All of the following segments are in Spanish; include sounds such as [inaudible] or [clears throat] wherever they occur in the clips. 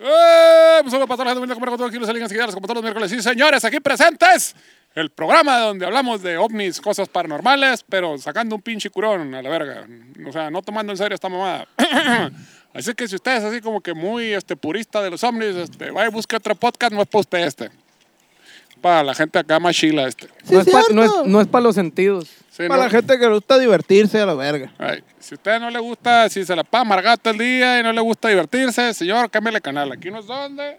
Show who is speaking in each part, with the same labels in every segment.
Speaker 1: ¡Eh! Pues solo para toda la gente comer con todo aquí los aliens seguidores, como todos los miércoles. Sí, señores, aquí presentes. El programa donde hablamos de ovnis, cosas paranormales, pero sacando un pinche curón a la verga. O sea, no tomando en serio esta mamada. [clears throat] así que si usted es así como que muy este, purista de los ovnis, este, vaya y busque otro podcast, no es para usted este. Para la gente acá más chila este.
Speaker 2: Sí,
Speaker 3: no, es pa-
Speaker 2: cierto.
Speaker 3: no es- no es para los sentidos.
Speaker 1: Sí,
Speaker 2: Para
Speaker 1: ¿no?
Speaker 2: la gente que le gusta divertirse a la verga.
Speaker 1: Ay, si a usted no le gusta, si se la pasa amargata el día y no le gusta divertirse, señor, cámbiale canal. Aquí no es donde.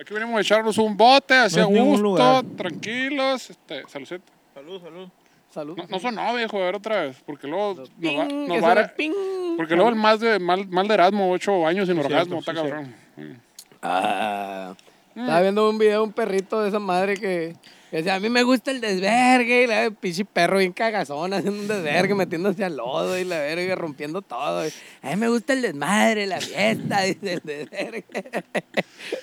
Speaker 1: Aquí venimos a echarnos un bote, hacia
Speaker 4: No es ningún
Speaker 1: gusto,
Speaker 4: lugar.
Speaker 1: tranquilos. Este, saludcita.
Speaker 2: Salud, salud.
Speaker 3: Salud.
Speaker 1: No, no sonó, viejo, a ver otra vez. Porque luego nos va,
Speaker 3: Ping,
Speaker 1: nos
Speaker 3: que
Speaker 1: va a-
Speaker 3: suena ping.
Speaker 1: Porque luego el más de, mal, mal de Erasmo, ocho años sin orgasmo,
Speaker 4: cierto,
Speaker 1: está
Speaker 4: sí,
Speaker 1: cabrón.
Speaker 3: Ah.
Speaker 1: Mm.
Speaker 3: Estaba viendo un video de un perrito de esa madre que, que decía, a mí me gusta el desvergue, y la el pinche perro bien cagazón, haciendo un
Speaker 1: Mm.
Speaker 3: desvergue, metiéndose al lodo y la verga, rompiendo todo. y, a mí me gusta el desmadre, la fiesta, [laughs] dice el desvergue. [laughs]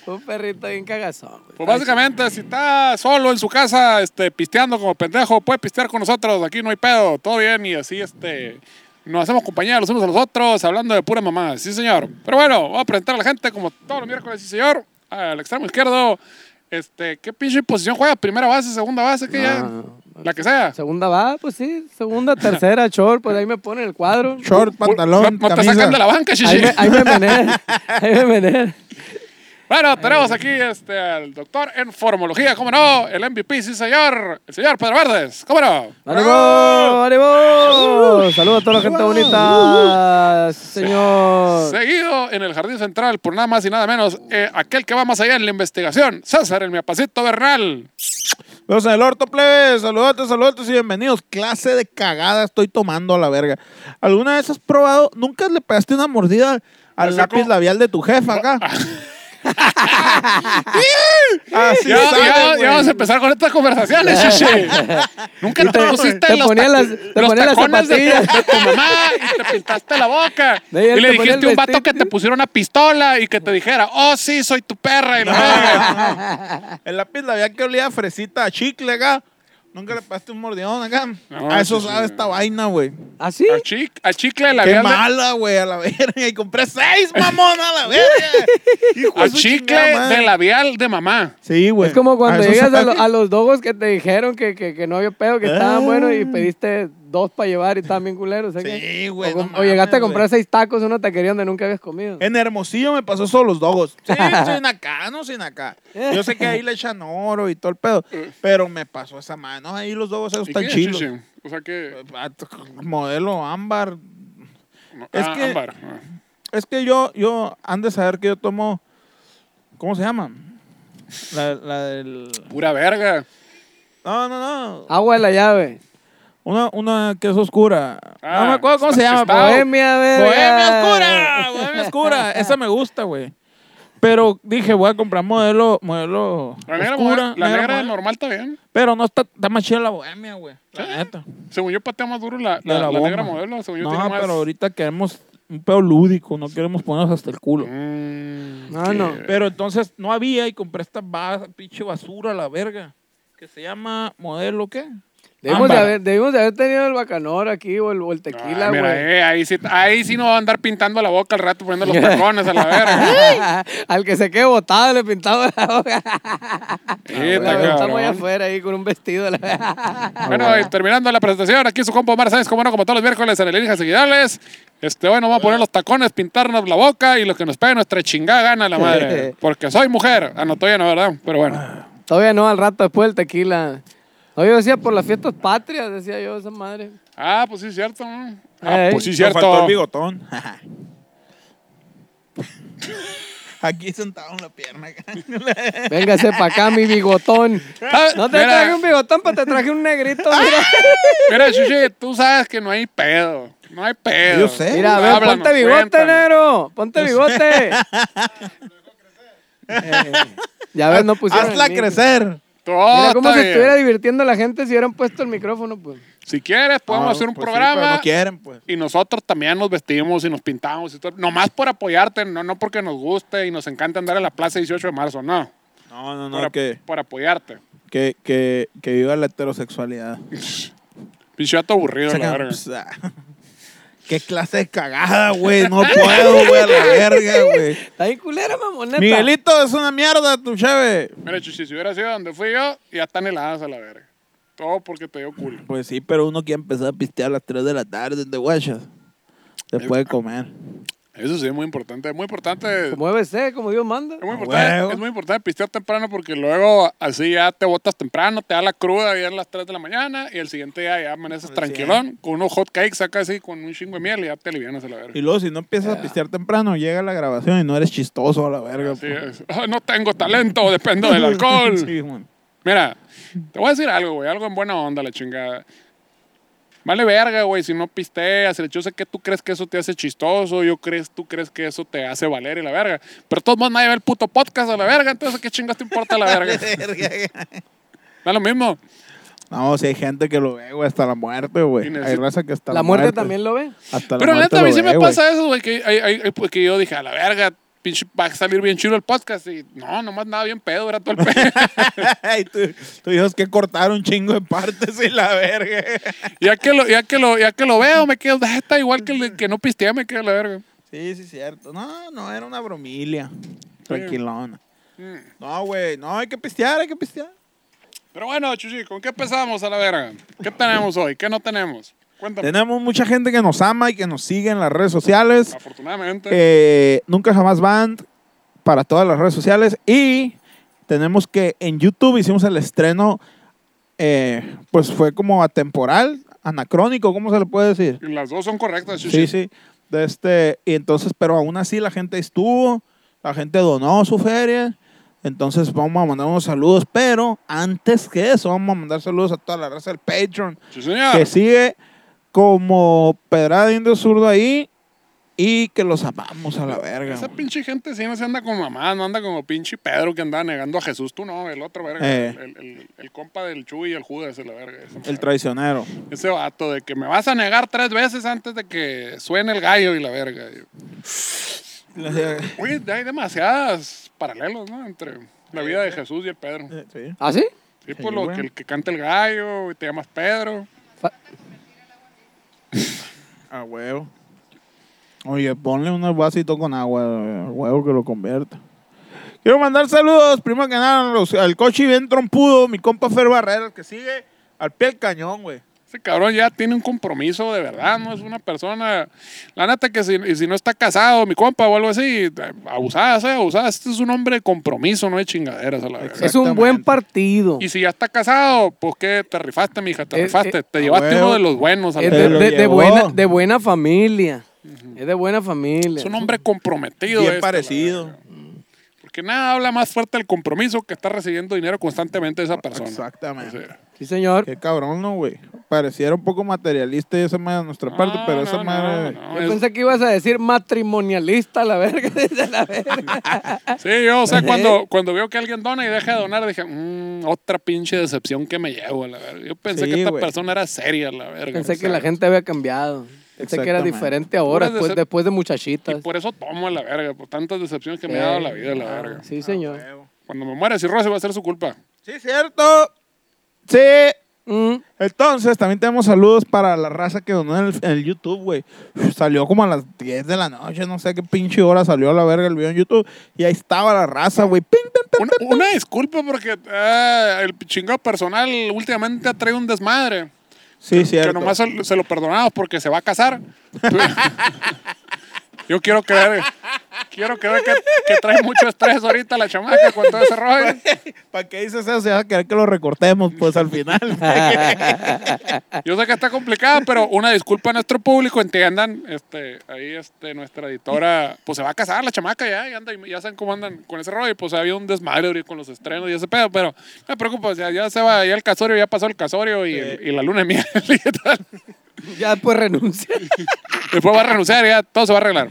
Speaker 3: un perrito bien cagazón. güey.
Speaker 1: Pues básicamente, si está solo en su casa, este, pisteando como pendejo, puede pistear con nosotros, aquí no hay pedo, todo bien, y así, este, nos hacemos compañía los unos a los otros, hablando de pura mamá, sí señor. Pero bueno, vamos a presentar a la gente como todos los miércoles, sí señor, al extremo izquierdo, este, ¿qué pinche posición juega? ¿Primera base, segunda base, que ya?
Speaker 3: No.
Speaker 1: La que sea.
Speaker 3: Segunda va, pues sí, segunda, [laughs] tercera, short, pues ahí me pone el cuadro.
Speaker 2: Short,
Speaker 1: No,
Speaker 2: pantalón,
Speaker 1: no te
Speaker 2: camisa.
Speaker 1: sacan de la banca,
Speaker 3: Ahí
Speaker 1: chichi.
Speaker 3: me, ahí me [laughs] menea, ahí me menea.
Speaker 1: Bueno, tenemos aquí este, al doctor en formología, cómo no, el MVP, sí señor, el señor Pedro Verdes, cómo no.
Speaker 3: ¡Ánimo! ¡Ánimo! Saludos a toda la gente
Speaker 2: ¡Bravo! ¡Uh!
Speaker 3: bonita, señor.
Speaker 1: Seguido en el Jardín Central, por nada más y nada menos, eh, aquel que va más allá en la investigación, César, el miapacito Bernal.
Speaker 2: Los del orto, plebes, saludos, saludos y bienvenidos. Clase de cagada estoy tomando a la verga. ¿Alguna vez has probado? ¿Nunca le pegaste una mordida al
Speaker 1: Le
Speaker 2: lápiz
Speaker 1: saco-
Speaker 2: labial de tu
Speaker 1: [laughs]
Speaker 2: jefa acá? [laughs] Así
Speaker 1: Ya,
Speaker 2: sabe,
Speaker 1: ya-
Speaker 2: güey.
Speaker 1: ya vamos a empezar con estas
Speaker 3: [laughs]
Speaker 1: conversaciones, chiche. Nunca te, pusiste
Speaker 3: te
Speaker 1: los,
Speaker 3: ponía
Speaker 1: ta-
Speaker 3: las- te
Speaker 1: los
Speaker 3: ponía las
Speaker 1: tacones de, tu-
Speaker 3: zapatillas.
Speaker 1: de tu mamá y te pintaste la boca.
Speaker 3: De ahí
Speaker 1: y
Speaker 3: él
Speaker 1: le
Speaker 3: te ponía
Speaker 1: dijiste a un
Speaker 3: el
Speaker 1: vato que
Speaker 3: vestido.
Speaker 1: te pusiera una pistola y que te dijera, oh, sí, soy tu perra. Y la verga.
Speaker 2: El lápiz labial que olía a fresita, a chicle acá. ¿Nunca le pegaste un mordidón acá?
Speaker 1: No,
Speaker 2: a eso
Speaker 1: sí, sí,
Speaker 2: sabe
Speaker 1: sí.
Speaker 2: esta vaina, güey. Ah,
Speaker 3: ¿Así?
Speaker 1: a, chi- a chicle la
Speaker 2: Qué
Speaker 1: labial de-
Speaker 2: mala, güey, a la verga. Y compré seis, mamón, a la [laughs] verga. Hijo
Speaker 1: A
Speaker 2: de su chingada
Speaker 1: chicle
Speaker 2: madre.
Speaker 1: de labial de mamá.
Speaker 2: Sí, güey.
Speaker 3: Es como cuando
Speaker 2: Ah, eso
Speaker 3: llegas a,
Speaker 2: sabe.
Speaker 3: lo- a los dogos que te dijeron que, que, que no había pedo, que
Speaker 2: Ah.
Speaker 3: estaban buenos y pediste dos para llevar y estaban bien culeros. o sea
Speaker 2: Sí,
Speaker 3: que-
Speaker 2: güey,
Speaker 3: O,
Speaker 2: no
Speaker 3: com- o
Speaker 2: mames,
Speaker 3: llegaste
Speaker 2: güey.
Speaker 3: a
Speaker 2: Eh.
Speaker 3: comprar seis tacos en una taquería donde nunca habías comido.
Speaker 2: En Hermosillo me pasó solo los dogos. [laughs] Sí, sin acá, no sin
Speaker 3: [laughs]
Speaker 2: acá. Yo sé que ahí le echan oro y todo el pedo, pero me pasó esa mano. Ahí los dogos esos
Speaker 1: ¿Y
Speaker 2: están
Speaker 1: qué,
Speaker 2: chilos.
Speaker 1: chiche? O sea que...
Speaker 2: Ah, t- Modelo ámbar.
Speaker 1: no,
Speaker 2: Es
Speaker 1: ah,
Speaker 2: que-
Speaker 1: ámbar, ah.
Speaker 2: Es que yo, yo, han de saber que yo tomo, ¿cómo se llama? La, la del...
Speaker 1: Pura verga.
Speaker 2: No, no, no.
Speaker 3: Agua de la llave.
Speaker 2: Una, una que es oscura.
Speaker 1: Ah,
Speaker 2: no me acuerdo cómo se
Speaker 1: está-
Speaker 2: llama.
Speaker 1: está-
Speaker 2: pero-
Speaker 3: Bohemia, verga.
Speaker 2: Bohemia oscura, bohemia oscura. Esa me gusta, güey. Pero dije, voy a comprar modelo, modelo
Speaker 1: La negra,
Speaker 2: oscura.
Speaker 1: moder- la negra
Speaker 2: modelo.
Speaker 1: normal está bien.
Speaker 2: Pero no está, está más chida la bohemia, güey. La neta.
Speaker 1: Según yo patea más duro la,
Speaker 2: De
Speaker 1: la,
Speaker 2: la
Speaker 1: la negra
Speaker 2: bomba.
Speaker 1: modelo. Según yo
Speaker 2: No,
Speaker 1: tiene
Speaker 2: pero
Speaker 1: más...
Speaker 2: ahorita queremos un pedo lúdico. No queremos ponernos hasta el culo.
Speaker 1: Mm,
Speaker 3: No, no.
Speaker 1: que-
Speaker 2: Pero entonces no había y compré esta ba- pinche basura, la verga. Que se llama modelo, ¿qué?
Speaker 3: Debimos de,
Speaker 2: Ámbar.
Speaker 3: haber, debimos de haber tenido el bacanor aquí o el, o el
Speaker 1: Ah,
Speaker 3: tequila,
Speaker 1: mira,
Speaker 3: güey.
Speaker 1: eh, ahí, sí, ahí sí no va a andar pintando la boca al rato poniendo los tacones a la verga.
Speaker 3: [laughs] Al que se quede botado le pintaba la boca.
Speaker 1: Eh, está
Speaker 3: La
Speaker 1: cabrón.
Speaker 3: estamos allá afuera ahí con un vestido. La... [laughs]
Speaker 1: Bueno, y terminando la presentación, aquí su compa Omar Sáenz, como no, como todos los miércoles en el Elija Seguidales. Este, hoy nos vamos a poner los tacones, pintarnos la boca y lo que nos pegue nuestra chingada gana la madre. Porque soy mujer. Ah, no, todavía no, ¿verdad? Pero bueno.
Speaker 3: Todavía no, al rato después del tequila. No, yo decía por las fiestas patrias, decía yo esa madre.
Speaker 1: Ah, pues sí, cierto. ¿no? Ah,
Speaker 3: Ey.
Speaker 1: pues sí,
Speaker 2: Nos faltó
Speaker 1: cierto.
Speaker 2: el bigotón. [laughs] Aquí sentado en la pierna.
Speaker 3: Véngase para acá, mi bigotón.
Speaker 1: Ah,
Speaker 3: No te
Speaker 1: mira.
Speaker 3: traje un bigotón, pero te traje un negrito, mira.
Speaker 1: Mira, Chuchi, tú sabes que no hay pedo. No hay pedo.
Speaker 2: Yo sé.
Speaker 3: Mira, a ver,
Speaker 1: Háblanos,
Speaker 3: ponte bigote,
Speaker 1: cuéntanos.
Speaker 3: negro. Ponte bigote. Eh, ya ves, no pusieron.
Speaker 2: Hazla
Speaker 3: el micro.
Speaker 2: crecer.
Speaker 1: Todo
Speaker 3: Mira cómo
Speaker 1: está
Speaker 3: se
Speaker 1: bien.
Speaker 3: estuviera divirtiendo la gente si hubieran puesto el micrófono, pues.
Speaker 1: Si quieres, podemos
Speaker 2: Ah,
Speaker 1: hacer un
Speaker 2: pues sí, pero
Speaker 1: programa.
Speaker 2: no quieren, pues.
Speaker 1: y nosotros también nos vestimos y nos pintamos. Y todo, nomás por apoyarte, no, no porque nos guste y nos encanta andar en la plaza 18 de marzo, no.
Speaker 2: No, no,
Speaker 1: Por,
Speaker 2: no,
Speaker 1: ap-
Speaker 2: que,
Speaker 1: por apoyarte.
Speaker 2: que, que, que [laughs] viva la heterosexualidad.
Speaker 1: Pinche vato aburrido, la
Speaker 2: Saca-
Speaker 1: verga.
Speaker 2: Pss, ah. [laughs] ¿Qué clase de cagada, güey? [laughs] No puedo, güey, a la verga, güey.
Speaker 3: Está bien culera, mamoneta.
Speaker 2: Miguelito, es una mierda tu cheve.
Speaker 1: Mira, Chuchi, si hubiera sido donde fui yo, ya están heladas a la verga. Todo porque te dio culo.
Speaker 2: Pues sí, pero uno quiere empezar a pistear a las 3 de la tarde de guachas. Después de comer.
Speaker 1: Eso sí es muy importante. Es muy importante.
Speaker 3: Como debe ser, como Dios manda.
Speaker 1: Es muy, importante,
Speaker 2: Huevo.
Speaker 1: es muy importante pistear temprano porque luego así ya te botas temprano, te da la cruda ya a las 3 de la mañana y el siguiente día ya amaneces tranquilón con unos hot cakes acá así con un chingo de miel y ya te alivianas a la verga.
Speaker 2: Y luego, si no empiezas a pistear temprano, llega la grabación y no eres chistoso a la verga.
Speaker 1: Así
Speaker 2: pues.
Speaker 1: es. Ah, No tengo talento, dependo del alcohol.
Speaker 2: [laughs] Sí, güey.
Speaker 1: Mira, te voy a decir algo, güey, algo en buena onda, la chingada. Vale verga, güey, si no pisteas, el hecho es que tú crees que eso te hace chistoso, yo crees, tú crees que eso te hace valer y la verga. Pero de todos modos nadie ve el puto podcast a la verga, entonces qué chingas te importa la
Speaker 2: [laughs]
Speaker 1: verga. Da lo mismo.
Speaker 2: No, si hay gente que lo ve, güey, hasta la muerte, güey.
Speaker 1: Y
Speaker 2: Hay
Speaker 1: necesita-
Speaker 2: raza que hasta
Speaker 3: La muerte también lo ve.
Speaker 2: Hasta
Speaker 1: Pero
Speaker 2: la muerte
Speaker 1: neta, a mí
Speaker 2: lo
Speaker 1: sí
Speaker 2: ve,
Speaker 1: me
Speaker 2: [laughs] güey.
Speaker 1: pasa eso, güey, que, hay- hay- hay- pues, que yo dije, a la verga, pinche, va a salir bien chido el podcast. Y no, nomás nada bien pedo, era todo el
Speaker 2: [laughs]
Speaker 1: pedo.
Speaker 2: y tú, tú dices que cortar un chingo de partes y la verga.
Speaker 1: [laughs] ya, que lo, ya, que lo, ya que lo veo, me quedo, "Ah, está igual que el de que no pistea, me quedo a la verga.
Speaker 2: [laughs] Sí, sí, cierto. No, no, era una bromilia. Tranquilona.
Speaker 1: Mm.
Speaker 2: No, güey, no, hay que pistear, hay que pistear.
Speaker 1: Pero bueno, Chuchi, ¿con qué empezamos a la verga? ¿Qué tenemos hoy? ¿Qué no tenemos? Cuéntame.
Speaker 2: Tenemos mucha gente que nos ama y que nos sigue en las redes sociales.
Speaker 1: Afortunadamente.
Speaker 2: Eh, nunca jamás band para todas las redes sociales. Y tenemos que en YouTube hicimos el estreno, eh, pues fue como atemporal, anacrónico, ¿cómo se le puede decir?
Speaker 1: Las dos son correctas, Chuchi.
Speaker 2: Sí, sí. De este, y entonces, pero aún así la gente estuvo, la gente donó su feria. Entonces vamos a mandar unos saludos, pero antes que eso, vamos a mandar saludos a toda la raza del Patreon,
Speaker 1: Sí, señor.
Speaker 2: que sigue como pedrada de indio zurdo ahí y que los amamos a la verga.
Speaker 1: Esa
Speaker 2: güey.
Speaker 1: pinche gente sí no se anda como mamá, no anda como pinche Pedro que anda negando a Jesús. Tú no, el otro verga.
Speaker 2: Eh.
Speaker 1: El, el- el- el compa del Chuy y el Judas, la verga. esa
Speaker 2: El
Speaker 1: madre.
Speaker 2: traicionero.
Speaker 1: Ese vato de que me vas a negar tres veces antes de que suene el gallo y la verga.
Speaker 2: [laughs]
Speaker 1: Oye, hay demasiadas paralelos, ¿no? Entre la vida de Jesús y el Pedro.
Speaker 2: Sí.
Speaker 3: ¿Ah, sí?
Speaker 1: Sí,
Speaker 2: Sí,
Speaker 1: pues lo
Speaker 2: güey.
Speaker 1: que el que canta el gallo, y te llamas Pedro.
Speaker 3: Fa-
Speaker 2: A huevo. Oye, ponle un vasito con agua, a huevo que lo convierta. Quiero mandar saludos, primero que nada, a los- al coche bien trompudo, mi compa Fer Barrera, el que sigue al pie del cañón, güey.
Speaker 1: Ese cabrón ya tiene un compromiso de verdad, no es una persona. La neta que si, y si no está casado, mi compa o algo así, eh, abusadas, eh, abusadas. Este es un hombre de compromiso, no de chingaderas a la verga.
Speaker 3: Es un buen partido.
Speaker 1: Y si ya está casado, pues que te rifaste, mija, te
Speaker 3: Eh,
Speaker 1: rifaste.
Speaker 3: eh,
Speaker 1: te llevaste
Speaker 2: huevo.
Speaker 1: uno de los buenos a la
Speaker 3: Es
Speaker 2: Te
Speaker 3: de,
Speaker 1: verga.
Speaker 2: lo
Speaker 3: de- de
Speaker 2: llevó.
Speaker 3: buena, de buena familia. Es de buena familia.
Speaker 1: Es un hombre comprometido.
Speaker 2: Bien
Speaker 1: este, la
Speaker 2: parecido.
Speaker 1: verga. Porque nada habla más fuerte del compromiso que está recibiendo dinero constantemente de esa persona.
Speaker 2: Exactamente.
Speaker 1: Sí.
Speaker 3: Sí, señor.
Speaker 2: Qué cabrón, ¿no, güey? Pareciera un poco materialista y esa madre de nuestra parte,
Speaker 1: No,
Speaker 2: pero
Speaker 1: no,
Speaker 2: esa
Speaker 1: no,
Speaker 2: madre...
Speaker 1: no,
Speaker 3: Yo
Speaker 1: es-
Speaker 3: pensé que ibas a decir matrimonialista, la verga. [laughs] desde la verga.
Speaker 1: Sí, yo,
Speaker 3: [laughs]
Speaker 1: o sea, cuando, cuando veo que alguien dona y deja de donar, dije, "Mm, otra pinche decepción que me llevo, a la verga. Yo pensé
Speaker 2: Sí,
Speaker 1: que esta
Speaker 2: güey.
Speaker 1: persona era seria, a la verga. o
Speaker 3: Pensé que
Speaker 1: sea,
Speaker 3: la gente había cambiado. Pensé que era
Speaker 2: Exactamente.
Speaker 3: diferente ahora,
Speaker 1: Puras
Speaker 3: después,
Speaker 1: decep-
Speaker 3: después de
Speaker 1: Y
Speaker 3: muchachitas.
Speaker 1: por eso tomo a la verga, por tantas decepciones que me ha dado la vida, a la
Speaker 3: Ah,
Speaker 1: verga.
Speaker 3: Sí, señor.
Speaker 1: Cuando me muera, si Rosy va a ser su culpa.
Speaker 2: Sí, cierto. Sí.
Speaker 3: Mm.
Speaker 2: Entonces, también tenemos saludos para la raza que donó en el, en el YouTube, güey. Uf, Salió como a las 10 de la noche, no sé qué pinche hora salió a la verga el video en YouTube. Y ahí estaba la raza, güey. Ping, ping, ping,
Speaker 1: Una, una disculpa porque ah, el chingado personal últimamente ha traído un desmadre.
Speaker 2: Sí, cierto.
Speaker 1: Que nomás se, se lo perdonamos porque se va a casar. [laughs] Yo quiero creer, quiero creer que, que trae mucho estrés ahorita la chamaca con todo ese rollo.
Speaker 2: ¿Para qué dices eso? Se va a querer que lo recortemos, pues,
Speaker 1: [laughs]
Speaker 2: al final.
Speaker 1: Yo sé que está complicada, pero una disculpa a nuestro público, entiendan. Este, ahí este, nuestra editora, pues se va a casar la chamaca ya, y anda, y ya saben cómo andan con ese rollo. y, Pues ha habido un desmadre ahorita con los estrenos y ese pedo, pero no me preocupa, ya, ya se va, ya el casorio, ya pasó el casorio y, el- y la luna de miel [laughs] y tal.
Speaker 3: Ya después renuncia.
Speaker 1: Después va a renunciar y ya todo se va a arreglar.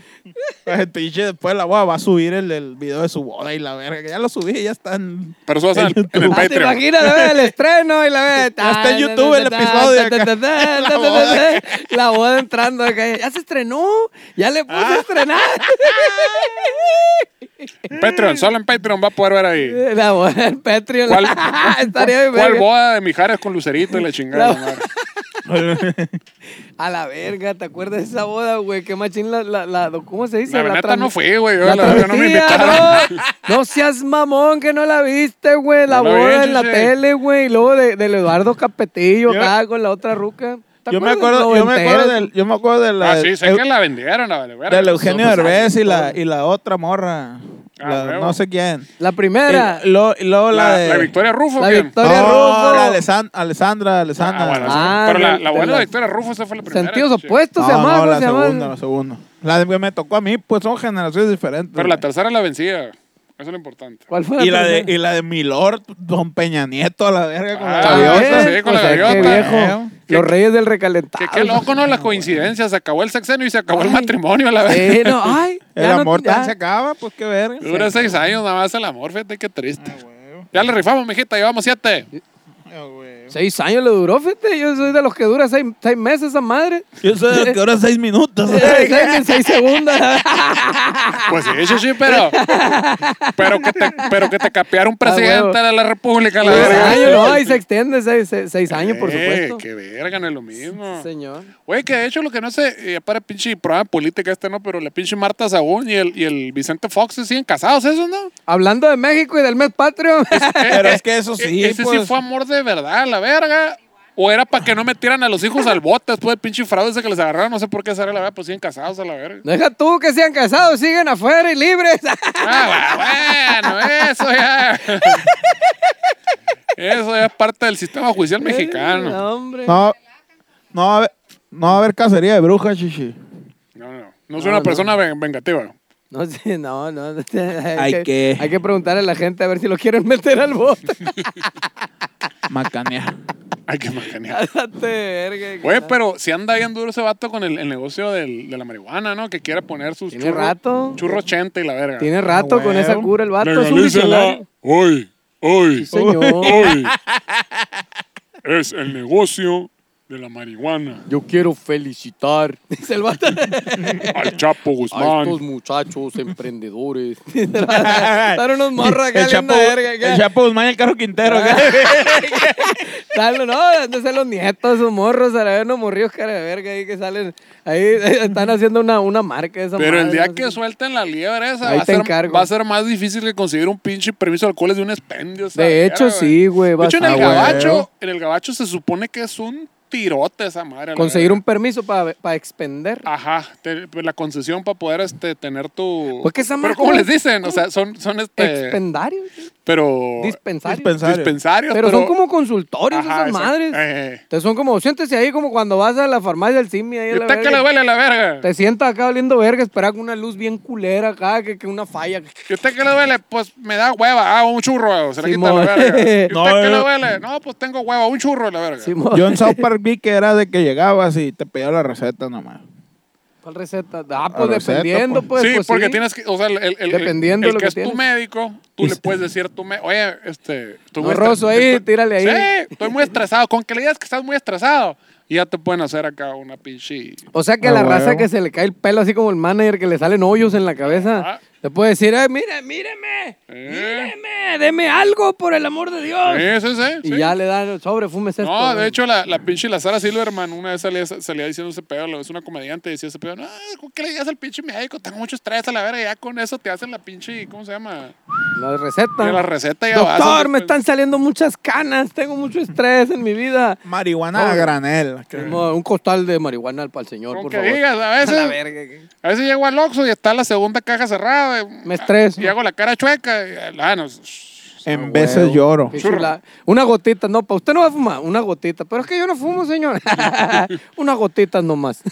Speaker 2: El pinche después la boda va a subir el, el video de su boda y la verga. que Ya lo subí, ya está en...
Speaker 1: [laughs] Pero eso va a
Speaker 3: [laughs]
Speaker 1: ser en el- en el
Speaker 2: Ah,
Speaker 3: Ah, ¿Te
Speaker 1: Patreon.
Speaker 3: imaginas la verga, el estreno y la verga?
Speaker 2: Ya está en YouTube el episodio acá.
Speaker 3: La boda, la boda entrando acá. Ya se estrenó. Ya le puse a estrenar.
Speaker 1: Patreon, solo en Patreon va a poder ver ahí.
Speaker 3: [laughs] La boda en Patreon. [laughs]
Speaker 1: ¿Cuál,
Speaker 3: Estaría bien.
Speaker 1: cuál
Speaker 3: Eh, verga.
Speaker 1: boda de Mijares con Lucerito y la chingada?
Speaker 3: La-
Speaker 1: de madre.
Speaker 3: A la verga, ¿te acuerdas de esa boda, güey? Qué machín la, la, la- ¿cómo se dice?
Speaker 1: La neta
Speaker 3: tran-
Speaker 1: no fui, güey. yo
Speaker 3: La
Speaker 1: La verdad no me
Speaker 3: travesía,
Speaker 1: invitaron. Ah, [laughs]
Speaker 3: no, no seas mamón que no la viste, güey. La
Speaker 1: No la vi,
Speaker 3: boda en la
Speaker 1: chiche.
Speaker 3: tele, güey. Y luego de, del Eduardo Capetillo
Speaker 2: Yo-
Speaker 3: acá con la otra ruca. ¿Te
Speaker 2: Yo me
Speaker 3: acuerdas?
Speaker 2: acuerdo, yo me acuerdo
Speaker 3: Noventeras.
Speaker 2: del, yo me acuerdo de la
Speaker 1: Ah, sí, sé
Speaker 2: Eu-
Speaker 1: que la vendieron, la vale, verga.
Speaker 2: del Eugenio
Speaker 3: Ojos
Speaker 2: Derbez y la,
Speaker 3: abiertos.
Speaker 2: y la otra morra.
Speaker 1: Ah,
Speaker 2: La-
Speaker 1: huevo.
Speaker 2: no sé quién.
Speaker 3: La primera.
Speaker 2: Y lo- y luego la,
Speaker 1: La,
Speaker 2: de.
Speaker 1: la Victoria Rufo.
Speaker 3: La
Speaker 1: ¿quién?
Speaker 3: Victoria- Rufo.
Speaker 2: la Alesan- Alessandra,
Speaker 1: Ah,
Speaker 2: Alessandra.
Speaker 1: bueno, sí.
Speaker 3: Ah,
Speaker 1: Pero la,
Speaker 3: de-
Speaker 1: la
Speaker 3: de
Speaker 1: buena
Speaker 3: la-
Speaker 1: de Victoria Rufo, esa fue la primera.
Speaker 3: Sentidos
Speaker 1: sí.
Speaker 3: opuestos se
Speaker 2: No,
Speaker 3: llamaban,
Speaker 2: no,
Speaker 3: ¿cómo
Speaker 2: la
Speaker 3: se llamaban?
Speaker 2: segunda, la segunda. La de- que me tocó a mí, pues son generaciones diferentes.
Speaker 1: Pero la
Speaker 2: güey.
Speaker 1: tercera la vencía. Eso es lo importante.
Speaker 3: ¿Cuál fue
Speaker 2: y la de
Speaker 3: primera?
Speaker 2: y la de Milord, Don Peña Nieto a la verga con
Speaker 1: Ah,
Speaker 2: la gaviota.
Speaker 1: sí, con la
Speaker 3: Pues es que
Speaker 1: gaviota.
Speaker 3: viejo,
Speaker 1: ¿Qué-
Speaker 3: Los reyes del recalentado.
Speaker 1: Que qué loco,
Speaker 3: [laughs]
Speaker 1: ¿no? Las coincidencias. Se acabó el sexenio y se acabó el
Speaker 3: Ay.
Speaker 1: matrimonio a la vez.
Speaker 3: Sí, Eh, no, ay.
Speaker 2: El
Speaker 3: ya no-
Speaker 2: amor
Speaker 3: ya.
Speaker 2: tan se acaba, pues qué verga.
Speaker 1: Dura seis años nada más el amor, fíjate qué triste. ya le rifamos, mijita, llevamos siete.
Speaker 2: Ah,
Speaker 3: Seis años le duró, fíjate. Yo soy de los que dura seis, seis meses esa madre.
Speaker 2: Yo soy de los que ahora seis minutos.
Speaker 3: Eh, [laughs] seis, [laughs] seis segundos.
Speaker 1: Pues sí, sí, sí, pero. Pero que te, pero que te capeara un presidente de la República, la
Speaker 3: Seis
Speaker 1: verga.
Speaker 3: años, no, y se extiende seis, seis- seis años, por
Speaker 1: Eh,
Speaker 3: supuesto.
Speaker 1: Qué verga, no es lo mismo.
Speaker 3: Señor.
Speaker 1: Güey, que de hecho lo que no sé, eh, para pinche programa de política este, ¿no? Pero la pinche Marta Sagún y el, y el Vicente Fox se siguen casados, ¿eso, no?
Speaker 3: Hablando de México y del mes patrio.
Speaker 2: [laughs]
Speaker 3: [laughs]
Speaker 2: Pero es que eso sí,
Speaker 1: E- ese sí
Speaker 2: pues.
Speaker 1: fue amor de verdad, la verga. O era para que no metieran a los hijos al bote después del pinche fraude ese que les agarraron, no sé por qué será la verdad, pues siguen casados a la verga.
Speaker 3: Deja tú que sean casados, siguen afuera y libres. [laughs]
Speaker 1: Ah, bueno, eso ya. Eso ya es parte del sistema judicial mexicano.
Speaker 3: No, hombre.
Speaker 2: No, no, va a haber- no va a haber cacería de brujas, chichi.
Speaker 1: No, no, no. No soy una persona ven- vengativa.
Speaker 3: No sé, no, no. [laughs] no sé,
Speaker 2: Hay que-
Speaker 3: Hay que preguntarle a la gente a ver si lo quieren meter al bote. [laughs]
Speaker 2: Macanea.
Speaker 1: Ay, qué macanía.
Speaker 3: Cállate, verga.
Speaker 1: Güey, pero si anda bien duro ese vato con el, el negocio del- de la marihuana, ¿no? Que quiere poner sus
Speaker 3: Tiene rato.
Speaker 1: churro 80 y la verga.
Speaker 3: Tiene rato
Speaker 2: Ah,
Speaker 3: con esa
Speaker 2: huevo.
Speaker 3: cura el vato. Es un
Speaker 1: Legalícela
Speaker 3: visionario.
Speaker 1: hoy, hoy,
Speaker 3: Señor.
Speaker 1: hoy. es el negocio de la marihuana.
Speaker 3: Yo quiero felicitar. [laughs] Dice el vato.
Speaker 1: Al Chapo
Speaker 3: a estos
Speaker 1: Guzmán.
Speaker 3: muchachos emprendedores. [laughs] Están unos morros acá,
Speaker 2: el
Speaker 3: linda
Speaker 2: Chapo,
Speaker 3: verga. Ah. acá.
Speaker 2: el Chapo Guzmán y el Caro Quintero. acá.
Speaker 3: Salen, no, han de ser los nietos, esos morros, a la vez, unos morrillos cara de verga ahí que salen. Ahí [laughs] están haciendo una, una marca esa
Speaker 1: Pero el
Speaker 3: madre,
Speaker 1: día
Speaker 3: no
Speaker 1: que
Speaker 3: sé.
Speaker 1: suelten la liebre esa,
Speaker 3: Ahí
Speaker 1: va a,
Speaker 3: te
Speaker 1: ser,
Speaker 3: encargo.
Speaker 1: va a ser más difícil que conseguir un pinche permiso de alcoholes de un expendio. esa
Speaker 3: De
Speaker 1: mierda,
Speaker 3: hecho, sí, güey. va
Speaker 1: De hecho, en el,
Speaker 3: a-
Speaker 2: Ah,
Speaker 1: gabacho,
Speaker 2: güey.
Speaker 1: en el gabacho se supone que es un tirote esa madre. la
Speaker 3: Conseguir
Speaker 1: verga.
Speaker 3: un permiso para expender.
Speaker 1: Ajá, te- pues, la concesión para poder este, tener tu...
Speaker 3: Pues que esa madre-
Speaker 1: Pero ¿cómo les dicen? O sea, son, son este...
Speaker 3: Expendario,
Speaker 1: pero...
Speaker 3: dispensario.
Speaker 2: dispensa-
Speaker 1: Oh, Dispensarios,
Speaker 3: Pero, son como consultorios
Speaker 1: Ajá,
Speaker 3: esas
Speaker 1: exacto.
Speaker 3: madres.
Speaker 1: Eh.
Speaker 3: Entonces son como, siéntese ahí como cuando vas a la farmacia del CIMI. Ahí a
Speaker 1: ¿Y
Speaker 3: la
Speaker 1: usted qué
Speaker 3: verga.
Speaker 1: le duele la verga?
Speaker 3: Te sientas acá oliendo verga, esperar con una luz bien culera acá, que, que una falla.
Speaker 1: ¿Y usted qué le duele? Pues me da hueva. Ah, un churro, se le quita
Speaker 3: Simón.
Speaker 1: la
Speaker 3: [laughs]
Speaker 1: verga. ¿Y usted
Speaker 2: No,
Speaker 1: qué le
Speaker 2: yo-
Speaker 1: duele? No, pues tengo hueva, un churro la verga.
Speaker 3: Sí, mo-
Speaker 2: Yo en South Park vi que era de que llegabas y te pedía la receta nomás.
Speaker 3: ¿Cuál receta? Ah,
Speaker 2: La
Speaker 3: pues
Speaker 2: receta,
Speaker 3: dependiendo,
Speaker 2: pues.
Speaker 3: pues.
Speaker 1: sí,
Speaker 3: pues,
Speaker 1: porque tienes que, o sea, el, el- el-
Speaker 3: Dependiendo
Speaker 1: el
Speaker 3: lo
Speaker 1: que,
Speaker 3: que
Speaker 1: es
Speaker 3: tienes.
Speaker 1: tu médico, tú
Speaker 3: [laughs]
Speaker 1: le puedes decir a tu médico, oye, este... estoy muy
Speaker 3: Morroso
Speaker 1: estres-
Speaker 3: ahí,
Speaker 1: estoy-
Speaker 3: tírale ahí.
Speaker 1: Sí, estoy muy estresado. Con que le digas que estás muy estresado, ya te pueden hacer acá una pinche...
Speaker 3: O sea que
Speaker 2: Ah,
Speaker 3: la raza
Speaker 2: huevo.
Speaker 3: que se le cae el pelo así como el manager que le salen hoyos en la cabeza,
Speaker 1: Ajá.
Speaker 3: le puede decir, "Ay, mira, míreme,
Speaker 1: Eh.
Speaker 3: míreme, deme algo por el amor de Dios.
Speaker 1: Sí, sí, sí.
Speaker 3: Y
Speaker 1: sí.
Speaker 3: ya le dan el sobre, fumes esto.
Speaker 1: No, de
Speaker 3: güey.
Speaker 1: hecho, la, la pinche la Sara Silverman una vez salía, salía diciendo ese pedo, lo- es una comediante, decía ese pedo, no, ¿con qué le digas al pinche médico? Tengo mucho estrés a la verga, ya con eso te hacen la pinche, ¿cómo se llama?
Speaker 3: La receta.
Speaker 1: De la receta pues". ya vas,
Speaker 3: Doctor,
Speaker 1: después-
Speaker 3: me están saliendo muchas canas, tengo mucho estrés en mi vida.
Speaker 2: Marihuana a
Speaker 3: Oye.
Speaker 2: granel. Ah, que-
Speaker 3: Mo- Un costal de marihuana para el señor,
Speaker 1: Con
Speaker 3: por
Speaker 1: que
Speaker 3: favor.
Speaker 1: digas, a
Speaker 3: [laughs] A la
Speaker 1: veces,
Speaker 3: verga.
Speaker 1: a veces llego al Oxxo y está la segunda caja cerrada. y-
Speaker 3: Me estreso.
Speaker 1: Y hago la cara chueca. y- ah, no, shh,
Speaker 2: En veces lloro.
Speaker 3: Qué
Speaker 1: Churro.
Speaker 3: chula. Una gotita, no, para usted no va a fumar, una gotita. Pero es que yo no fumo, señor. [laughs] una gotita nomás.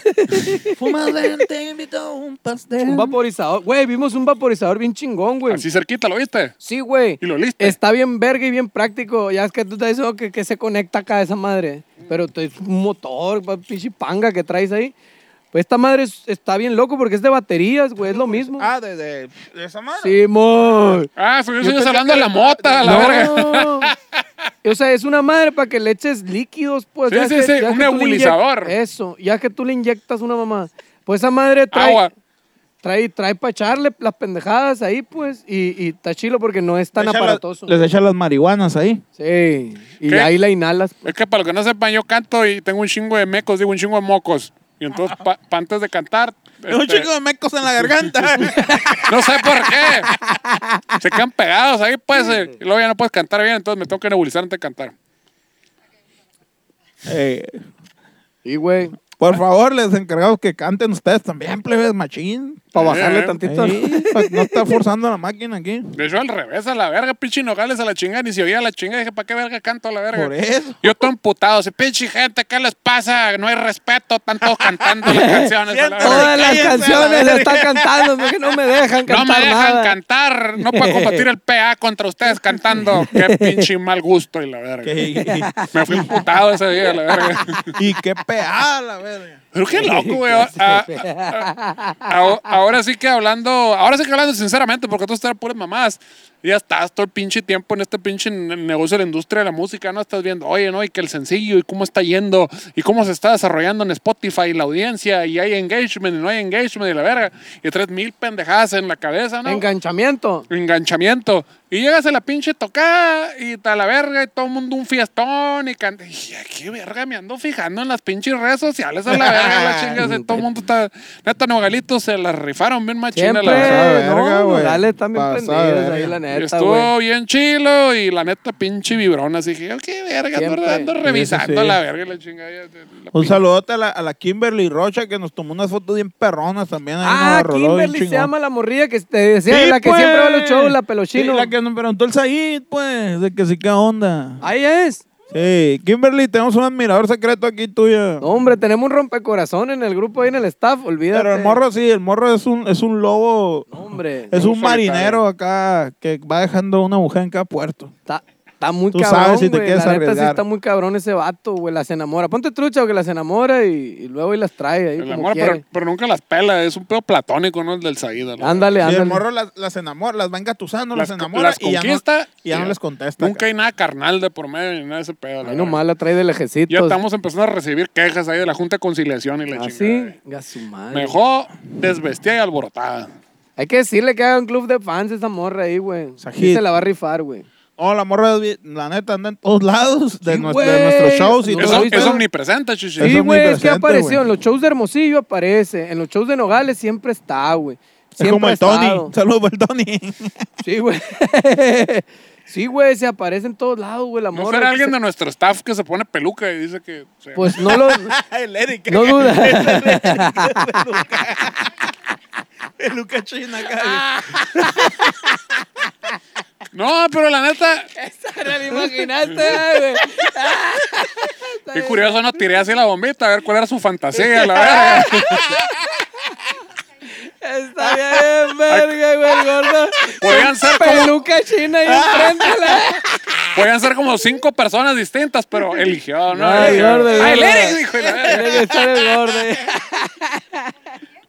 Speaker 2: Fumadente, invito un pastel.
Speaker 3: un vaporizador. Güey, vimos un vaporizador bien chingón, güey.
Speaker 1: así cerquita, ¿lo viste?
Speaker 3: Sí, güey.
Speaker 1: Y lo liste.
Speaker 3: Está bien verga y bien práctico. Ya es que tú te dices oh, que, que se conecta acá esa madre. Pero tú- es un motor, pa- pinche panga que traes ahí. Pues esta madre es- está bien loco porque es de baterías, güey. Es lo mismo.
Speaker 2: Ah, de, de, de esa mano.
Speaker 3: Sí, mo.
Speaker 1: Ah, soy yo estoy hablando de la
Speaker 3: [laughs]
Speaker 1: mota, a la verga. [laughs]
Speaker 3: No. O sea, es una madre para que le eches líquidos, pues.
Speaker 1: Sí,
Speaker 3: ya
Speaker 1: sí,
Speaker 3: que-
Speaker 1: sí,
Speaker 3: ya
Speaker 1: un
Speaker 3: que tú le
Speaker 1: nebulizador.
Speaker 3: inyec- Eso, ya que tú le inyectas una mamá. Pues esa madre trae.
Speaker 1: Agua.
Speaker 3: trae, trae para echarle las pendejadas ahí, pues, y, y está chilo porque no es tan
Speaker 2: Les echa la-
Speaker 3: aparatoso.
Speaker 2: les echan las marihuanas ahí.
Speaker 3: Sí, y
Speaker 1: ¿Qué?
Speaker 3: ahí la inhalas.
Speaker 1: Es que para los que no sepan, yo canto y tengo un chingo de mecos, digo un chingo de mocos. Y entonces, pa- pa antes de cantar.
Speaker 3: [laughs]
Speaker 2: Un
Speaker 1: este,
Speaker 2: chico de mecos en la garganta. [laughs]
Speaker 1: No sé por qué.
Speaker 3: [laughs]
Speaker 1: Se quedan pegados ahí, pues. eh, y luego ya no puedes cantar bien, entonces me tengo que nebulizar antes de cantar.
Speaker 2: Eh,
Speaker 3: Sí, güey,
Speaker 2: por favor, les encargamos que canten ustedes también, plebes machín.
Speaker 3: para bajarle
Speaker 1: Eh,
Speaker 3: tantito.
Speaker 2: [laughs] Ahí, pa- Pues, no está forzando la máquina aquí.
Speaker 1: De hecho, al revés, a la verga, pinche nogales a la chingada. Ni se oía la chingada. Dije, ¿para qué verga canto a la verga?
Speaker 2: Por eso.
Speaker 1: Yo estoy emputado. Si pinche gente, ¿qué les pasa? No hay respeto, están todos cantando las canciones. a la
Speaker 2: Siento-
Speaker 1: verga.
Speaker 3: Todas las
Speaker 2: Cállense a la
Speaker 3: canciones
Speaker 2: verga.
Speaker 3: las están cantando, no, que no me dejan
Speaker 1: No
Speaker 3: cantar
Speaker 1: me dejan
Speaker 3: nada.
Speaker 1: cantar. No puedo combatir el PA contra ustedes cantando. Qué pinche mal gusto y la verga.
Speaker 2: Que-
Speaker 1: Me fui emputado ese día, la verga.
Speaker 2: y qué peada la verga.
Speaker 1: Pero qué loco, Ah, güey. A- a- a- a- ah, ahora sí que hablando, ahora sí que hablando sinceramente, porque tú estás puras mamadas. Ya estás todo el pinche tiempo en este pinche ne- negocio de la industria de la música, ¿no? Estás viendo, oye, ¿no? Y que el sencillo, y cómo está yendo, y cómo se está desarrollando en Spotify, la audiencia, y hay engagement, y no hay engagement, y la verga. Y tres mil pendejadas en la cabeza, ¿no?
Speaker 3: Enganchamiento.
Speaker 1: enganchamiento. Y llegas a la pinche tocada y ta la verga y todo el mundo un fiestón y canta. Y dije, qué verga, me ando fijando en las pinches redes sociales a la verga, la
Speaker 3: [laughs]
Speaker 1: chingas. y todo el mundo está. Neta, Nogalitos se las rifaron bien machina la
Speaker 3: Siempre,
Speaker 1: verga.
Speaker 2: pasada de
Speaker 3: no,
Speaker 2: verga, güey.
Speaker 3: dale, están bien
Speaker 2: Pasada de
Speaker 3: prendidas ahí,
Speaker 2: verga.
Speaker 3: la neta,
Speaker 1: Estuvo
Speaker 3: güey.
Speaker 1: bien chilo y la neta pinche vibrona. Así dije, oh, qué verga, ando-
Speaker 3: Siempre.
Speaker 1: ando revisando
Speaker 2: Eso sí.
Speaker 1: la verga y la chingada. ya, la
Speaker 2: Un
Speaker 1: pinche-
Speaker 2: saludote a la, a la Kimberly Rocha que nos tomó unas fotos bien perronas también. ahí
Speaker 3: Ah,
Speaker 2: nos roló bien
Speaker 3: Kimberly se
Speaker 2: chingón.
Speaker 3: llama la morrilla que te decía,
Speaker 2: Sí,
Speaker 3: la que
Speaker 2: pues.
Speaker 3: siempre va a los shows, la pelochino.
Speaker 2: Sí, la que nos preguntó el Said, pues, de que sí, qué onda.
Speaker 3: Ahí es.
Speaker 2: Sí, Kimberly, tenemos un admirador secreto aquí tuyo.
Speaker 3: No, hombre, tenemos un rompecorazón en el grupo ahí en el staff, olvídate.
Speaker 2: Pero el morro sí, el morro es un, es un lobo,
Speaker 3: No, hombre,
Speaker 2: es un
Speaker 1: solitario.
Speaker 2: marinero acá que va dejando una mujer en cada puerto.
Speaker 3: está, está muy
Speaker 2: Tú
Speaker 3: cabrón,
Speaker 2: sabes si te
Speaker 3: güey,
Speaker 2: quieres
Speaker 3: La neta sí
Speaker 2: arriesgar.
Speaker 3: está muy cabrón ese vato, güey, las enamora. Ponte trucha o que las enamora y, y luego y las trae ahí
Speaker 1: El
Speaker 3: como
Speaker 1: amor,
Speaker 3: quiere.
Speaker 1: pero, pero nunca las pela, es un pedo platónico, ¿no? El del Saída. ¿no?
Speaker 3: Ándale,
Speaker 2: Y
Speaker 3: ándale.
Speaker 2: el morro las, las enamora, las va engatusando, las,
Speaker 1: co-
Speaker 2: enamora
Speaker 1: las
Speaker 2: y ya no-
Speaker 1: conquista
Speaker 2: y ya no les contesta,
Speaker 1: Nunca
Speaker 2: cara.
Speaker 1: hay nada carnal de por medio ni nada de ese pedo. la
Speaker 3: Ahí
Speaker 1: verga.
Speaker 3: nomás la trae de lejecitos.
Speaker 1: Ya estamos empezando a recibir quejas ahí de la Junta de Conciliación y la
Speaker 2: Ah,
Speaker 3: Así,
Speaker 1: chingada.
Speaker 3: a su madre.
Speaker 1: Mejor desvestida y alborotada.
Speaker 3: Hay que decirle que haga un club de fans esa morra ahí, güey.
Speaker 2: Sajid.
Speaker 3: Sí se la va a rifar, güey.
Speaker 2: No, Oh, la morra, es bien- la neta, anda en todos lados de,
Speaker 3: Sí,
Speaker 2: nuestra-
Speaker 3: güey.
Speaker 2: de nuestros shows y
Speaker 3: No,
Speaker 1: Es,
Speaker 2: todo.
Speaker 3: ahí
Speaker 1: es
Speaker 3: está.
Speaker 1: omnipresente, chichi.
Speaker 2: Es
Speaker 3: Sí, güey, es que ha
Speaker 2: omnipresente, güey.
Speaker 3: aparecido. En los shows de Hermosillo aparece. En los shows de Nogales siempre está, güey.
Speaker 2: Es
Speaker 3: Siempre
Speaker 2: como
Speaker 3: ha
Speaker 2: el Tony.
Speaker 3: estado.
Speaker 2: Saludos para el Tony. [laughs]
Speaker 3: Sí, güey. [laughs] sí, güey, se aparece en todos lados, güey, la
Speaker 1: No
Speaker 3: morra.
Speaker 1: será alguien de nuestro staff que se pone peluca y dice que. o sea,
Speaker 3: [laughs] Pues no
Speaker 1: [laughs]
Speaker 3: lo...
Speaker 2: el Eric. [laughs]
Speaker 3: No duda. [laughs]
Speaker 2: Peluca china acá.
Speaker 1: No, pero la neta,
Speaker 3: Esa era la imaginaste, güey.
Speaker 1: qué curioso, no tiré así la bombita a ver cuál era su fantasía, la verdad. [laughs]
Speaker 3: Está bien, verga, güey, el gordo.
Speaker 1: Podían ser como,
Speaker 3: Peluca china ahí enfrente.
Speaker 1: [laughs]
Speaker 3: la-
Speaker 1: podían ser como cinco personas distintas, pero eligió, ¿no?
Speaker 3: Ay,
Speaker 1: Eligió.
Speaker 3: gordo,
Speaker 1: Ah, el
Speaker 3: gordo.
Speaker 1: Eric, dijo, y la verga.
Speaker 3: Tiene que estar el gordo. eh.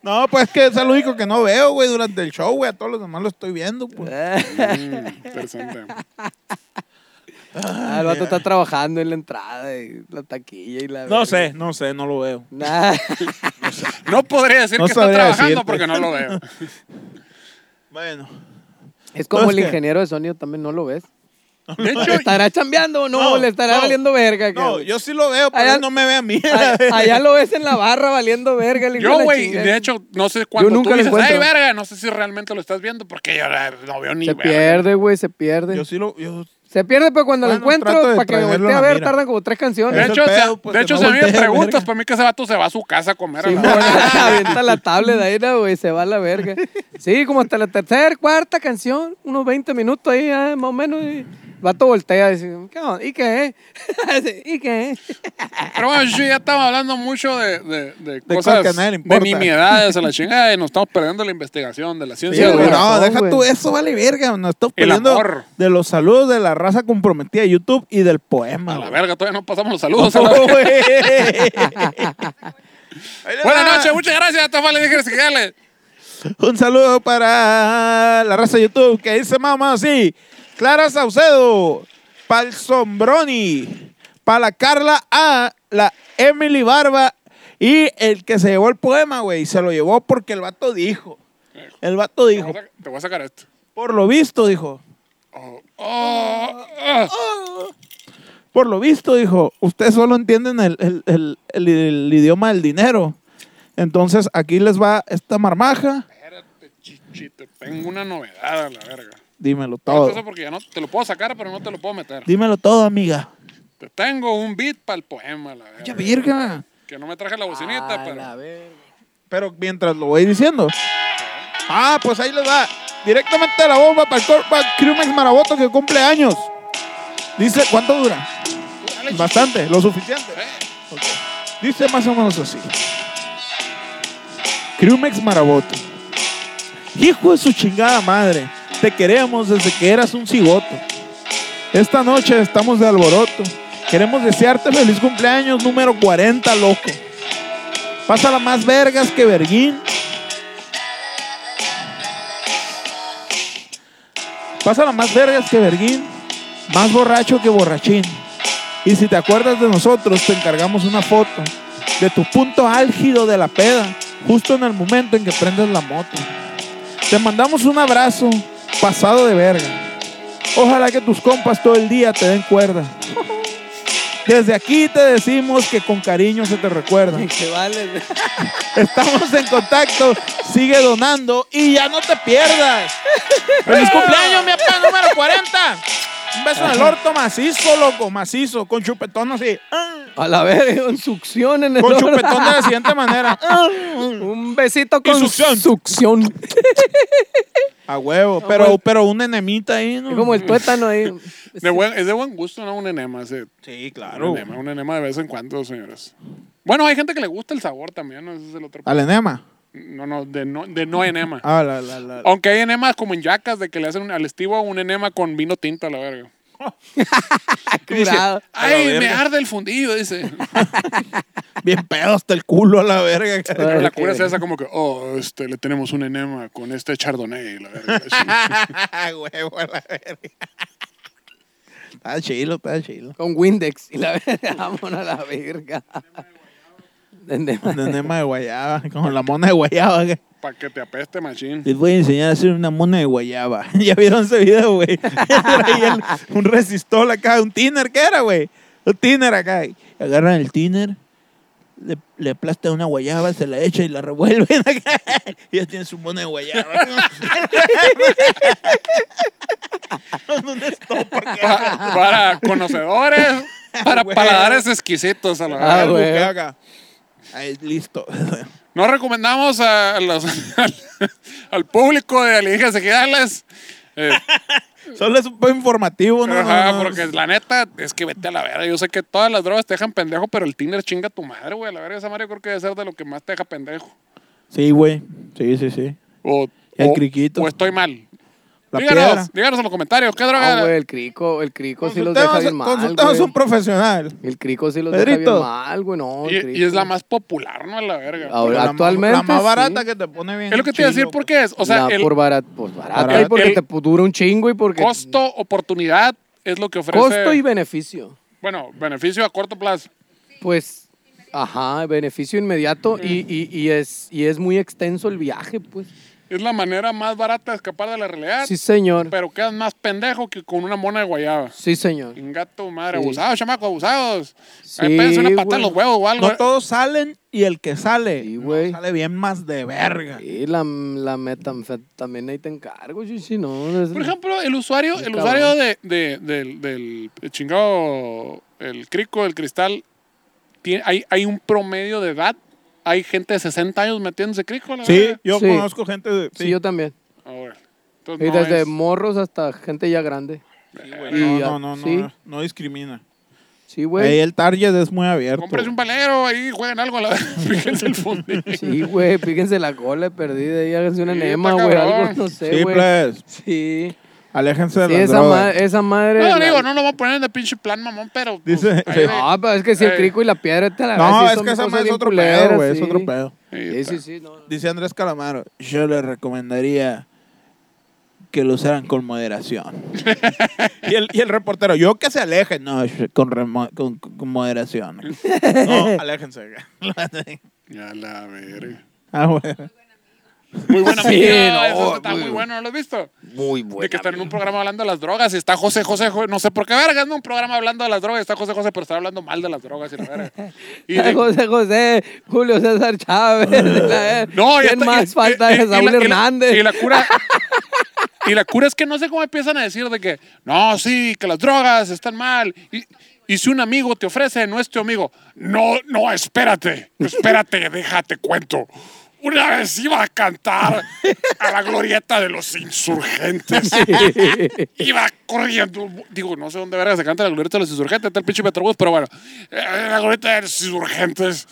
Speaker 2: No, pues que es el único que no veo, güey, durante el show, güey. A todos los demás lo estoy viendo, pues.
Speaker 1: Mm, Interesante.
Speaker 3: Ah, el vato está trabajando en la entrada y la taquilla y la. verga.
Speaker 2: No sé, no sé, no lo veo.
Speaker 3: Nah.
Speaker 1: No podría decir
Speaker 2: No
Speaker 1: que está
Speaker 2: sabría
Speaker 1: trabajando
Speaker 2: decirte.
Speaker 1: porque no lo
Speaker 2: [laughs]
Speaker 1: veo.
Speaker 2: Bueno.
Speaker 3: Es como el
Speaker 2: Entonces, ¿qué?
Speaker 3: ingeniero de sonido también, ¿no lo ves?
Speaker 1: De hecho,
Speaker 3: ¿Estará chambeando o no? ¿Le estará
Speaker 2: no,
Speaker 3: valiendo verga?
Speaker 2: No,
Speaker 3: cabrón?
Speaker 2: yo sí lo veo, pero
Speaker 3: Allá-
Speaker 2: él no me ve a mí.
Speaker 3: A-
Speaker 2: [laughs]
Speaker 3: Allá lo ves en la barra valiendo verga. el hijo de
Speaker 1: Yo,
Speaker 3: la
Speaker 1: güey,
Speaker 3: chingada.
Speaker 1: de hecho, no sé cuándo tú
Speaker 3: nunca lo
Speaker 1: dices, ay,
Speaker 3: encuentro.
Speaker 1: verga, no sé si realmente lo estás viendo porque yo la- no veo ni
Speaker 3: Se
Speaker 1: verga.
Speaker 3: pierde, güey, se pierde.
Speaker 2: Yo sí lo. Yo,
Speaker 3: Se pierde, pero cuando
Speaker 2: Bueno,
Speaker 3: lo encuentro,
Speaker 2: trato de
Speaker 3: para que me
Speaker 2: traerlo
Speaker 3: voltee
Speaker 2: a
Speaker 3: a
Speaker 2: la
Speaker 3: ver,
Speaker 2: mira.
Speaker 3: tardan como tres
Speaker 1: De
Speaker 3: canciones.
Speaker 2: Ese
Speaker 1: hecho,
Speaker 2: pedo,
Speaker 1: se-
Speaker 2: pues,
Speaker 1: de
Speaker 2: que
Speaker 1: hecho
Speaker 2: no
Speaker 1: si a mí me
Speaker 2: voltea a
Speaker 1: preguntas,
Speaker 2: verga.
Speaker 1: para mí que ese vato se va a su casa a comer. a
Speaker 2: [laughs]
Speaker 3: [laughs] Sí,
Speaker 1: la
Speaker 3: bueno,
Speaker 1: verga.
Speaker 3: [laughs] avienta la tablet ahí, ¿no, güey, se va a la verga. Sí, como hasta la tercera, cuarta canción, unos 20 minutos ahí, ah, más o menos. Y el vato voltea y dice, ¿qué onda? ¿Y qué? [laughs] Dice, ¿Y qué?
Speaker 1: [laughs]
Speaker 3: [laughs]
Speaker 1: Pero bueno, sí, ya estamos hablando mucho de, de, de
Speaker 2: cosas
Speaker 1: cosas,
Speaker 2: que a nadie le
Speaker 1: de
Speaker 2: importa.
Speaker 1: nimiedades a la chingada y nos estamos perdiendo la investigación de la
Speaker 2: Sí,
Speaker 1: ciencia. de la
Speaker 2: güey,
Speaker 3: güey,
Speaker 1: verdad.
Speaker 2: no,
Speaker 3: no,
Speaker 2: deja
Speaker 3: güey.
Speaker 2: tú eso, vale verga. Nos estamos
Speaker 1: El
Speaker 2: peleando
Speaker 1: amor.
Speaker 2: de los saludos de la raza comprometida de YouTube y del poema.
Speaker 1: A la
Speaker 2: güey.
Speaker 1: verga, todavía no pasamos los saludos. a la
Speaker 2: Oh,
Speaker 1: verga.
Speaker 2: [laughs] güey.
Speaker 1: Buenas noches, muchas gracias. Esto fue Alienígenas Digitales.
Speaker 2: Un saludo para la raza de YouTube que dice más o menos así. Clara Saucedo, pa'l Sombroni, para la Carla A, la Emily Barba y el que se llevó el poema, güey. Se lo llevó porque el vato dijo. El vato
Speaker 1: Te
Speaker 2: dijo,
Speaker 1: voy a sa- te voy a sacar esto.
Speaker 2: por lo visto, dijo,
Speaker 1: Oh, oh, ah.
Speaker 2: por lo visto, dijo, ustedes solo entienden el, el- el- el- el idioma del dinero. Entonces aquí les va esta marmaja.
Speaker 1: Espérate, chichito. Tengo una novedad a la verga.
Speaker 2: Dímelo
Speaker 1: Todo.
Speaker 2: todo.
Speaker 1: Eso porque ya no te lo puedo sacar, pero no te lo puedo meter.
Speaker 2: Dímelo todo, amiga.
Speaker 1: Te tengo un beat para el poema, la
Speaker 2: Ya,
Speaker 1: verga.
Speaker 2: verga.
Speaker 1: Que no me traje la bocinita,
Speaker 3: Ah, la
Speaker 1: pero.
Speaker 3: verga.
Speaker 2: Pero mientras lo voy diciendo. Ah, pues ahí les va. Directamente a la bomba para el Corpac Crimex Maraboto que cumple años. Dice, ¿cuánto dura?
Speaker 1: Tú dale,
Speaker 2: Bastante, lo suficiente. Ok. Dice más o menos así. Crimex Maraboto. Hijo de su chingada madre, te queremos desde que eras un cigoto. Esta noche estamos de alboroto. Queremos desearte feliz cumpleaños número 40, loco. Pásala más vergas que verguín. Pásala más vergas que verguín. Más borracho que borrachín. Y si te acuerdas de nosotros, te encargamos una foto de tu punto álgido de la peda, justo en el momento en que prendes la moto. Te mandamos un abrazo pasado de verga. Ojalá que tus compas todo el día te den cuerda. [laughs] Desde aquí te decimos que con cariño se te recuerda.
Speaker 3: Que vale.
Speaker 2: Estamos en contacto. Sigue donando y ya no te pierdas. ¡Feliz cumpleaños, mi papá número 40! Un beso en el orto macizo, loco, macizo, con chupetón así.
Speaker 3: A la verga, con succión en el
Speaker 2: Con
Speaker 3: oro.
Speaker 2: chupetón de la siguiente manera.
Speaker 3: [laughs] Un besito
Speaker 2: Y
Speaker 3: con
Speaker 2: succión.
Speaker 3: succión.
Speaker 2: A huevo, pero, pero un enemita ahí,
Speaker 3: pues. Es
Speaker 2: ¿no?
Speaker 3: como el tuétano ahí. [laughs]
Speaker 1: De buen- es de buen gusto, ¿no? Un enema, sí.
Speaker 2: Sí,
Speaker 1: Un enema, un enema de vez en cuando, señores. Bueno, hay gente que le gusta el sabor también, ¿no? Ese es el otro.
Speaker 2: Al enema.
Speaker 1: No, no, de no, de no
Speaker 2: [laughs]
Speaker 1: enema.
Speaker 2: Ah, la, la, la.
Speaker 1: Aunque hay enemas como en yacas de que le hacen al estivo un enema con vino tinto a la verga.
Speaker 3: Curado.
Speaker 2: A la
Speaker 1: Ay, me
Speaker 2: verga.
Speaker 1: arde el fundido,
Speaker 2: [laughs]
Speaker 1: dice. [laughs]
Speaker 2: Bien pedo hasta el culo a la verga. [laughs]
Speaker 1: Pero la
Speaker 3: Ok.
Speaker 1: cura es esa como que, oh, este, le tenemos un enema con este chardonnay, la
Speaker 2: [laughs]
Speaker 1: verga.
Speaker 2: A huevo, a la verga. Está chilo, está chilo.
Speaker 3: Con Windex. Y la [laughs] verga, vámonos a la verga. ¿Entendés?
Speaker 2: Un enema de guayaba, como la mona de guayaba. güey.
Speaker 1: Para que te apeste, machín.
Speaker 2: Les voy a enseñar a hacer una mona de guayaba. [laughs] ¿Ya vieron ese video, güey? [laughs] Traía el- un resistol acá, un tiner, ¿qué era, güey? Un tiner acá. Y Agarran el tiner, le, le aplasta una guayaba, se la echa y la revuelven acá. [laughs] Y ya tiene su mona
Speaker 1: [laughs]
Speaker 2: de guayaba. Con un estopa acá.
Speaker 1: Pa- para conocedores, para
Speaker 2: Güey.
Speaker 1: paladares exquisitos a la verga.
Speaker 3: Ah, güey.
Speaker 2: Acá, acá. Ahí, listo. [laughs]
Speaker 1: No recomendamos a los, [laughs] al, al público de Alienígenas Ejidales. Eh,
Speaker 2: Solo es un poco informativo, [laughs] ¿no?
Speaker 1: ajá,
Speaker 2: No, no,
Speaker 1: porque la neta es que vete a la verga. Yo sé que todas las drogas te dejan pendejo, pero el Tinder chinga a tu madre, güey. La verga, esa madre yo creo que debe ser de lo que más te deja pendejo.
Speaker 2: Sí, güey. Sí, sí, sí.
Speaker 1: O,
Speaker 2: El
Speaker 1: o-
Speaker 2: criquito.
Speaker 1: O estoy mal.
Speaker 2: La piedra. Ah,
Speaker 1: díganos, díganos en los comentarios, ¿qué droga?
Speaker 3: No, güey, el crico, el crico sí Pues los deja
Speaker 2: Consultemos-
Speaker 3: bien mal,
Speaker 2: consultemos
Speaker 3: güey.
Speaker 2: a un profesional.
Speaker 3: El crico sí los deja
Speaker 2: Pedrito.
Speaker 3: bien mal, güey, no. el
Speaker 1: y, y es
Speaker 3: crico.
Speaker 1: la más popular, ¿no? A La verga.
Speaker 3: Ahora,
Speaker 2: Pero la ma-
Speaker 3: actualmente,
Speaker 2: La más
Speaker 3: sí.
Speaker 2: barata que te pone bien.
Speaker 1: es lo que te iba a decir,
Speaker 2: chilo,
Speaker 1: ¿por qué es? O sea,
Speaker 3: La
Speaker 1: el
Speaker 3: por barata, pues barata,
Speaker 2: Barata.
Speaker 3: y porque
Speaker 1: El-
Speaker 3: te pu- dura un chingo y porque...
Speaker 1: costo, oportunidad es lo que ofrece.
Speaker 3: Costo y beneficio.
Speaker 1: Bueno, beneficio a corto plazo.
Speaker 3: Pues, ajá, beneficio inmediato y, y, y es, y es muy extenso el viaje, pues.
Speaker 1: Es la manera más barata de escapar de la realidad.
Speaker 3: Sí, señor.
Speaker 1: Ah, Pero quedas más pendejo que con una mona de guayaba.
Speaker 3: Sí, señor.
Speaker 1: Gato, madre,
Speaker 3: Sí.
Speaker 1: abusados, chamaco, abusados.
Speaker 3: Sí,
Speaker 1: Ahí pédense una patada
Speaker 3: güey.
Speaker 1: en los huevos o algo.
Speaker 2: No todos salen y el que sale
Speaker 3: Sí,
Speaker 2: no,
Speaker 3: güey.
Speaker 2: sale bien más de verga.
Speaker 3: Y la, la metanfetamina ahí te encargo, sí, sí, no. es-
Speaker 1: Por ejemplo, el usuario,
Speaker 3: Sí,
Speaker 1: el
Speaker 3: cabrón.
Speaker 1: usuario de, de- del, del chingado, el crico, el cristal, tiene- hay, hay un promedio de edad. Hay gente de 60 años metiéndose crico. a La
Speaker 2: Sí,
Speaker 1: verga.
Speaker 2: yo
Speaker 3: Sí.
Speaker 2: conozco gente de.
Speaker 3: Sí, yo también.
Speaker 1: Ah, bueno. Entonces,
Speaker 3: Y
Speaker 1: no
Speaker 3: desde
Speaker 1: es-
Speaker 3: morros hasta gente ya grande.
Speaker 2: no,
Speaker 3: y
Speaker 2: no,
Speaker 3: ya-
Speaker 2: no, no,
Speaker 3: sí.
Speaker 2: no, no discrimina.
Speaker 3: Sí,
Speaker 2: Ahí
Speaker 3: güey.
Speaker 2: el target es muy abierto.
Speaker 1: Cómprese un palero ahí, jueguen algo a la verga. [laughs] Fíjense el fundillo.
Speaker 3: Sí, güey, píquense la cola perdida y háganse una
Speaker 1: Sí,
Speaker 3: enema,
Speaker 1: está
Speaker 3: güey,
Speaker 1: cabrón.
Speaker 3: algo, no sé,
Speaker 2: Sí,
Speaker 3: güey.
Speaker 2: please.
Speaker 3: Sí,
Speaker 2: Aléjense de
Speaker 3: Sí,
Speaker 2: las
Speaker 3: esa,
Speaker 2: drogas.
Speaker 3: ma- esa madre.
Speaker 1: No,
Speaker 3: la-
Speaker 1: digo, no lo voy a poner en el pinche plan, mamón, pero. pues,
Speaker 2: Dice-
Speaker 1: ahí de-
Speaker 3: No, pero es que si el
Speaker 1: Eh.
Speaker 3: crico y la piedra te la
Speaker 2: No,
Speaker 3: ves, sí
Speaker 2: es
Speaker 3: son
Speaker 2: que esa
Speaker 3: cosas
Speaker 2: más es
Speaker 3: bien
Speaker 2: otro
Speaker 3: culeras,
Speaker 2: pedo, güey. Es
Speaker 3: sí.
Speaker 2: otro pedo.
Speaker 1: ahí
Speaker 3: Sí,
Speaker 1: está.
Speaker 3: sí, sí, no, no.
Speaker 2: Dice Andrés Calamaro: Yo le recomendaría que lo usaran con moderación. [laughs] y, el, y el reportero: Yo que se alejen. No, con, remo- con, con [laughs] moderación. [laughs] no, aléjense.
Speaker 1: Ya la verga.
Speaker 2: Ah, bueno.
Speaker 1: Muy buena
Speaker 3: Sí,
Speaker 1: amiga.
Speaker 3: no,
Speaker 1: eso está muy
Speaker 3: muy
Speaker 1: bueno, ¿no lo has visto?
Speaker 4: Muy bueno.
Speaker 1: de que están en un programa hablando de las drogas y está José José, jo- no sé por qué verga, en un programa hablando de las drogas y está José José, pero está hablando mal de las drogas y la verga. [laughs] Y de-
Speaker 3: [laughs] José José, Julio
Speaker 1: [laughs]
Speaker 3: César Chávez. la-
Speaker 1: no, y
Speaker 3: ¿Quién
Speaker 1: hasta- y-
Speaker 3: más falta?
Speaker 1: y- y- y la-
Speaker 3: Saúl
Speaker 1: y la-
Speaker 3: Hernández.
Speaker 1: Y la cura. Y la cura es que no sé cómo empiezan a decir de que, no, sí, que las drogas están mal. Y, y si un amigo te ofrece, no es tu amigo. No, no, espérate, espérate, [laughs] déjate cuento. Una vez iba a cantar a la glorieta de los insurgentes. Iba corriendo. Digo, no sé dónde verga se canta la glorieta de los insurgentes, está el pinche Metrobús, pero bueno. eh, La glorieta de los insurgentes.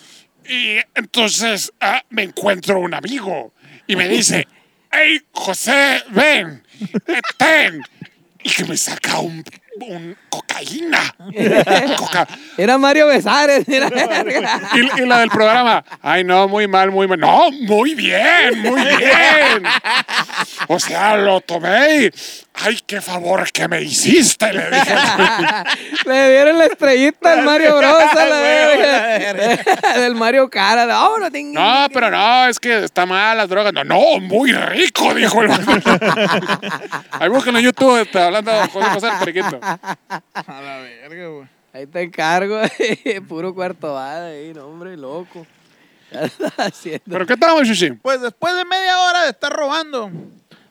Speaker 1: Y entonces ah, me encuentro un amigo y me dice, hey, José, ven, eh, ten. Y que me saca un, un cocaína. Coca-
Speaker 3: Era Mario Besares. Era verga.
Speaker 1: y, y la del programa, ay no, muy mal, muy mal. No, muy bien, muy bien. O sea, lo tomé. y, Ay, qué favor que me hiciste, le dije.
Speaker 3: Le dieron la estrellita al
Speaker 1: [laughs]
Speaker 3: Mario Bros. a la
Speaker 2: Huevo,
Speaker 3: verga. [laughs] Del Mario Cara. No, no tengo.
Speaker 1: No, pero no, es que está mal las drogas. No, no, muy rico, dijo el vato. Ahí búsquenlo en YouTube, está hablando de cosas del periquito.
Speaker 2: A la verga, güey.
Speaker 3: Ahí te encargo. [laughs] Puro cuarto bada ahí, no, hombre, loco. [laughs] ¿Qué andas haciendo?
Speaker 1: ¿Pero qué estamos, Shushi?
Speaker 2: Pues después de media hora de estar robando.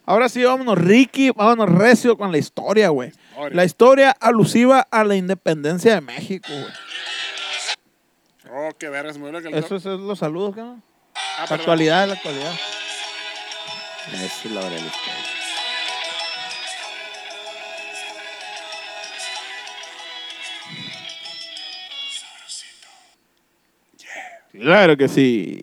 Speaker 2: Ahora sí, vámonos, Ricky, vámonos recio con la historia, güey.
Speaker 1: Historia.
Speaker 2: La historia alusiva a la independencia de México, güey.
Speaker 1: Oh, qué verga, se me olvidó que el-
Speaker 2: Eso es, es los saludos, ¿qué no?
Speaker 1: Ah,
Speaker 2: La
Speaker 1: perdón.
Speaker 2: actualidad, la actualidad.
Speaker 4: Esa es la hora de la historia.
Speaker 2: Claro que sí.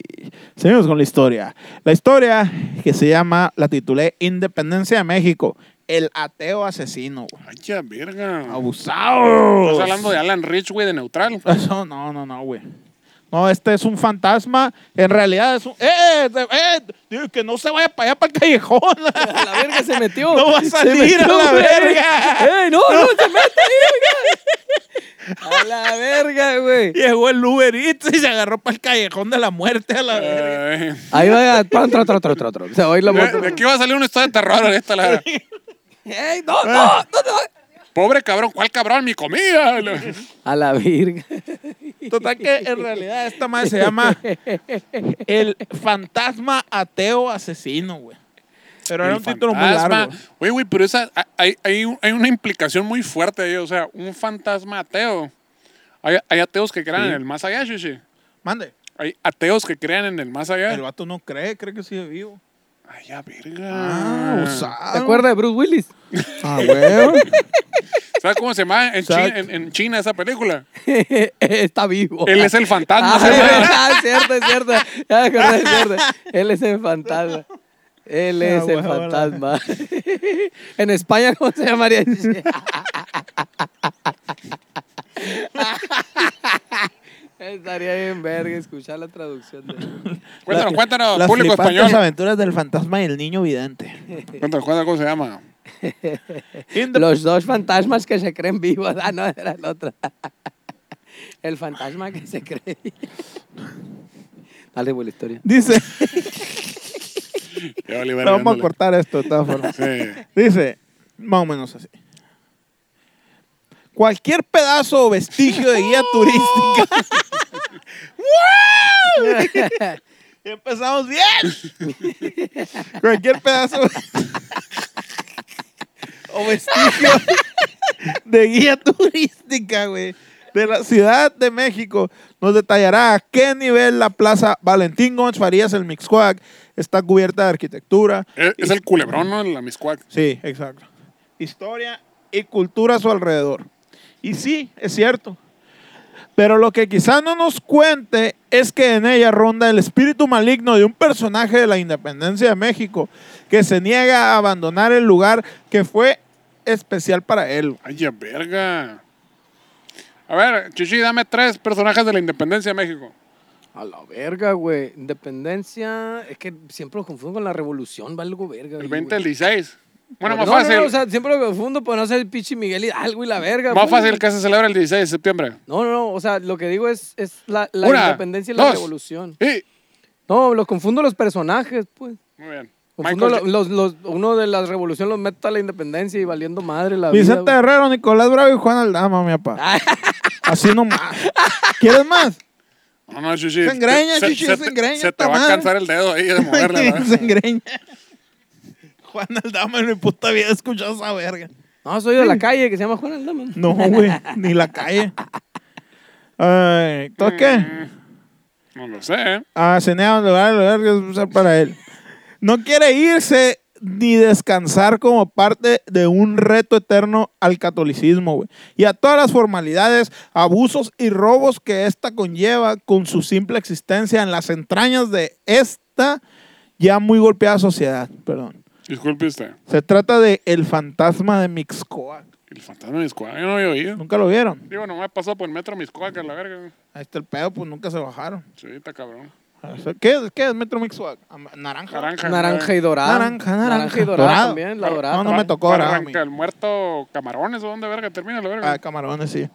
Speaker 2: Seguimos con la historia. La historia que se llama, la titulé Independencia de México, el ateo asesino, güey.
Speaker 1: Ay, ya, verga.
Speaker 2: Abusado.
Speaker 1: Estás hablando de Alan Rich, güey, de Neutral.
Speaker 2: Eso, no, no, no, güey. No, este es un fantasma. En realidad es un. ¡Eh! ¡Eh! eh! Digo, que no se vaya para allá, para el callejón. [laughs]
Speaker 3: A [laughs] la verga se metió.
Speaker 2: No va a
Speaker 3: Se
Speaker 2: salir, a la
Speaker 3: güey.
Speaker 2: verga.
Speaker 3: ¡Ey, no, no,
Speaker 2: [laughs]
Speaker 3: se mete ahí, verga! A la verga, güey.
Speaker 2: Llegó el Uber Eats y se agarró para el callejón de la muerte a la verga.
Speaker 1: Ay.
Speaker 3: Ahí va, tron, tron, tron, tron, tron, tron. Se va a ir la
Speaker 1: De
Speaker 3: moto.
Speaker 1: de aquí va a salir una historia de terror en esta. La...
Speaker 3: ¡Ey, no, no, no, no!
Speaker 1: Pobre cabrón, ¿cuál cabrón? Mi comida.
Speaker 2: [laughs]
Speaker 3: A la verga.
Speaker 2: [laughs] Total que en realidad esta madre se llama El Fantasma Ateo Asesino, güey. Pero era
Speaker 1: El
Speaker 2: un título muy
Speaker 1: fantasma.
Speaker 2: largo.
Speaker 1: Oye, güey, pero esa, hay, hay, un- hay una implicación muy fuerte ahí. O sea, un fantasma ateo. Hay, hay ateos que crean en el más allá, Shishi.
Speaker 2: Mande.
Speaker 1: Hay ateos que crean en el más allá.
Speaker 2: El vato no cree, cree que sigue vivo.
Speaker 1: Ay, ya, verga.
Speaker 2: Ah, usado.
Speaker 3: ¿Te acuerdas de Bruce Willis? [laughs]
Speaker 2: Ah, [laughs] güey.
Speaker 1: ¿Sabes cómo se llama en,
Speaker 2: Exacto. Oh.
Speaker 1: China, en- en China esa película?
Speaker 3: Está vivo.
Speaker 1: Él es el fantasma.
Speaker 3: Ah,
Speaker 1: ¿sí?
Speaker 3: ah, cierto, es cierto. Ya me acordé, es cierto. Él es el fantasma. Él es el
Speaker 2: huevo,
Speaker 3: fantasma. [laughs] en España, ¿cómo se llamaría? [laughs] Estaría bien verga escuchar la traducción. De...
Speaker 1: Cuéntanos, cuéntanos,
Speaker 2: Las
Speaker 1: público
Speaker 2: flipantes
Speaker 1: español.
Speaker 2: aventuras del fantasma y el niño vidente.
Speaker 1: Cuéntanos, cuéntanos cómo se llama.
Speaker 3: Los dos fantasmas que se creen vivos. Ah, no, era el otro. [laughs] El fantasma que se cree. Dale, buena
Speaker 2: [laughs]
Speaker 3: historia.
Speaker 2: Dice,
Speaker 1: Ya, Oliver,
Speaker 2: vamos a
Speaker 1: dándole.
Speaker 2: cortar esto de todas formas.
Speaker 1: Sí.
Speaker 2: Dice, más o menos así. Cualquier pedazo o vestigio de guía turística. [laughs] ¡Wow! Empezamos bien. [laughs] Cualquier pedazo [laughs] o vestigio [laughs] de guía turística, güey, de la Ciudad de México nos detallará a qué nivel la Plaza Valentín Gómez Farías, el Mixcoac, está cubierta de arquitectura,
Speaker 1: Es, es el culebrón, ¿no? La Miscuac.
Speaker 2: Sí, exacto. Historia y cultura a su alrededor. Y sí, es cierto. Pero lo que quizá no nos cuente es que en ella ronda el espíritu maligno de un personaje de la independencia de México que se niega a abandonar el lugar que fue especial para él.
Speaker 1: Ay, ya, verga. A ver, Chichi, dame tres personajes de la independencia de México.
Speaker 3: A la verga, güey. Independencia. Es que siempre lo confundo con la revolución, va algo verga.
Speaker 1: El
Speaker 3: güey,
Speaker 1: 20
Speaker 3: güey.
Speaker 1: al 16. Bueno,
Speaker 3: No,
Speaker 1: más
Speaker 3: no, no,
Speaker 1: fácil.
Speaker 3: o sea, siempre lo confundo, pues no sé el pichi Miguel algo y la verga.
Speaker 1: más
Speaker 3: güey.
Speaker 1: fácil que se celebra el 16 de septiembre.
Speaker 3: No, no, no. O sea, lo que digo es, es la, la
Speaker 1: Una,
Speaker 3: independencia y la
Speaker 1: dos.
Speaker 3: revolución.
Speaker 1: Y
Speaker 3: No, los confundo los personajes, pues.
Speaker 1: Muy bien.
Speaker 3: Confundo
Speaker 1: Michael,
Speaker 3: lo- los, los, uno de las revoluciones los meto a la independencia y valiendo madre la vida.
Speaker 2: Vicente
Speaker 3: güey. Ah.
Speaker 2: Herrero, Nicolás Bravo y Juan Aldama, mi papá. [laughs] Así nomás. ¿Quieres
Speaker 3: [laughs]
Speaker 2: más?
Speaker 1: Ja- no, no, Chuchi.
Speaker 2: Se engreña,
Speaker 1: te-
Speaker 2: Chuchi,
Speaker 1: se
Speaker 2: se
Speaker 1: te-
Speaker 2: engreña,
Speaker 1: Se te
Speaker 2: esta
Speaker 1: va a
Speaker 2: madre.
Speaker 1: cansar el dedo ahí de moverle.
Speaker 2: [laughs] Se
Speaker 3: [laughs]
Speaker 1: ¿verdad?
Speaker 2: engreña. Juan Aldama en mi puta vida he escuchado esa verga.
Speaker 3: No, soy de la calle que se llama Juan Aldama.
Speaker 2: No, güey, ni la calle. Ay, ¿Tú qué? Ah,
Speaker 1: No lo sé. ¿eh?
Speaker 2: A cenar a un lugar, lugar que es especial para él. No quiere irse ni descansar como parte de un reto eterno al catolicismo, güey. Y a todas las formalidades, abusos y robos que ésta conlleva con su simple existencia en las entrañas de esta ya muy golpeada sociedad. Perdón.
Speaker 1: Disculpe usted.
Speaker 2: Se trata de El fantasma de Mixcoac.
Speaker 1: El fantasma de Miscoac, yo no había oído.
Speaker 2: ¿Nunca lo vieron?
Speaker 1: Digo, nomás pasó por el metro Miscoac, a la verga.
Speaker 2: Ahí está el pedo, pues nunca se bajaron.
Speaker 1: Sí, está cabrón.
Speaker 2: ¿Qué es, qué es Metro Mixuac? Naranja.
Speaker 1: Naranja.
Speaker 3: Naranja y dorada.
Speaker 2: Naranja, naranja.
Speaker 3: y dorada
Speaker 2: Dorado.
Speaker 3: también, la
Speaker 1: Bar-
Speaker 3: dorada.
Speaker 2: No, no
Speaker 1: Bar-
Speaker 2: me tocó dorada,
Speaker 1: Barranca
Speaker 2: a
Speaker 1: del muerto, camarones, ¿o dónde verga termina la verga?
Speaker 2: Ah, camarones, sí.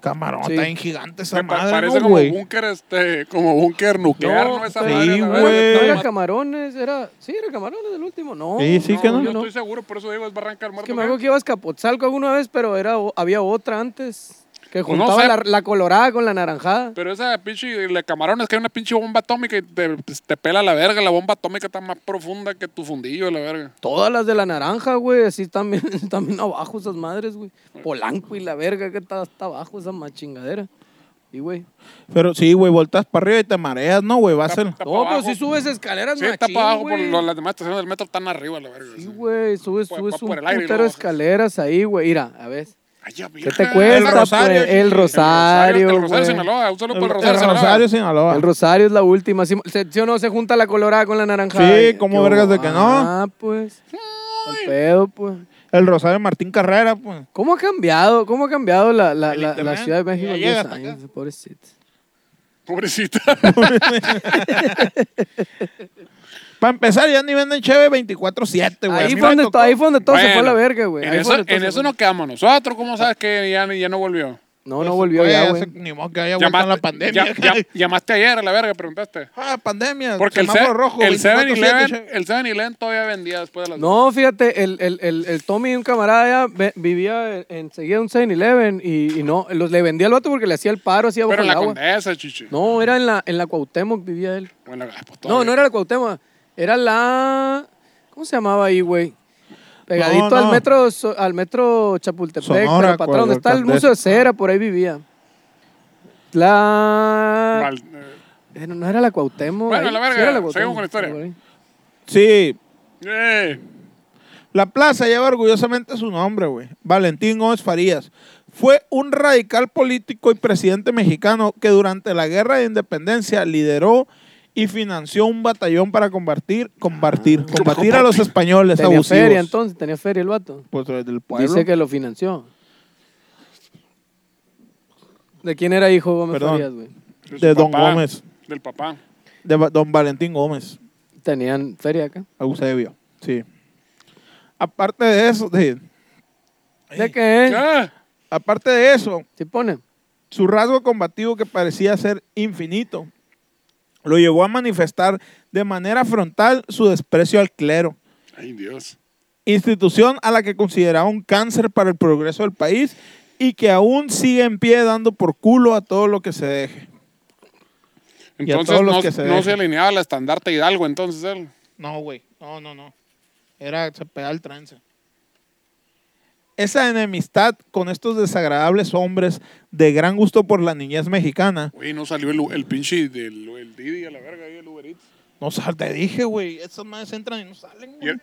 Speaker 2: Camarón,
Speaker 3: Sí.
Speaker 2: está bien gigante esa
Speaker 1: Me pa-
Speaker 2: madre,
Speaker 1: parece
Speaker 2: ¿no,
Speaker 1: como
Speaker 2: güey?
Speaker 1: búnker, este, como búnker nuclear, ¿no?
Speaker 3: No,
Speaker 1: Esa
Speaker 2: sí,
Speaker 1: madre, la verga.
Speaker 2: güey.
Speaker 3: No
Speaker 1: No,
Speaker 3: era
Speaker 1: ma-
Speaker 3: camarones, era. Sí, era camarones el último. No.
Speaker 2: Sí, sí,
Speaker 1: no,
Speaker 2: que no.
Speaker 1: Yo estoy seguro, por eso digo, es Barranca del
Speaker 3: Es
Speaker 1: Muerto.
Speaker 3: que me
Speaker 1: ¿qué?
Speaker 3: acuerdo que ibas a Capotzalco alguna vez, pero era, o- había otra antes. Que
Speaker 1: Pues no
Speaker 3: juntaba
Speaker 1: sé.
Speaker 3: la, la colorada con la naranjada.
Speaker 1: Pero esa pinche la camarón es que hay una pinche bomba atómica y te, pues, te pela la verga. La bomba atómica está más profunda que tu fundillo, la verga.
Speaker 3: Todas las de la naranja, güey, así [laughs] también, también abajo esas madres, güey. Polanco y la verga que está hasta abajo esa más chingadera. Y, güey.
Speaker 2: Pero sí, güey, voltas para arriba y te mareas, ¿no, güey? Va a ser...
Speaker 1: Está pa'
Speaker 3: No, pero
Speaker 1: abajo.
Speaker 3: si subes escaleras,
Speaker 1: Sí,
Speaker 3: machín,
Speaker 1: está para abajo, por
Speaker 3: güey.
Speaker 1: lo- las demás estaciones del metro están arriba, la verga.
Speaker 3: Sí,
Speaker 1: sí.
Speaker 3: güey, subes,
Speaker 1: Pues,
Speaker 3: subes
Speaker 1: vas
Speaker 3: un
Speaker 1: por el aire y luego Ah,
Speaker 3: putero de
Speaker 1: bajas.
Speaker 3: escaleras ahí, güey. Mira, a ver.
Speaker 1: Ay, ya,
Speaker 3: ¿Qué
Speaker 1: virgen.
Speaker 3: te cuesta?
Speaker 2: El Rosario,
Speaker 3: güey? El
Speaker 2: chiqui.
Speaker 3: Rosario,
Speaker 1: El Rosario,
Speaker 3: güey.
Speaker 1: Sinaloa. Un saludo
Speaker 2: El,
Speaker 1: por el
Speaker 2: el
Speaker 1: Rosario, Sinaloa.
Speaker 2: Rosario, Sinaloa.
Speaker 3: El Rosario es la última. ¿Sí, se- sí o no se junta la colorada con la naranjada?
Speaker 2: Sí, ¿cómo
Speaker 3: ¿Qué
Speaker 2: vergas de
Speaker 3: hubo?
Speaker 2: que no?
Speaker 3: Ah, pues. Al pedo, pues.
Speaker 2: El Rosario Martín Carrera, pues.
Speaker 3: ¿Cómo ha cambiado? ¿Cómo ha cambiado la, la,
Speaker 2: El
Speaker 3: la, la
Speaker 2: internet.
Speaker 3: Ciudad de México
Speaker 2: Ya
Speaker 3: en
Speaker 2: llega
Speaker 3: 10
Speaker 2: hasta acá.
Speaker 3: años? Pobrecito.
Speaker 1: Pobrecita.
Speaker 3: [laughs]
Speaker 2: Para empezar, ya ni venden cheve 24-7, Este güey. A
Speaker 3: Ahí
Speaker 2: mí me
Speaker 3: fue, donde,
Speaker 2: tocó-
Speaker 3: to- ahí fue donde todo se fue a la
Speaker 1: Bueno,
Speaker 3: verga, güey.
Speaker 1: En
Speaker 3: Ahí
Speaker 1: eso,
Speaker 3: fue donde todo
Speaker 1: en
Speaker 3: se
Speaker 1: eso
Speaker 3: fue.
Speaker 1: no quedamos nosotros. ¿Cómo sabes que ya, ya no volvió?
Speaker 3: No, no volvió
Speaker 2: Pues, Oye,
Speaker 3: ya,
Speaker 2: se-
Speaker 3: güey.
Speaker 2: Ni modo que haya vuelto en la pandemia. [laughs]
Speaker 1: ya- ya- llamaste ayer a la verga, preguntaste.
Speaker 2: Ah, pandemia.
Speaker 1: Porque el, se-
Speaker 2: semáforo rojo.
Speaker 1: el
Speaker 2: 24/7,
Speaker 1: 7-Eleven
Speaker 2: cheve.
Speaker 1: el 7-Eleven todavía vendía después de las
Speaker 3: No, fíjate, el, el, el, el Tommy, un camarada ya ve- vivía en- enseguida un 7-Eleven y, y no, los, le vendía al vato porque le hacía el paro, hacía bajo
Speaker 1: Pero en
Speaker 3: el
Speaker 1: la
Speaker 3: agua.
Speaker 1: condesa, chichi.
Speaker 3: No, era en la, en la Cuauhtémoc vivía él.
Speaker 1: Bueno, ah, pues,
Speaker 3: No,
Speaker 1: todavía.
Speaker 3: no era la Cuauhtémoc. Era la. ¿Cómo se llamaba ahí, güey? Pegadito
Speaker 2: No, no.
Speaker 3: al metro so- al metro Chapultepec,
Speaker 2: Sonora,
Speaker 3: pero para atrás, donde
Speaker 2: Cuauhtémoc,
Speaker 3: está el
Speaker 2: Candés.
Speaker 3: Museo de Cera, por ahí vivía. La.
Speaker 1: Mal- eh,
Speaker 3: Eh, no, no era la Cuauhtémoc.
Speaker 1: Bueno,
Speaker 3: ahí.
Speaker 1: la verga,
Speaker 3: era
Speaker 1: seguimos
Speaker 3: Cuauhtémoc,
Speaker 1: con la historia.
Speaker 3: por ahí.
Speaker 2: Sí,
Speaker 1: eh.
Speaker 2: La plaza lleva orgullosamente su nombre, güey. Valentín Gómez Farías. Fue un radical político y presidente mexicano que durante la Guerra de Independencia lideró y financió un batallón para combatir, combatir, combatir a los españoles
Speaker 3: Tenía
Speaker 2: abusivos.
Speaker 3: feria entonces, tenía feria el vato.
Speaker 2: Pues desde el pueblo.
Speaker 3: Dice que lo financió. ¿De quién era hijo Gómez
Speaker 2: Perdón.
Speaker 3: Farías, güey?
Speaker 1: su
Speaker 2: De Don
Speaker 1: papá,
Speaker 2: Gómez.
Speaker 1: Del papá.
Speaker 2: De Va- don Valentín Gómez,
Speaker 3: Tenían feria acá.
Speaker 2: Eusebio. Sí. Aparte de eso, sí.
Speaker 3: ¿De qué?
Speaker 1: Ah,
Speaker 2: aparte de eso,
Speaker 3: ¿Se pone?
Speaker 2: Su rasgo combativo que parecía ser infinito lo llevó a manifestar de manera frontal su desprecio al clero,
Speaker 1: Ay, Dios.
Speaker 2: institución a la que consideraba un cáncer para el progreso del país y que aún sigue en pie dando por culo a todo lo que se deje. Y a
Speaker 1: Entonces
Speaker 2: todos los
Speaker 1: no,
Speaker 2: que se
Speaker 1: no se
Speaker 2: dejen.
Speaker 1: alineaba la estandarte Hidalgo, entonces él.
Speaker 2: No, güey. No, no, no. Era, se pegaba el trance. Esa enemistad con estos desagradables hombres de gran gusto por la niñez mexicana.
Speaker 1: Güey, no salió el, el pinche del el Didi a la verga ahí, el Uber Eats.
Speaker 2: No sal, te dije, güey. Esas madres entran y no salen,
Speaker 1: Y,
Speaker 2: güey.
Speaker 1: el-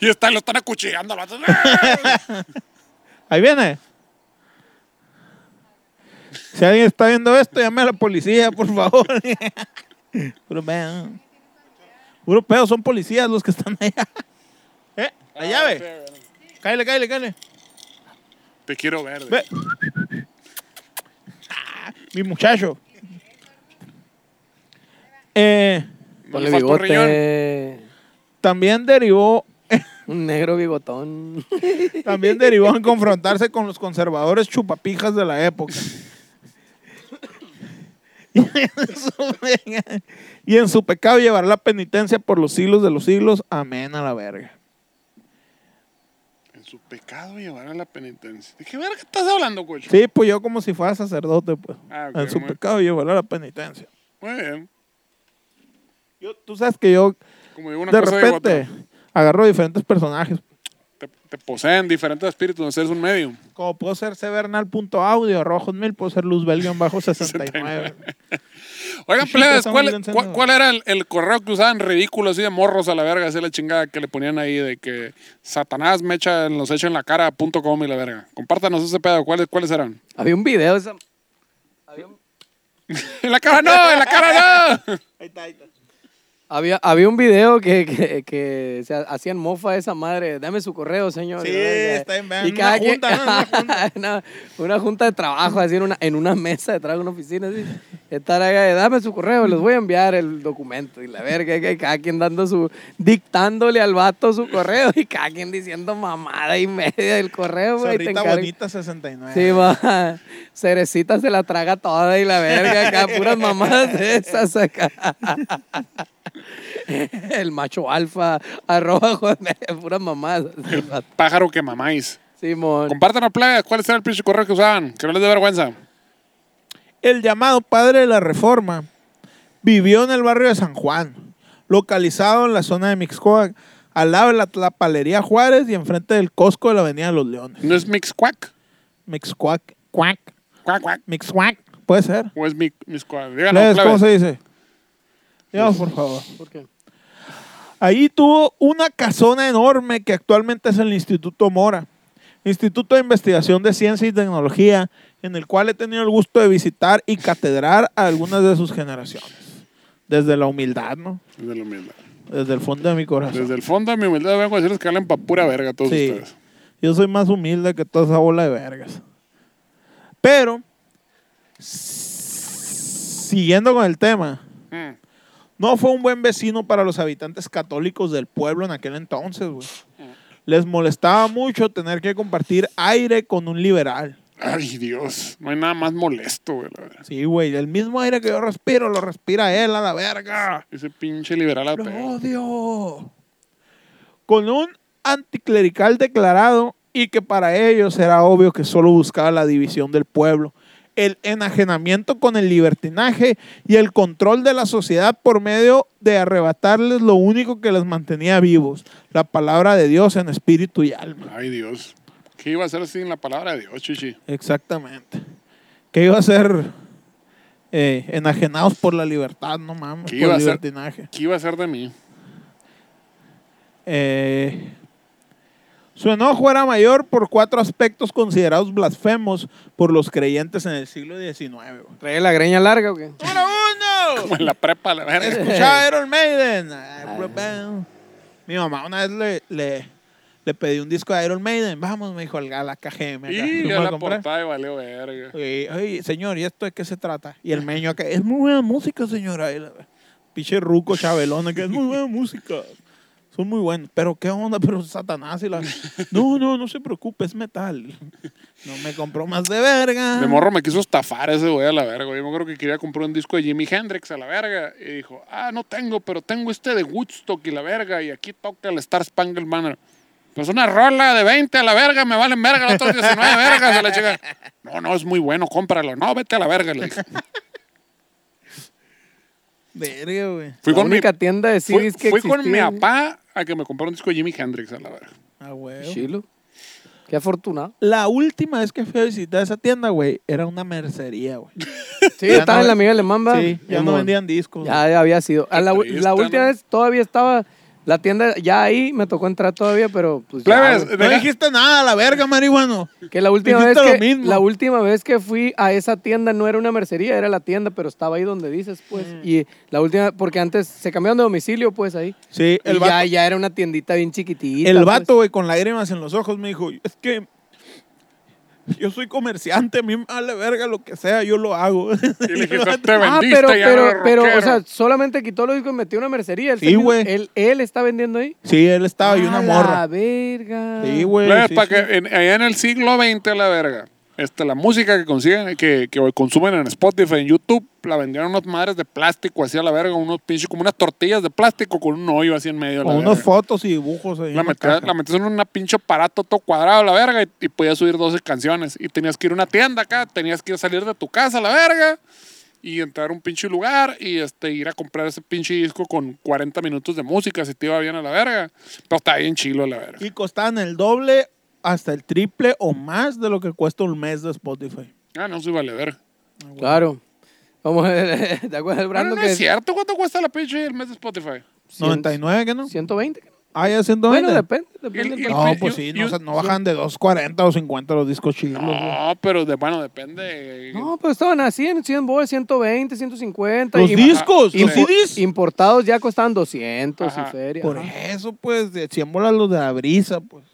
Speaker 1: y está, lo están acuchillando. lo hacen- ¡Ah!
Speaker 2: Ahí viene. Si alguien está viendo esto, llame a la policía, por favor. [laughs] Puro pedo. Puro pedo, son policías los que están allá. ¿Eh? La
Speaker 1: Ah,
Speaker 2: llave. Cállale, cállale, cállale.
Speaker 1: Te quiero ver.
Speaker 2: Ve. Ah, Mi muchacho. Eh,
Speaker 1: No le
Speaker 3: Ponle
Speaker 1: faltó riñón.
Speaker 3: bigote.
Speaker 2: también derivó
Speaker 3: Un negro bigotón.
Speaker 2: También derivó en confrontarse con los conservadores chupapijas de la época. [laughs] y en su pecado llevará la penitencia por los siglos de los siglos. Amén a la verga.
Speaker 1: En su pecado llevará la penitencia. ¿De qué verga estás hablando, coche?
Speaker 2: Sí, pues yo como si fuera sacerdote, pues.
Speaker 1: Ah, ok,
Speaker 2: en su
Speaker 1: muy-
Speaker 2: pecado llevará la penitencia.
Speaker 1: Muy bien.
Speaker 2: Yo- tú sabes que yo
Speaker 1: Como digo, una
Speaker 2: de
Speaker 1: cosa digo
Speaker 2: repente
Speaker 1: otra.
Speaker 2: agarro diferentes personajes.
Speaker 1: Te, te poseen diferentes espíritus, no sé, es un medium.
Speaker 2: Como puedo ser Severnal.audio, Rojos Mil, puedo
Speaker 1: [laughs]
Speaker 2: ser Luzbel-69.
Speaker 1: Oigan,
Speaker 2: [laughs] Sí,
Speaker 1: plebes,
Speaker 2: está muy
Speaker 1: ¿cuál, e-,
Speaker 2: bien,
Speaker 1: cuál-
Speaker 2: señor.
Speaker 1: cuál era el, el correo que usaban ridículo así de morros a la verga? Así la chingada que le ponían ahí de que Satanás me echa, nos echa en la cara punto com y la verga. Compártanos ese pedo, ¿cuáles, cuáles eran? [laughs]
Speaker 3: Había un video esa. Había un,
Speaker 1: ¡En la cara no! ¡En la cara no! [laughs]
Speaker 2: ahí está, ahí está.
Speaker 3: había, había un video que, que, que se hacían mofa de esa madre. Dame su correo, señor.
Speaker 2: Sí,
Speaker 3: Y la-
Speaker 2: está en-
Speaker 3: y
Speaker 2: una
Speaker 3: cada quien-
Speaker 2: junta, ¿no?
Speaker 3: [laughs]
Speaker 2: Una junta.
Speaker 3: una, una junta de trabajo, así en una, en una mesa detrás de una oficina. Así, estar acá, dame su correo, les voy a enviar el documento. Y la verga, que cada quien dando su. dictándole al vato su correo y cada quien diciendo mamada y media del correo, güey. te
Speaker 2: Zorrita
Speaker 3: encargo.
Speaker 2: bonita 69.
Speaker 3: Sí, va. Cerecita se la traga toda y la verga acá, puras mamadas de esas acá. El macho alfa, arroba, joder, puras mamadas.
Speaker 1: Pájaro que mamáis.
Speaker 3: Simón.
Speaker 1: Compártanos, plebes, ¿cuáles eran el pinche correo que usaban? Que no les dé vergüenza.
Speaker 2: El llamado padre de la reforma vivió en el barrio de San Juan, localizado en la zona de Mixcoac, al lado de la Tlapalería Juárez y enfrente del Costco de la Avenida de los Leones.
Speaker 1: ¿No es Mixquack?
Speaker 2: Mixcoac, cuac,
Speaker 1: ¿Cuac, cuac?
Speaker 2: Mixcoac, puede ser.
Speaker 1: ¿O es mi, Mixquack? Díganos,
Speaker 2: Plebes, ¿Cómo
Speaker 1: plebes.
Speaker 2: se dice? Dios, por favor.
Speaker 3: ¿Por qué?
Speaker 2: Ahí tuvo una casona enorme que actualmente es el Instituto Mora, Instituto de Investigación de Ciencia y Tecnología, en el cual he tenido el gusto de visitar y catedrar a algunas de sus generaciones. Desde la humildad, ¿no?
Speaker 1: Desde, la humildad.
Speaker 2: Desde el fondo de mi corazón.
Speaker 1: Desde el fondo de mi humildad vengo a decirles que hablen pa' pura verga todos
Speaker 2: Sí.
Speaker 1: ustedes.
Speaker 2: Yo soy más humilde que toda esa bola de vergas. Pero, s- siguiendo con el tema,
Speaker 1: Mm.
Speaker 2: No fue un buen vecino para los habitantes católicos del pueblo en aquel entonces, güey. Les molestaba mucho tener que compartir aire con un liberal.
Speaker 1: Ay, Dios. No hay nada más molesto, güey, la verdad.
Speaker 2: Sí, güey, el mismo aire que yo respiro lo respira él a la verga.
Speaker 1: Ese pinche liberal
Speaker 2: ¡Lo
Speaker 1: ateo.
Speaker 2: odio! Con un anticlerical declarado y que para ellos era obvio que solo buscaba la división del pueblo, el enajenamiento con el libertinaje y el control de la sociedad por medio de arrebatarles lo único que les mantenía vivos, la palabra de Dios en espíritu y alma.
Speaker 1: Ay, Dios. ¿Qué iba a ser sin la palabra de Dios, chichi?
Speaker 2: Exactamente. Que iba a ser eh, enajenados por la libertad, no mames,
Speaker 1: ¿Qué
Speaker 2: por
Speaker 1: iba
Speaker 2: el
Speaker 1: a ser?
Speaker 2: libertinaje.
Speaker 1: ¿Qué iba a ser de mí? [laughs]
Speaker 2: Eh, su enojo era mayor por cuatro aspectos considerados blasfemos por los creyentes en el siglo XIX. güey.
Speaker 3: ¿Trae la greña larga o qué?
Speaker 2: ¡Número uno!
Speaker 1: Como en la prepa, la verga.
Speaker 2: [laughs] Escuchaba Iron Maiden. Ay, puro pedo. Mi mamá una vez le, le, le pedí un disco de Iron Maiden. Vamos, me dijo, al- a la KGM. acá.
Speaker 1: Y
Speaker 2: Lo
Speaker 1: ya
Speaker 2: voy a
Speaker 1: la
Speaker 2: comprar.
Speaker 1: portada y valió verga.
Speaker 2: Oye, oye, Eh, señor, ¿y esto de qué se trata? Y el meño acá, es muy buena música, señora. Y la- Pinche ruco, chabelón, que es muy buena música. Son muy buenos. Pero qué onda, pero Satanás y la. No, no, no se preocupe, es metal. No me compró más de verga.
Speaker 1: De morro me quiso estafar ese güey a la verga. güey. Yo me acuerdo que quería comprar un disco de Jimi Hendrix a la verga. Y dijo, ah, no tengo, pero tengo este de Woodstock y la verga. Y aquí toca el Star Spangled Banner. Pues una rola de 20 a la verga, me valen verga, la otra 19 vergas a la chica. No, no, es muy bueno, cómpralo. No, vete a la verga,
Speaker 3: [laughs]
Speaker 1: le dije.
Speaker 2: Verga, güey.
Speaker 1: Fui
Speaker 3: la
Speaker 1: con mi,
Speaker 3: única tienda de
Speaker 1: fui,
Speaker 3: CDs que
Speaker 1: fui con mi
Speaker 3: existía.
Speaker 1: papá a que me comprara un disco de Jimi Hendrix a la verga.
Speaker 2: Ah, güey.
Speaker 3: Chilo. Qué afortunado.
Speaker 2: La última vez que fui a visitar esa tienda, güey, era una mercería, güey.
Speaker 3: Sí,
Speaker 2: Ya
Speaker 3: estaba
Speaker 2: no-
Speaker 3: en la Miguel Alemán, ¿verdad?
Speaker 2: Sí, ya no
Speaker 3: Simón.
Speaker 2: vendían discos.
Speaker 3: Ya, ya había sido. Ah, la, u-
Speaker 1: triste,
Speaker 3: la
Speaker 1: ¿no?
Speaker 3: última vez todavía estaba la tienda ya ahí, me tocó entrar todavía, pero pues ya,
Speaker 1: Plebes,
Speaker 3: güey.
Speaker 2: No
Speaker 3: [laughs]
Speaker 2: dijiste nada, la verga, marihuano.
Speaker 3: que la última vez
Speaker 2: dijiste
Speaker 3: que
Speaker 2: lo mismo.
Speaker 3: la última vez que fui a esa tienda no era una mercería, era la tienda, pero estaba ahí donde dices, pues. Y la última porque antes se cambiaron de domicilio, pues ahí.
Speaker 2: Sí,
Speaker 3: Y
Speaker 2: el vato-
Speaker 3: ya, ya era una tiendita bien chiquitita.
Speaker 2: El
Speaker 3: pues.
Speaker 2: vato, güey, con lágrimas en los ojos me dijo, es que yo soy comerciante, a mí me vale verga lo que sea, yo lo hago. [laughs]
Speaker 1: Y le dije, te
Speaker 3: Ah,
Speaker 1: vendiste
Speaker 3: pero,
Speaker 1: ya
Speaker 3: pero,
Speaker 1: no
Speaker 3: pero, o
Speaker 1: rockero".
Speaker 3: sea, solamente quitó los discos y metió una mercería. Él,
Speaker 2: Sí,
Speaker 3: está-
Speaker 2: güey.
Speaker 3: él, él está vendiendo ahí.
Speaker 2: sí, él estaba y
Speaker 3: A
Speaker 2: una
Speaker 3: la
Speaker 2: morra.
Speaker 3: verga.
Speaker 2: Sí, güey.
Speaker 1: Plebes,
Speaker 2: Pues, sí,
Speaker 1: Pues, pa'
Speaker 2: sí.
Speaker 1: que en- allá en el siglo XX a la verga. Este, la música que consiguen, que, que hoy consumen en Spotify, en YouTube, la vendieron unas madres de plástico así a la verga, unos pinches, como unas tortillas de plástico con un hoyo así en medio. a la
Speaker 2: Con unas
Speaker 1: verga.
Speaker 2: fotos y dibujos ahí. en
Speaker 1: La
Speaker 2: la
Speaker 1: metías,
Speaker 2: caja.
Speaker 1: la metías en un pinche aparato todo cuadrado a la verga y, y podías subir 12 canciones. Y tenías que ir a una tienda acá, tenías que ir a salir de tu casa a la verga y entrar a un pinche lugar y este, ir a comprar ese pinche disco con 40 minutos de música si te iba bien a la verga. Pero está bien chilo a la verga.
Speaker 2: Y costaban el doble hasta el triple o más de lo que cuesta un mes de Spotify.
Speaker 1: Ah, no, sí vale verga.
Speaker 3: Claro. Como, [laughs] ¿Te acuerdas del
Speaker 1: Bueno,
Speaker 3: Brando
Speaker 1: no
Speaker 3: que
Speaker 1: es cierto. ¿Cuánto cuesta la pinche el mes de Spotify?
Speaker 3: Cien-
Speaker 2: 99, ¿qué no?
Speaker 3: 120.
Speaker 2: Ah, ya 120.
Speaker 3: Bueno, depende. depende
Speaker 1: Y-
Speaker 3: del
Speaker 1: y-
Speaker 2: no,
Speaker 1: el-
Speaker 2: pues
Speaker 1: yo-
Speaker 2: sí,
Speaker 1: yo-
Speaker 2: no, o sea, no bajan de 2.40 o 50 los discos chilos. güey.
Speaker 1: No, pero de, bueno, depende.
Speaker 3: No, pues estaban a 100, 100 bolas, 120, 150.
Speaker 2: Los
Speaker 3: y-
Speaker 2: discos,
Speaker 1: y-
Speaker 2: los CDs.
Speaker 3: Importados ya costaban 200
Speaker 1: Ajá.
Speaker 3: y feria.
Speaker 2: Por
Speaker 3: Ajá.
Speaker 2: eso, pues, de 100 bolas los de la brisa, pues.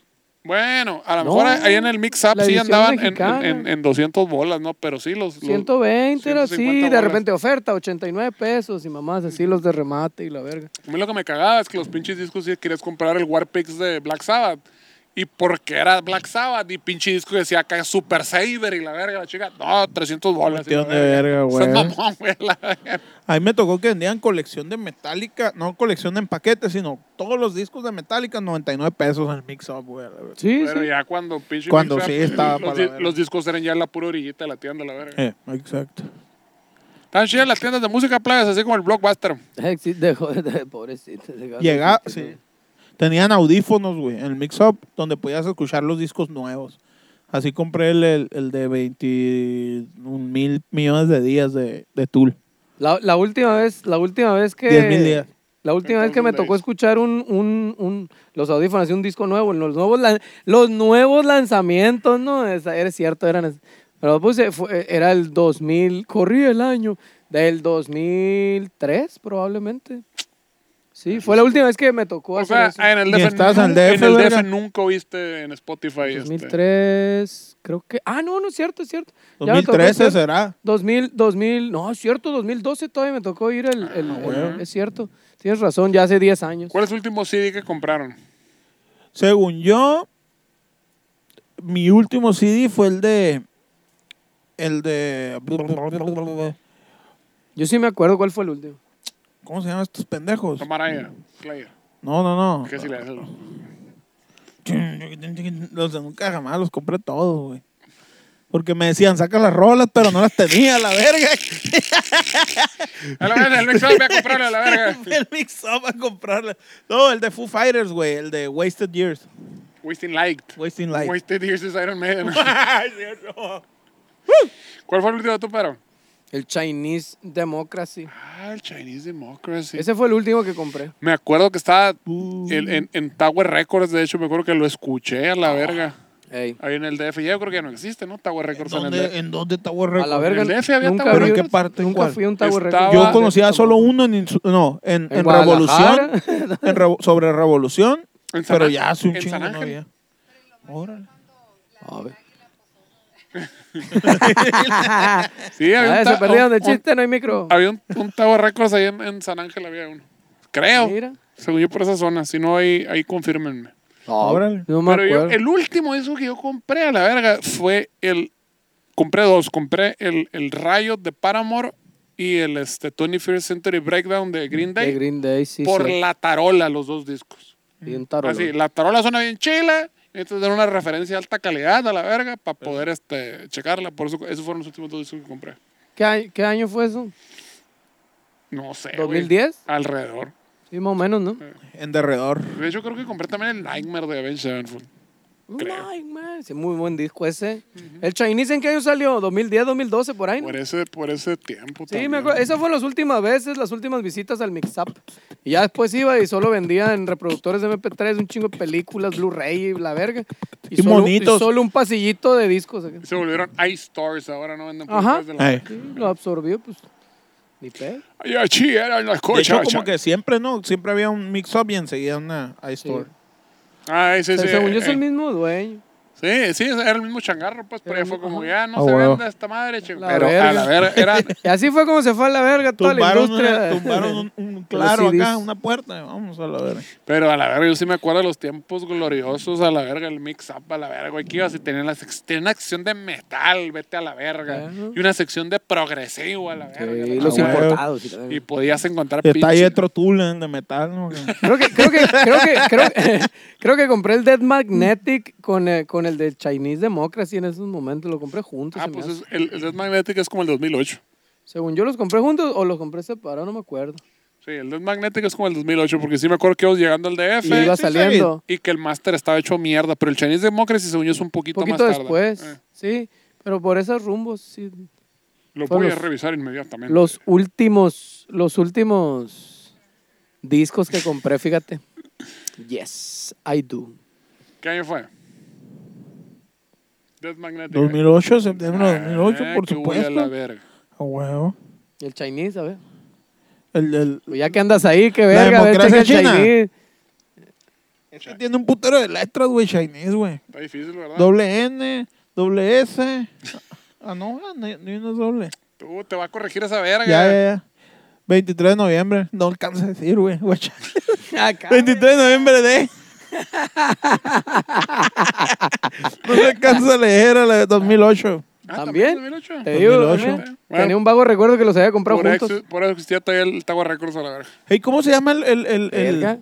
Speaker 1: Bueno, a lo
Speaker 3: No,
Speaker 1: mejor ahí en el mix-up
Speaker 3: la
Speaker 1: sí
Speaker 3: edición
Speaker 1: andaban en,
Speaker 3: mexicana.
Speaker 1: en- en 200 bolas, ¿no? Pero sí, los... los-
Speaker 3: 120 era así,
Speaker 1: 150
Speaker 3: de
Speaker 1: bolas.
Speaker 3: repente oferta, 89 pesos y mamás así los de remate y la verga.
Speaker 1: A mí lo que me cagaba es que los pinches discos si querías comprar el Warpix de Black Sabbath. Y porque era Black Sabbath y pinche disco decía acá Super Saber y la verga, la chica. No, 300 bolas. y la
Speaker 2: Cuestión de verga,
Speaker 1: O sea, [laughs]
Speaker 2: güey.
Speaker 1: mamón, güey, la verga.
Speaker 2: A mí me tocó que vendían colección de Metallica, no colección en paquetes, sino todos los discos de Metallica, 99 pesos en el mix-up, güey.
Speaker 3: Sí,
Speaker 1: Pero
Speaker 3: sí.
Speaker 1: ya cuando pinche.
Speaker 2: Cuando
Speaker 1: mix-up,
Speaker 2: sí estaba
Speaker 1: Los,
Speaker 2: para
Speaker 1: di-
Speaker 2: la verga.
Speaker 1: los discos eran ya en la pura orillita de la tienda, la verga.
Speaker 2: Eh, exacto.
Speaker 1: Están chidas las tiendas de música playas, así como el Blockbuster.
Speaker 3: Eh, [laughs] sí, dejó de- pobrecito.
Speaker 2: Llegaba,
Speaker 3: Llegaba.
Speaker 2: sí. Tenían audífonos, güey, en el mix-up, donde podías escuchar los discos nuevos. Así compré el, el, el de 21 mil millones de días de, de Tool.
Speaker 3: La, la última vez, la última vez que.
Speaker 2: 10,000 días.
Speaker 3: La última vez que me
Speaker 1: Entonces,
Speaker 3: tocó escuchar un, un, un- los audífonos y un disco nuevo, los nuevos, lan- los nuevos lanzamientos, ¿no? Esa- era cierto, eran. es- Pero puse, fue- era el 2000, corrí el año, del 2003 probablemente. Sí, fue la última vez que me tocó
Speaker 1: O
Speaker 3: hacer
Speaker 1: sea,
Speaker 3: eso.
Speaker 1: en el
Speaker 2: Ni
Speaker 1: DF,
Speaker 2: estás en el
Speaker 1: nunca- en
Speaker 2: DF,
Speaker 1: el
Speaker 2: verga.
Speaker 1: DF nunca oíste en Spotify. este.
Speaker 3: 2003, creo que. Ah, no, no es cierto, es cierto. Ya me tocó
Speaker 2: 2013
Speaker 3: hacer-
Speaker 2: será.
Speaker 3: 2000, 2000, no, es cierto, 2012 todavía me tocó ir el, el- el-
Speaker 2: bueno.
Speaker 3: es cierto, tienes razón, ya hace 10 años.
Speaker 1: Ah, ¿Cuál es el último CD que compraron?
Speaker 2: Según yo, mi último CD fue el de. El de.
Speaker 3: Yo sí me acuerdo cuál fue el último.
Speaker 2: ¿Cómo se llaman estos pendejos?
Speaker 1: Tomaraya, Player.
Speaker 2: No, no, no.
Speaker 1: ¿Qué si le haces?
Speaker 2: Los de nunca jamás los compré todos, güey. Porque me decían, saca las rolas, pero no las tenía, la verga. [laughs]
Speaker 1: A la verga, el mix voy a comprarle a la verga.
Speaker 2: Fui al Mix Up a comprarlas. No, el de Foo Fighters, güey. El de Wasted Years.
Speaker 1: Wasting Light.
Speaker 2: Wasting Life.
Speaker 1: Wasted Years is Iron Maiden.
Speaker 2: [laughs] Ay, Dios, no.
Speaker 1: ¿Cuál fue el último de tu pero?
Speaker 3: El Chinese Democracy.
Speaker 1: Ah, el Chinese Democracy.
Speaker 3: Ese fue el último que compré.
Speaker 1: Me acuerdo que estaba
Speaker 2: Uh.
Speaker 1: en, en- en Tower Records, de hecho, me acuerdo que lo escuché a la verga.
Speaker 3: Ey.
Speaker 1: Ahí en el DF. Ya yo creo que ya no existe, ¿no? Tower Records en el
Speaker 2: ¿Dónde,
Speaker 1: DF.
Speaker 2: ¿En dónde está War
Speaker 3: A la verga,
Speaker 1: ¿En el DF había
Speaker 3: nunca,
Speaker 1: Tower
Speaker 2: ¿Pero en
Speaker 3: vi-
Speaker 2: qué parte?
Speaker 3: nunca
Speaker 2: ¿Cuál?
Speaker 3: fui a un Tower
Speaker 1: Estaba-
Speaker 3: Records.
Speaker 2: Yo conocía solo uno en, Insu- no, en,
Speaker 3: En
Speaker 2: en Revolución,
Speaker 3: Guadalajara.
Speaker 2: en Revo- sobre Revolución,
Speaker 1: En San
Speaker 2: pero
Speaker 1: Ángel.
Speaker 2: ya hace un
Speaker 1: En
Speaker 2: chingo
Speaker 1: San
Speaker 2: no
Speaker 1: Ángel.
Speaker 2: había. Órale.
Speaker 3: [laughs] A ver.
Speaker 1: Sí, había
Speaker 3: Ah,
Speaker 1: un,
Speaker 3: se
Speaker 1: ta-
Speaker 3: perdieron
Speaker 1: un-
Speaker 3: de chiste, no hay micro.
Speaker 1: un- había un, un Tower Records ahí en, en San Ángel, había uno. Creo.
Speaker 3: Mira.
Speaker 1: Según yo por esa zona. Si no, ahí, ahí confírmenme.
Speaker 2: Órale.
Speaker 3: No me
Speaker 1: Pero yo,
Speaker 3: acuerdo.
Speaker 1: el último disco que yo compré a la verga fue el. Compré dos. Compré el, el Riot de Paramore y el este, 21st Century Breakdown de Green Day.
Speaker 3: De Green Day, sí,
Speaker 1: por
Speaker 3: sí.
Speaker 1: la tarola, los dos discos.
Speaker 3: Bien tarolón.
Speaker 1: Así, la tarola suena bien chila. Necesitas tener una referencia de alta calidad a la verga para poder este, checarla. Por eso, esos fueron los últimos dos discos que compré.
Speaker 3: ¿Qué, año, ¿Qué año fue eso?
Speaker 1: No sé. Eh, güey.
Speaker 3: ¿2010?
Speaker 1: Alrededor.
Speaker 3: Sí, más o menos, ¿no?
Speaker 2: En derredor.
Speaker 1: De hecho, creo que compré también el Nightmare de Avenged Sevenfold. Creo.
Speaker 3: Ay, man, sí, muy buen disco ese. ¿El Chinese en qué año salió? ¿2010, 2012, por ahí? ¿no?
Speaker 1: Por ese, por ese tiempo.
Speaker 3: Sí,
Speaker 1: también.
Speaker 3: me acuerdo. Esas fueron las últimas veces, las últimas visitas al Mix Up. Y ya después iba y solo vendía en reproductores de MP3 un chingo de películas, Blu-ray y la verga.
Speaker 2: Y
Speaker 3: solo,
Speaker 2: monitos.
Speaker 3: y solo un pasillito de discos. acá.
Speaker 1: Se volvieron iStars, ahora no venden
Speaker 3: Ajá.
Speaker 1: putas de la
Speaker 2: Ey.
Speaker 3: Sí, lo absorbió, pues. Ni pedo.
Speaker 1: Y así eran las
Speaker 2: De hecho,
Speaker 1: cochas.
Speaker 2: como que siempre, ¿no? Siempre había un mix-up y enseguida una iStore.
Speaker 1: Ah, ese,
Speaker 3: O sea,
Speaker 1: ese,
Speaker 3: según yo es
Speaker 1: eh,
Speaker 3: el mismo dueño.
Speaker 1: Sí, sí, era el mismo changarro, pues, pero ya fue como, ya no
Speaker 2: Ah,
Speaker 1: se
Speaker 2: huevo.
Speaker 1: vende esta madre, chico.
Speaker 3: La
Speaker 1: pero a la
Speaker 3: verga.
Speaker 1: verga, era,
Speaker 3: [laughs] Y así fue como se fue a la verga toda la
Speaker 2: Tumbaron,
Speaker 3: industria.
Speaker 2: una-
Speaker 3: [laughs]
Speaker 2: tumbaron un, un claro
Speaker 3: CDs.
Speaker 2: acá, una puerta. Vamos a la verga.
Speaker 1: pero a la verga, yo sí me acuerdo de los tiempos gloriosos, a la verga, el mix-up, a la verga, güey, que ibas y tenían la sec- tenían una sección de metal, vete a la verga,
Speaker 3: Ajá.
Speaker 1: y una sección de progresivo, a la verga.
Speaker 3: Sí,
Speaker 1: la
Speaker 3: los
Speaker 2: Ah,
Speaker 1: verga.
Speaker 2: güey.
Speaker 3: importados. y la verga.
Speaker 1: y podías encontrar
Speaker 2: Está
Speaker 1: pinche-
Speaker 2: Yetro Tulen de metal,
Speaker 1: [laughs]
Speaker 2: ¿no?
Speaker 3: Creo que, creo que, creo que, creo que, [laughs] creo que compré el Dead Magnetic con, eh, con el de Chinese Democracy en esos momentos. Lo compré juntos.
Speaker 1: Ah,
Speaker 3: se me
Speaker 1: pues
Speaker 3: hace.
Speaker 1: es- el, el Death Magnetic es como el 2008.
Speaker 3: Según yo los compré juntos o los compré separados, no me acuerdo.
Speaker 1: Sí, el Death Magnetic es como el 2008, porque sí me acuerdo que íbamos llegando al DF.
Speaker 3: Y iba
Speaker 2: sí,
Speaker 3: saliendo
Speaker 1: y que el máster estaba hecho mierda, pero el Chinese Democracy según yo es un
Speaker 3: un
Speaker 1: poquito,
Speaker 3: poquito
Speaker 1: más tarde.
Speaker 3: después.
Speaker 1: Eh,
Speaker 3: Sí, pero por esos rumbos, sí.
Speaker 1: lo
Speaker 3: Fue
Speaker 1: voy a
Speaker 3: los-
Speaker 1: revisar inmediatamente.
Speaker 3: Los últimos, los últimos discos que compré, fíjate. Yes, I do.
Speaker 1: ¿Qué año fue? Death Magnetic.
Speaker 2: 2008, septiembre de 2008,
Speaker 1: Ah,
Speaker 2: por
Speaker 1: que voy a la
Speaker 2: supuesto.
Speaker 1: verga.
Speaker 2: A huevo.
Speaker 3: Y el Chinese, a ver.
Speaker 2: El, el,
Speaker 3: Pues ya que andas ahí, qué verga, vete
Speaker 2: democracia
Speaker 3: el
Speaker 2: china.
Speaker 3: Chinese.
Speaker 2: es que tiene un putero de letras, güey, Chinese, güey.
Speaker 1: Está difícil, ¿verdad?
Speaker 2: Doble N, doble S. Ah, no, ah, ni, ni uno es doble.
Speaker 1: Tú Uh, te va a corregir esa verga.
Speaker 2: Ya, ya, ya. 23 de noviembre, no alcanza a decir, güey.
Speaker 3: [laughs]
Speaker 2: guacha.
Speaker 3: Acá,
Speaker 2: 23 de noviembre de. [laughs] no se alcanza a leer a la de 2008.
Speaker 1: Ah,
Speaker 3: ¿También?
Speaker 1: 2008?
Speaker 3: Te digo,
Speaker 2: 2008.
Speaker 3: mira,
Speaker 1: Bueno.
Speaker 3: tenía un vago recuerdo que los había comprado
Speaker 1: Por eso,
Speaker 3: juntos.
Speaker 1: por eso existía todavía el Tower Records a la verga.
Speaker 2: Hey, ¿Cómo se llama el, el, el, el-
Speaker 3: Verga.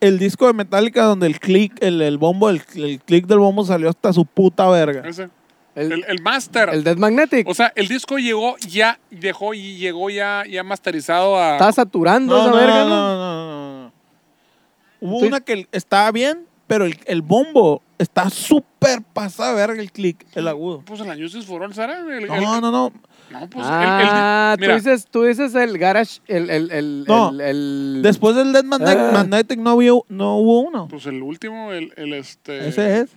Speaker 2: el disco de Metallica donde el click, el, el bombo, el, el click del bombo salió hasta su puta verga?
Speaker 1: Ese. El,
Speaker 3: El,
Speaker 1: el Master.
Speaker 3: el Dead Magnetic.
Speaker 1: o sea, el disco llegó ya, dejó y llegó ya, ya masterizado a.
Speaker 3: Estaba saturando esa verga, ¿no?
Speaker 2: no, no. Hubo
Speaker 3: Estoy-
Speaker 2: una que el- estaba bien, pero el, el bombo está súper pasada verga el click, el agudo.
Speaker 1: Pues el Añusis For All, ¿será? El- el-
Speaker 2: No, no, no.
Speaker 1: No, pues
Speaker 3: ah,
Speaker 1: el, el, mira,
Speaker 3: tú, dices, tú dices el Garage, el... el, el,
Speaker 2: No.
Speaker 3: el, el-
Speaker 2: Después del Dead Magnetic,
Speaker 3: Ah.
Speaker 2: Magnetic no, hubo, no hubo uno.
Speaker 1: pues el último, el, el este.
Speaker 2: Ese es.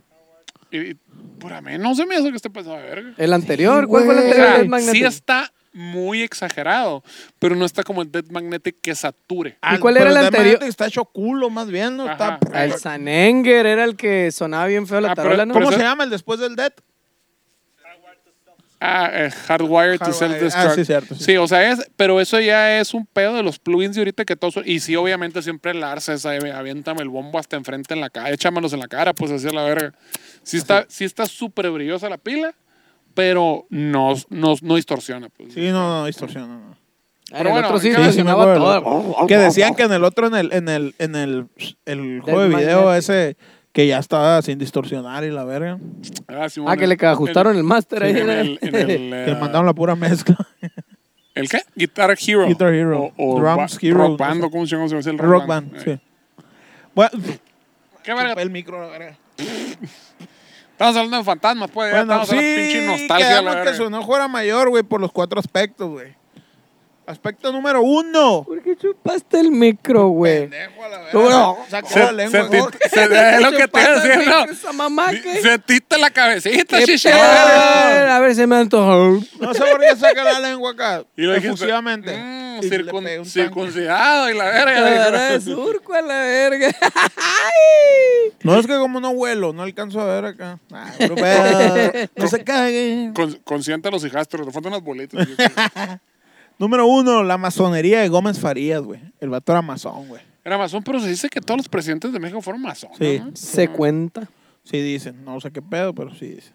Speaker 1: Y, y por a mí no se me hace que esté pasado de verga.
Speaker 3: el anterior,
Speaker 2: Sí,
Speaker 3: ¿cuál fue el
Speaker 2: güey.
Speaker 1: O
Speaker 3: anterior?
Speaker 1: sea,
Speaker 3: Dead Magnetic.
Speaker 1: sí está muy exagerado, pero no está como el Dead Magnetic que sature.
Speaker 3: ¿Y cuál era
Speaker 2: pero
Speaker 3: el
Speaker 2: Dead
Speaker 3: anterior?
Speaker 2: Magnetic Está hecho culo, más bien. ¿no? Está-
Speaker 1: Ajá.
Speaker 3: Ah, El Sanenger era el que sonaba bien feo la
Speaker 1: Ah, pero-
Speaker 3: tarola, ¿no?
Speaker 1: pero
Speaker 2: ¿Cómo
Speaker 1: eso-
Speaker 2: se llama el después del Dead?
Speaker 1: Ah, eh, Hardwire to
Speaker 2: Hardwire.
Speaker 1: Self-Destruct.
Speaker 2: Ah, sí, cierto,
Speaker 1: Sí.
Speaker 2: sí.
Speaker 1: o sea, es, pero eso ya es un pedo de los plugins de ahorita que todos. son- Y sí, obviamente siempre el Lars es, ahí, aviéntame el bombo hasta enfrente en la cara, échamelos en la cara, pues así es la verga. Sí está sí está súper brillosa la pila, pero no, no, no distorsiona. Pues.
Speaker 2: Sí, no, no, distorsión. no, no.
Speaker 3: Ah,
Speaker 1: pero
Speaker 3: el
Speaker 1: bueno,
Speaker 3: otro sí,
Speaker 1: sí, sí me
Speaker 3: sonaba
Speaker 2: acuerdo.
Speaker 3: todo.
Speaker 2: Que decían que en el otro, en el, en el, en el, el juego de
Speaker 3: Oh, Dead
Speaker 2: video
Speaker 3: Magnetic.
Speaker 2: ese, que ya estaba sin distorsionar y la verga.
Speaker 1: Ah, sí,
Speaker 3: Ah,
Speaker 1: bueno,
Speaker 3: que le
Speaker 1: en-
Speaker 3: ajustaron el máster ahí.
Speaker 1: [laughs] en- en
Speaker 3: ¿no?
Speaker 1: el- en el,
Speaker 2: [laughs] Que
Speaker 1: eh,
Speaker 2: le mandaron la pura [laughs] mezcla.
Speaker 1: ¿El qué? Guitar Hero.
Speaker 2: Guitar Hero.
Speaker 1: O, o
Speaker 2: Drums
Speaker 1: ba-
Speaker 2: Hero.
Speaker 1: Rock Band, o ¿cómo se llama? El
Speaker 2: Rock, Band,
Speaker 1: Eh,
Speaker 2: sí. Bueno,
Speaker 1: ¿Qué verga?
Speaker 2: el micro, la verga.
Speaker 1: Estamos hablando de fantasmas, pues. ya
Speaker 2: Bueno,
Speaker 1: estamos
Speaker 2: sí,
Speaker 1: hablando de pinche nostalgia. la
Speaker 2: quedamos que
Speaker 1: verga.
Speaker 2: su enojo era mayor, güey, por los cuatro aspectos, güey. Aspecto número uno.
Speaker 3: ¿Por qué chupaste el micro, güey?
Speaker 2: Pendejo a la verga.
Speaker 3: Tú, bueno,
Speaker 2: Sacó
Speaker 1: pues. se-
Speaker 2: la lengua.
Speaker 1: se-
Speaker 2: güey.
Speaker 1: se- es lo que te iba a
Speaker 3: Chupaste el
Speaker 1: decir, ¿no?
Speaker 3: micro, Esa mamá
Speaker 1: Di-
Speaker 3: que...
Speaker 1: Sentiste la cabecita,
Speaker 3: Qué
Speaker 1: chiche.
Speaker 3: pedo, A ver, se me antojó.
Speaker 2: No sé por qué saca la lengua acá.
Speaker 1: [laughs] Y lo dijiste,
Speaker 2: efusivamente.
Speaker 1: mm,
Speaker 2: Y le
Speaker 1: circun-
Speaker 2: pegué un tanque.
Speaker 1: circuncidado y la
Speaker 3: Ahora
Speaker 1: verga.
Speaker 3: de surco a la verga. [laughs] Ay.
Speaker 2: No es que como no vuelo, no alcanzo a ver acá. Ah, puro
Speaker 1: [laughs]
Speaker 2: pedo. no se cague.
Speaker 1: Con- Consciente a los hijastros, le faltan unas bolitas.
Speaker 2: Número uno, la masonería de Gómez Farías, güey. El vato era masón, güey.
Speaker 1: Era masón, pero se dice que todos los presidentes de México fueron masones.
Speaker 2: Sí.
Speaker 1: ¿no?
Speaker 3: Se cuenta.
Speaker 2: Sí dicen, no sé qué pedo, pero sí dicen.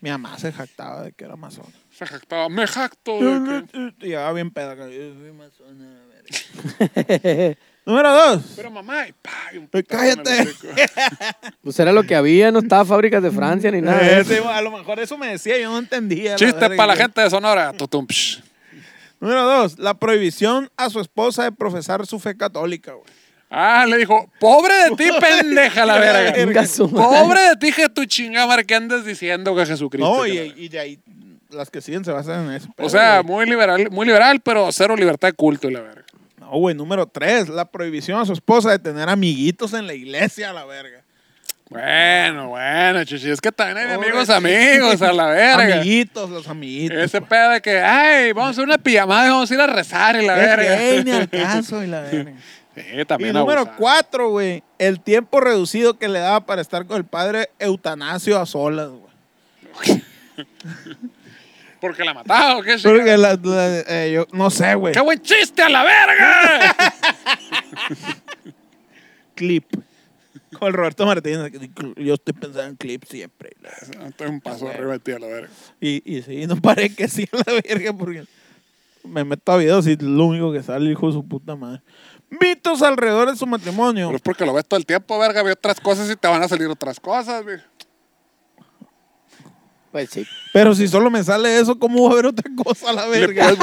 Speaker 2: Mi mamá se jactaba de que era masón.
Speaker 1: Se jactaba. Me jacto. de que-
Speaker 2: Y Llegaba bien pedo acá. Yo soy masona, la
Speaker 1: [laughs]
Speaker 2: verga. Número dos.
Speaker 1: Pero mamá, y pa, y un
Speaker 2: Pues
Speaker 1: putazo en el
Speaker 2: cállate.
Speaker 1: hocico.
Speaker 3: Pues era lo que había, no estaba fábricas de Francia ni nada. de
Speaker 2: Eh,
Speaker 3: eso.
Speaker 2: sí, a lo mejor eso me decía, yo no entendía.
Speaker 1: Chiste
Speaker 2: verga,
Speaker 1: para la
Speaker 2: güey.
Speaker 1: gente de Sonora. Tutum, psh.
Speaker 2: Número dos, la prohibición a su esposa de profesar su fe católica, güey.
Speaker 1: Ah, le dijo, pobre de ti, pendeja la verga.
Speaker 3: Venga su madre.
Speaker 1: Pobre de ti, que tu chingada que andas diciendo que Jesucristo.
Speaker 2: No,
Speaker 1: que
Speaker 2: y,
Speaker 1: la verga.
Speaker 2: y de ahí las que siguen se basan en eso.
Speaker 1: o sea, muy liberal, muy liberal, pero cero libertad de culto y la verga.
Speaker 2: No, güey, número tres, la prohibición a su esposa de tener amiguitos en la iglesia, la verga.
Speaker 1: Bueno, bueno, chichi, es que también hay de
Speaker 2: Pobre
Speaker 1: amigos,
Speaker 2: chichi.
Speaker 1: amigos, a la verga.
Speaker 2: Amiguitos, los amiguitos.
Speaker 1: Ese
Speaker 2: güey.
Speaker 1: pedo de que, ay, vamos a hacer una pijamada y vamos a ir a rezar y la
Speaker 2: Es
Speaker 1: verga.
Speaker 2: gay, ni al caso, y la verga.
Speaker 1: [laughs] Sí,
Speaker 2: Y
Speaker 1: también
Speaker 2: número
Speaker 1: abusado.
Speaker 2: cuatro, güey, el tiempo reducido que le daba para estar con el padre Eutanasio a solas, güey.
Speaker 1: Porque la mataba o qué chingada?
Speaker 2: Porque la- la- eh, yo no sé, güey.
Speaker 1: ¡Qué buen chiste a la
Speaker 2: [laughs]
Speaker 1: verga!
Speaker 2: Clip. Con el Roberto Martínez. Yo estoy pensando en clip siempre.
Speaker 1: Estoy un paso arriba de ti a la verga.
Speaker 2: Y, y sí, [laughs] no paré que sí a la verga porque me meto a videos y lo único que sale, hijo de su puta madre. Mitos alrededor de su matrimonio.
Speaker 1: Pero es porque lo ves todo el tiempo, verga. Ve otras cosas y te van a salir otras cosas, güey.
Speaker 4: Pues sí.
Speaker 2: Pero si solo me sale eso, ¿cómo va a haber otra cosa a la verga?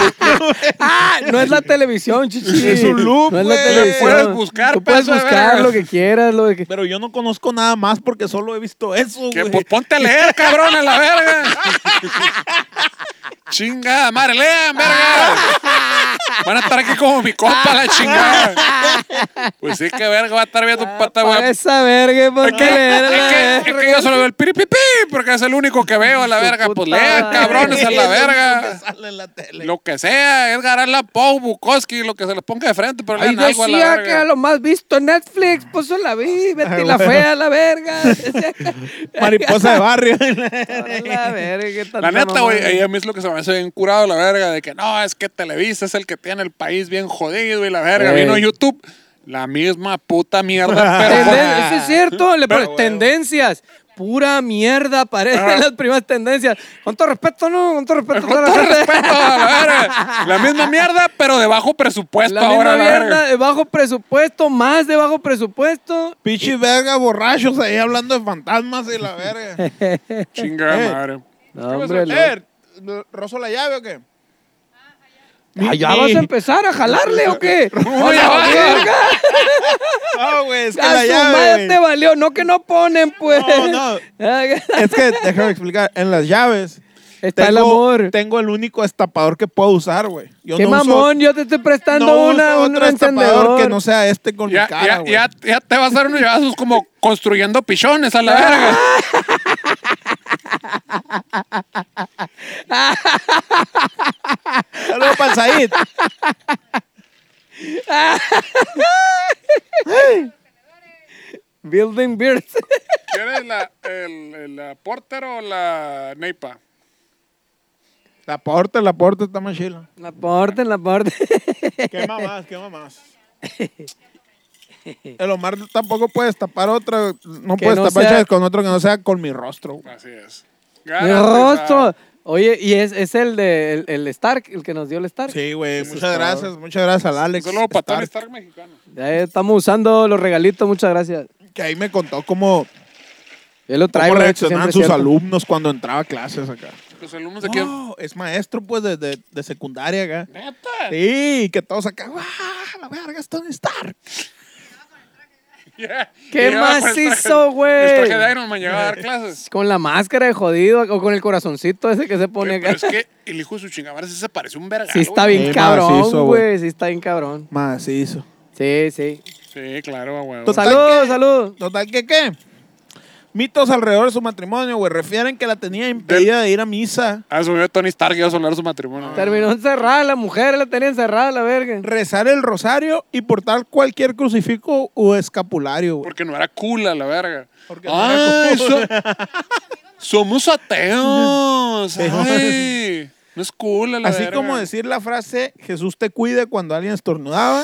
Speaker 3: ¡Ah! No es la televisión, chichi.
Speaker 2: Es un loop,
Speaker 3: No es la
Speaker 2: güey.
Speaker 3: televisión.
Speaker 1: Puedes buscar,
Speaker 3: Tú puedes
Speaker 1: pedazo de
Speaker 3: buscar
Speaker 1: verga.
Speaker 3: lo que quieras, lo que...
Speaker 2: [laughs] Pero yo no conozco nada más porque solo he visto eso,
Speaker 1: Que,
Speaker 2: güey. [laughs]
Speaker 1: pues ponte a leer, cabrón, a la verga. chingada madre, lean, verga. Van a estar aquí como mi compa, la chingada. Pues sí, que verga, va a estar viendo un pata,
Speaker 3: Para
Speaker 1: güey.
Speaker 3: esa verga, ¿por qué leer la
Speaker 1: Es que, es
Speaker 3: verga?
Speaker 1: que yo solo veo el piripipi, porque es el único que veo a la verga. Pues
Speaker 3: puta
Speaker 1: lean,
Speaker 3: madre.
Speaker 1: cabrones, a la
Speaker 2: Es lo único que
Speaker 1: verga.
Speaker 2: sale en la tele.
Speaker 1: Lo que sea, Edgar Allan Poe, Bukowski, lo que se les ponga de frente, pero
Speaker 3: Ahí
Speaker 1: lean algo a la
Speaker 3: decía que era
Speaker 1: verga.
Speaker 3: lo más visto en Netflix, pues yo la vi, Betty
Speaker 2: Ay,
Speaker 3: la
Speaker 2: bueno.
Speaker 3: fea, la verga.
Speaker 2: [laughs] Mariposa de barrio. [laughs]
Speaker 3: la verga, tanta
Speaker 1: La neta,
Speaker 3: mamada.
Speaker 1: güey, eh, ahí a mí es lo que se me hace bien curado la verga, de que no, es que Televisa es el que tiene el país bien jodido y la verga.
Speaker 3: Ey.
Speaker 1: Vino YouTube, la misma puta mierda, pero por-
Speaker 3: Tenden- Eso es cierto, le pones tendencias. Pura mierda, parecen las primeras tendencias. Con todo respeto, ¿no? Con todo respeto.
Speaker 1: Con
Speaker 3: toda la
Speaker 1: todo
Speaker 3: gente.
Speaker 1: respeto, a la verga. La misma mierda, pero de bajo
Speaker 2: pues,
Speaker 1: presupuesto
Speaker 3: La
Speaker 1: ahora,
Speaker 3: misma
Speaker 1: la
Speaker 3: mierda
Speaker 1: verga.
Speaker 3: de bajo presupuesto, más de bajo presupuesto.
Speaker 2: Pichi verga borrachos ahí hablando de fantasmas y la verga.
Speaker 1: Chingada
Speaker 2: Eh.
Speaker 1: madre.
Speaker 3: No,
Speaker 2: ¿Qué
Speaker 3: [laughs] hombre,
Speaker 2: pasó?
Speaker 3: lo-
Speaker 2: Eh, ¿rozo la llave o qué?
Speaker 3: [laughs] Ah, ¿Ya vas a empezar a jalarle o
Speaker 2: [laughs]
Speaker 3: qué?
Speaker 1: Uy, ya va.
Speaker 2: No, güey, es que
Speaker 3: A
Speaker 2: la
Speaker 3: su
Speaker 2: llave.
Speaker 3: madre
Speaker 2: güey.
Speaker 3: te valió, no que no ponen, pues. [laughs]
Speaker 2: No, no. Es que, déjame explicar, en las llaves.
Speaker 3: Está el amor.
Speaker 2: Tengo el único estapador que puedo usar, güey. Yo
Speaker 3: Qué
Speaker 2: no uso-
Speaker 3: mamón, yo te estoy prestando
Speaker 2: no
Speaker 3: una,
Speaker 2: uso
Speaker 3: un
Speaker 2: otro
Speaker 3: encendedor.
Speaker 2: estapador que no sea este con
Speaker 1: Ya,
Speaker 2: mi cara,
Speaker 1: ya,
Speaker 2: güey.
Speaker 1: ya, ya te vas a dar unos llevazos como construyendo pichones a la verga.
Speaker 2: Saludos para el Said.
Speaker 3: Building Beards. [laughs]
Speaker 1: ¿Quieres la, el, el- la Porter o la Neipa?
Speaker 2: La porta, la porta está más chila.
Speaker 3: La parte, la parte.
Speaker 2: Qué mamás, qué mamás. El Omar tampoco puedes tapar otra, no
Speaker 3: Que
Speaker 2: puedes
Speaker 3: no
Speaker 2: tapar
Speaker 3: sea-
Speaker 2: llaves con otro que no sea con mi rostro, güey.
Speaker 1: Así es. Ah,
Speaker 3: Mi rostro. Oye, y es, es el de el, el Stark, el que nos dio el Stark.
Speaker 2: Sí, güey, muchas
Speaker 1: está-
Speaker 2: gracias, muchas gracias al Alex.
Speaker 1: Solo para Tony
Speaker 2: Stark,
Speaker 1: Stark mexicano.
Speaker 3: Ya estamos usando los regalitos, muchas gracias.
Speaker 2: que ahí me contó cómo,
Speaker 3: Yo lo traigo.
Speaker 2: cómo
Speaker 3: de hecho,
Speaker 2: reaccionaban
Speaker 3: siempre
Speaker 2: sus
Speaker 3: es cierto.
Speaker 2: alumnos cuando entraba a clases acá.
Speaker 1: Los alumnos pues de
Speaker 2: [gasps]
Speaker 1: quién.
Speaker 2: No, es maestro, pues, de, de, de secundaria acá.
Speaker 1: Neta.
Speaker 2: Sí, que todos acá, ¡guau! La verga es Tony Stark.
Speaker 1: Yeah.
Speaker 3: ¿Qué
Speaker 1: Llegaba con el
Speaker 3: macizo,
Speaker 1: pues, traje-
Speaker 3: güey?
Speaker 1: El traje de Iron Man llegaba a
Speaker 2: Eh,
Speaker 1: dar clases.
Speaker 3: Con la máscara de jodido o con el corazoncito ese que se pone
Speaker 1: Oye, pero
Speaker 3: acá.
Speaker 1: es que el hijo de su chingamara sí se parece un verga.
Speaker 3: [laughs] Sí está bien
Speaker 2: Sí, macizo,
Speaker 3: cabrón,
Speaker 2: güey.
Speaker 3: güey. Sí está bien cabrón.
Speaker 2: Macizo.
Speaker 3: Sí, sí.
Speaker 1: Sí, claro, güey.
Speaker 2: Total
Speaker 3: Salud,
Speaker 2: que-
Speaker 3: salud.
Speaker 2: Total, ¿qué qué? Mitos alrededor de su matrimonio, güey. Refieren que la tenía impedida de ir a misa,
Speaker 1: Ah, subió Tony Stark y iba a solar su
Speaker 2: Ah.
Speaker 1: matrimonio.
Speaker 3: Terminó encerrada, la mujer la tenía encerrada, la verga.
Speaker 2: rezar el rosario y portar cualquier crucifijo o escapulario, güey.
Speaker 1: Porque no era cool a la verga.
Speaker 2: Porque no
Speaker 1: ah,
Speaker 2: era cool.
Speaker 1: eso- somos ateos. Ay, no es cool a la
Speaker 2: Así
Speaker 1: verga.
Speaker 2: como decir la frase, Jesús te cuide cuando alguien estornudaba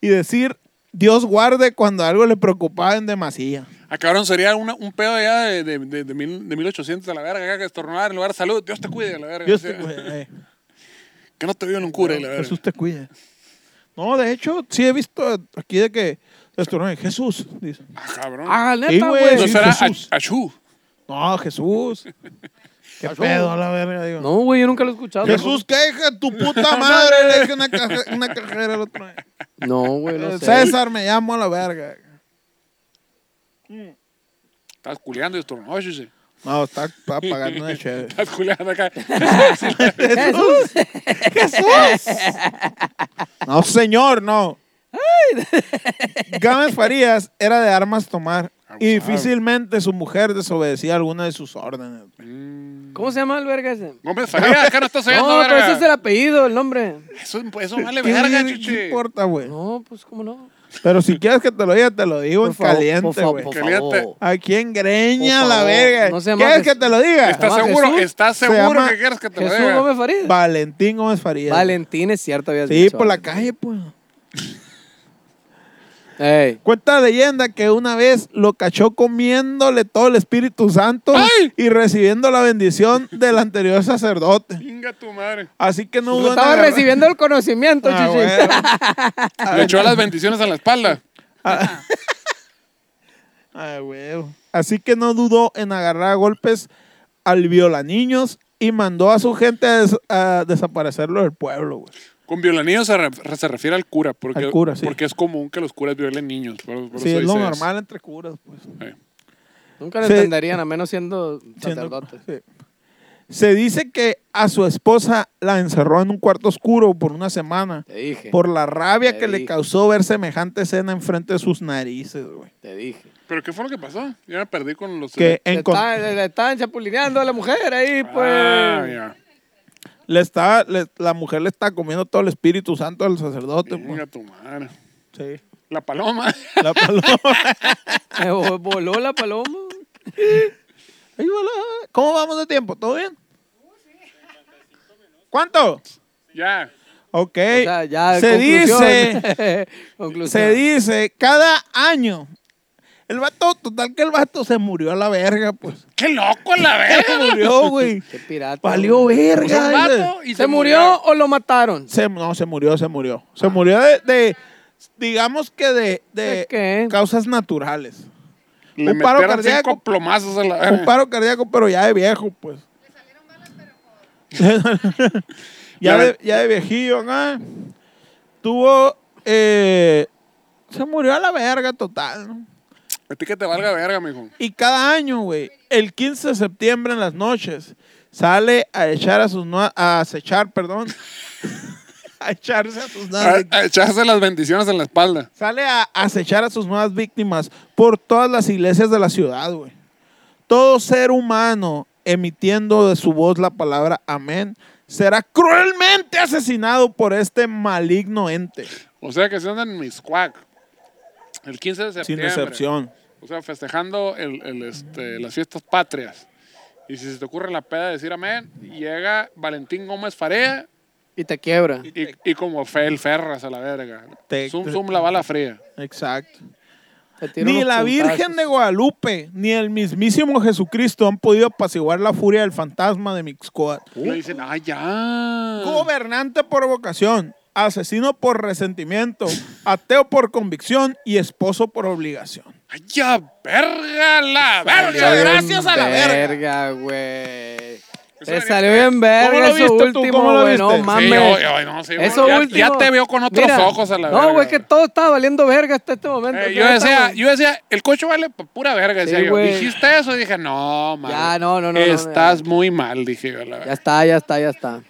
Speaker 2: y decir, Dios guarde cuando algo le preocupaba en demasía.
Speaker 1: Acabaron, sería una- un pedo allá de, de, de, de mil- de 1800 a la verga, acá que estornudar en lugar de salud. Dios te cuide a la verga. O
Speaker 2: Dios
Speaker 1: sea,
Speaker 2: te cuide. eh.
Speaker 1: Que no te vio en un cura a la verga.
Speaker 2: Jesús te cuide. No, de hecho, sí he visto aquí de que estornudan, Jesús, dice.
Speaker 1: Ah, cabrón.
Speaker 3: Ah,
Speaker 2: Sí,
Speaker 3: neta,
Speaker 2: güey.
Speaker 3: güey.
Speaker 1: no
Speaker 2: sí,
Speaker 1: será
Speaker 2: Jesús.
Speaker 1: Ach- Achú.
Speaker 2: No, Jesús. ¿Qué pedo a la verga, digo.
Speaker 3: No, güey, yo nunca lo he escuchado.
Speaker 2: Jesús, que hija de tu puta madre, le dije una, caja- una cajera el otro día. Eh,
Speaker 3: No, güey,
Speaker 2: [laughs]
Speaker 3: no sé.
Speaker 2: César, me llamo a la verga.
Speaker 1: Estás culeando y estornudó, sí.
Speaker 2: No, está, está pagando una chévere.
Speaker 1: [laughs] Estás culeando acá.
Speaker 3: Jesús.
Speaker 2: No, señor, no. Gámez Farías era de armas tomar y difícilmente su mujer desobedecía alguna de sus órdenes.
Speaker 3: ¿Cómo se llama el verga ese?
Speaker 1: Gómez Farías, acá no
Speaker 2: [laughs]
Speaker 1: estás oyendo,
Speaker 3: No, pero
Speaker 1: verga.
Speaker 3: ese es el apellido, el nombre.
Speaker 1: Eso, eso vale
Speaker 2: ¿Qué,
Speaker 1: verga,
Speaker 2: qué
Speaker 1: chichi.
Speaker 2: importa, güey?
Speaker 3: No, pues cómo no.
Speaker 2: Pero si quieres que te lo diga, te lo digo en
Speaker 3: Por favor, por
Speaker 2: caliente,
Speaker 3: favor,
Speaker 2: güey.
Speaker 3: por
Speaker 1: Caliente.
Speaker 3: favor.
Speaker 2: Aquí en Greña,
Speaker 3: Por
Speaker 2: la
Speaker 3: favor,
Speaker 2: verga.
Speaker 3: no se llama
Speaker 2: ¿Quieres que
Speaker 3: Jesús.
Speaker 2: te lo diga?
Speaker 1: ¿Estás
Speaker 3: llama
Speaker 1: seguro?
Speaker 3: Jesús?
Speaker 1: ¿Estás
Speaker 2: Se
Speaker 1: seguro
Speaker 2: llama
Speaker 1: que quieres que te lo
Speaker 3: Jesús
Speaker 1: diga?
Speaker 3: Gómez Farid.
Speaker 2: Valentín Gómez Farías.
Speaker 3: Valentín es cierto, habías
Speaker 2: Sí,
Speaker 3: dicho.
Speaker 2: por la
Speaker 3: Valentín.
Speaker 2: calle, pues.
Speaker 3: Ey.
Speaker 2: Cuenta la leyenda que una vez lo cachó comiéndole todo el Espíritu Santo
Speaker 1: ¡Ay!
Speaker 2: y recibiendo la bendición del anterior sacerdote.
Speaker 1: Chinga tu madre.
Speaker 2: Así que no
Speaker 3: Lo
Speaker 2: hubo Ah,
Speaker 3: estaba recibiendo el conocimiento, chichi. [laughs]
Speaker 1: Le echó las bendiciones a la espalda.
Speaker 2: Así que no dudó en agarrar a golpes al violaniños y mandó a su gente a, des- a desaparecerlo del pueblo, güey.
Speaker 1: Con violanillos se, re- se refiere al cura, porque,
Speaker 2: Al cura, sí.
Speaker 1: porque es común que los curas violen niños. por- por
Speaker 2: Sí,
Speaker 1: eso
Speaker 2: es lo
Speaker 1: dice eso.
Speaker 2: normal entre curas, pues.
Speaker 1: Sí.
Speaker 3: Nunca lo
Speaker 2: Sí.
Speaker 3: entenderían, a menos siendo
Speaker 2: Siendo-
Speaker 3: sacerdotes.
Speaker 2: sí. Se dice que a su esposa la encerró en un cuarto oscuro por una semana
Speaker 3: Te dije.
Speaker 2: por la rabia
Speaker 3: Te
Speaker 2: que le
Speaker 3: dije.
Speaker 2: causó ver semejante escena enfrente de sus narices, güey.
Speaker 3: Te dije.
Speaker 1: ¿Pero qué fue lo que pasó? Ya me perdí con los...
Speaker 2: Que
Speaker 3: Le
Speaker 2: encon-
Speaker 3: estaban, le- le estaban chapulineando a la mujer ahí, pues.
Speaker 1: Ah,
Speaker 3: [laughs]
Speaker 1: ya.
Speaker 2: le estaba- le- la mujer le está comiendo todo el Espíritu Santo al sacerdote, pues.
Speaker 1: Chinga tu madre.
Speaker 2: Sí.
Speaker 1: La paloma. [laughs]
Speaker 2: La paloma. [laughs]
Speaker 3: Eh, vo- Voló la paloma.
Speaker 2: Ay, hola. ¿Cómo vamos de tiempo? ¿Todo bien? ¿Cuánto?
Speaker 1: ya.
Speaker 2: Ok.
Speaker 3: O sea, ya.
Speaker 2: se
Speaker 3: conclusión.
Speaker 2: dice
Speaker 3: [laughs] conclusión.
Speaker 2: Se dice, cada año. El vato, total que el vato se murió a la verga, pues.
Speaker 1: ¡Qué loco la
Speaker 2: Se
Speaker 1: verga!
Speaker 2: murió,
Speaker 3: [laughs]
Speaker 2: güey.
Speaker 3: Qué pirata.
Speaker 2: Valió
Speaker 3: güey.
Speaker 1: Puso un
Speaker 2: verga. dice.
Speaker 1: vato y
Speaker 3: ¿Se, murió o lo mataron?
Speaker 2: Se, no, se murió, se murió. Se murió de, de, digamos que de, de
Speaker 3: ¿De qué?
Speaker 2: causas naturales.
Speaker 1: Le
Speaker 2: Un paro
Speaker 1: metieron
Speaker 2: cardíaco.
Speaker 1: cinco plomazos a la
Speaker 2: Un paro cardíaco, pero ya de viejo, pues. ya, de, ya de viejillo, acá. Tuvo, eh, se murió a la verga total, ¿no?
Speaker 1: [laughs] A ti que te valga verga, mijo.
Speaker 2: Y cada año, güey, el 15 de septiembre en las noches, sale a echar a sus no- a acechar, perdón. [laughs] a echarse a sus nuevas
Speaker 1: A, a echarse las bendiciones en la espalda.
Speaker 2: Sale a acechar a sus nuevas víctimas por todas las iglesias de la ciudad, güey. Todo ser humano emitiendo de su voz la palabra amén será cruelmente asesinado por este maligno ente.
Speaker 1: O sea que se andan en Miscuac. El 15 de
Speaker 2: Sin
Speaker 1: septiembre.
Speaker 2: excepción.
Speaker 1: O sea, festejando el, el, este, las fiestas patrias. Y si se te ocurre la peda de decir amén, llega Valentín Gómez Farea
Speaker 3: Y te quiebra.
Speaker 1: y, y como Fel Ferras a la verga.
Speaker 2: Te-
Speaker 1: Zum, zum, la bala fría.
Speaker 2: Exacto.
Speaker 3: Te tira
Speaker 2: Ni
Speaker 3: unos
Speaker 2: la
Speaker 3: puntazos.
Speaker 2: Virgen de Guadalupe ni el mismísimo Jesucristo han podido apaciguar la furia del fantasma de Mixcoat.
Speaker 1: Le dicen, ¡ah, ya!
Speaker 2: Gobernante por vocación, asesino por resentimiento, ateo por convicción y esposo por obligación.
Speaker 1: ¡Ay, ya, verga, la
Speaker 3: Salió
Speaker 1: verga!
Speaker 3: bien
Speaker 2: gracias a la verga.
Speaker 3: Verga, güey. Te
Speaker 1: venía-
Speaker 3: salió bien
Speaker 2: ¿Cómo
Speaker 3: verga
Speaker 2: lo
Speaker 3: eso
Speaker 2: viste tú? ¿Cómo
Speaker 3: último,
Speaker 2: lo
Speaker 3: güey.
Speaker 2: viste?
Speaker 3: No
Speaker 2: Sí,
Speaker 1: Sí,
Speaker 3: mames.
Speaker 1: oye, oye, no, sí,
Speaker 3: Eso
Speaker 1: ya,
Speaker 3: último.
Speaker 1: ya te veo con otros
Speaker 3: Mira,
Speaker 1: ojos a la verga.
Speaker 3: No, güey, que todo estaba valiendo verga hasta este momento.
Speaker 1: Eh,
Speaker 3: que
Speaker 1: yo,
Speaker 3: ahorita,
Speaker 1: decía,
Speaker 3: güey.
Speaker 1: yo decía, el coche vale pa' pura verga.
Speaker 3: Sí,
Speaker 1: Decía yo,
Speaker 3: güey.
Speaker 1: dijiste eso y dije, no, man.
Speaker 3: Ya, no, no, no, no,
Speaker 1: Estás muy mal, dije yo. La
Speaker 3: Ya
Speaker 1: verga.
Speaker 3: está, ya está, ya está.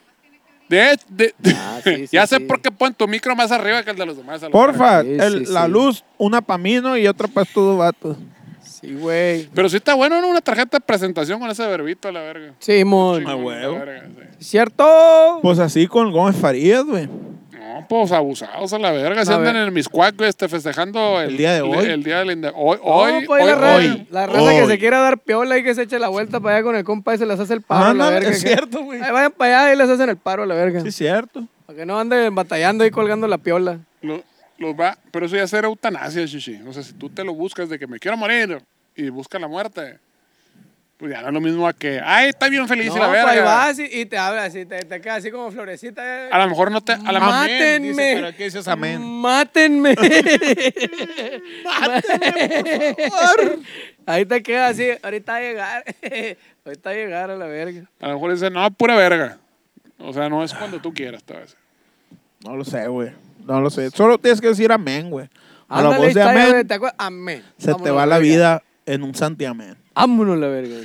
Speaker 1: De, de-
Speaker 3: Ah, sí, sí,
Speaker 1: [laughs] ya sé
Speaker 3: sí.
Speaker 1: por qué ponen tu micro más arriba que el de los demás. a la verga.
Speaker 2: Porfa,
Speaker 3: Sí,
Speaker 2: el-
Speaker 3: sí,
Speaker 2: la
Speaker 3: sí.
Speaker 2: luz, una para mí ¿no? y otra para estos vatos.
Speaker 3: Sí, güey.
Speaker 1: Pero sí está bueno, ¿no? Una tarjeta de presentación con ese verbito a la verga.
Speaker 3: Sí, mon.
Speaker 1: Chingón,
Speaker 2: huevo.
Speaker 1: la verga, sí.
Speaker 3: ¿Cierto?
Speaker 2: Pues así con Gómez Farías, güey.
Speaker 1: No, pues abusados a la verga. Se
Speaker 3: A
Speaker 1: andan
Speaker 3: ver.
Speaker 1: en mis cuacos este, festejando el,
Speaker 2: El día de hoy.
Speaker 1: El, día de la inde- Hoy, hoy,
Speaker 3: No, pues, ahí la,
Speaker 1: hoy,
Speaker 3: raza,
Speaker 1: hoy.
Speaker 3: la raza que
Speaker 2: hoy.
Speaker 3: se quiera dar piola y que se eche la vuelta para allá con el compa y se las hace el paro. a la
Speaker 2: Ándale,
Speaker 3: verga,
Speaker 2: es
Speaker 3: que-
Speaker 2: cierto, güey.
Speaker 3: Ahí vayan para allá y les hacen el paro a la verga.
Speaker 2: Sí, es cierto.
Speaker 3: Para que no anden batallando y colgando la piola.
Speaker 1: Lo- los va, pero eso ya será eutanasia, chichi. O sea, si tú te lo buscas de que me quiero morir y buscas la muerte, pues ya no es lo mismo a que, ay, está bien feliz
Speaker 3: No,
Speaker 1: y la
Speaker 3: pues,
Speaker 1: verga.
Speaker 3: ahí vas y, y te hablas así, te, te quedas así como florecita. eh.
Speaker 1: A lo mejor no te. A la
Speaker 3: Mátenme.
Speaker 2: Dice, pero aquí dices amén. [laughs]
Speaker 3: Mátenme. Ahí te quedas así. Ahorita va a llegar. [laughs] Ahorita va a llegar a la verga.
Speaker 1: A lo mejor dice, no, pura verga. O sea, no es cuando tú quieras, tal vez.
Speaker 2: No lo sé, güey. No lo sé. Solo tienes que decir amén, güey. A la
Speaker 3: Ándale,
Speaker 2: voz de
Speaker 3: ahí está,
Speaker 2: amén
Speaker 3: ¿te acuerdas? Amén.
Speaker 2: se te
Speaker 3: Vámonos
Speaker 2: va la
Speaker 3: verga.
Speaker 2: vida en un santiamén.
Speaker 3: Vámonos la verga.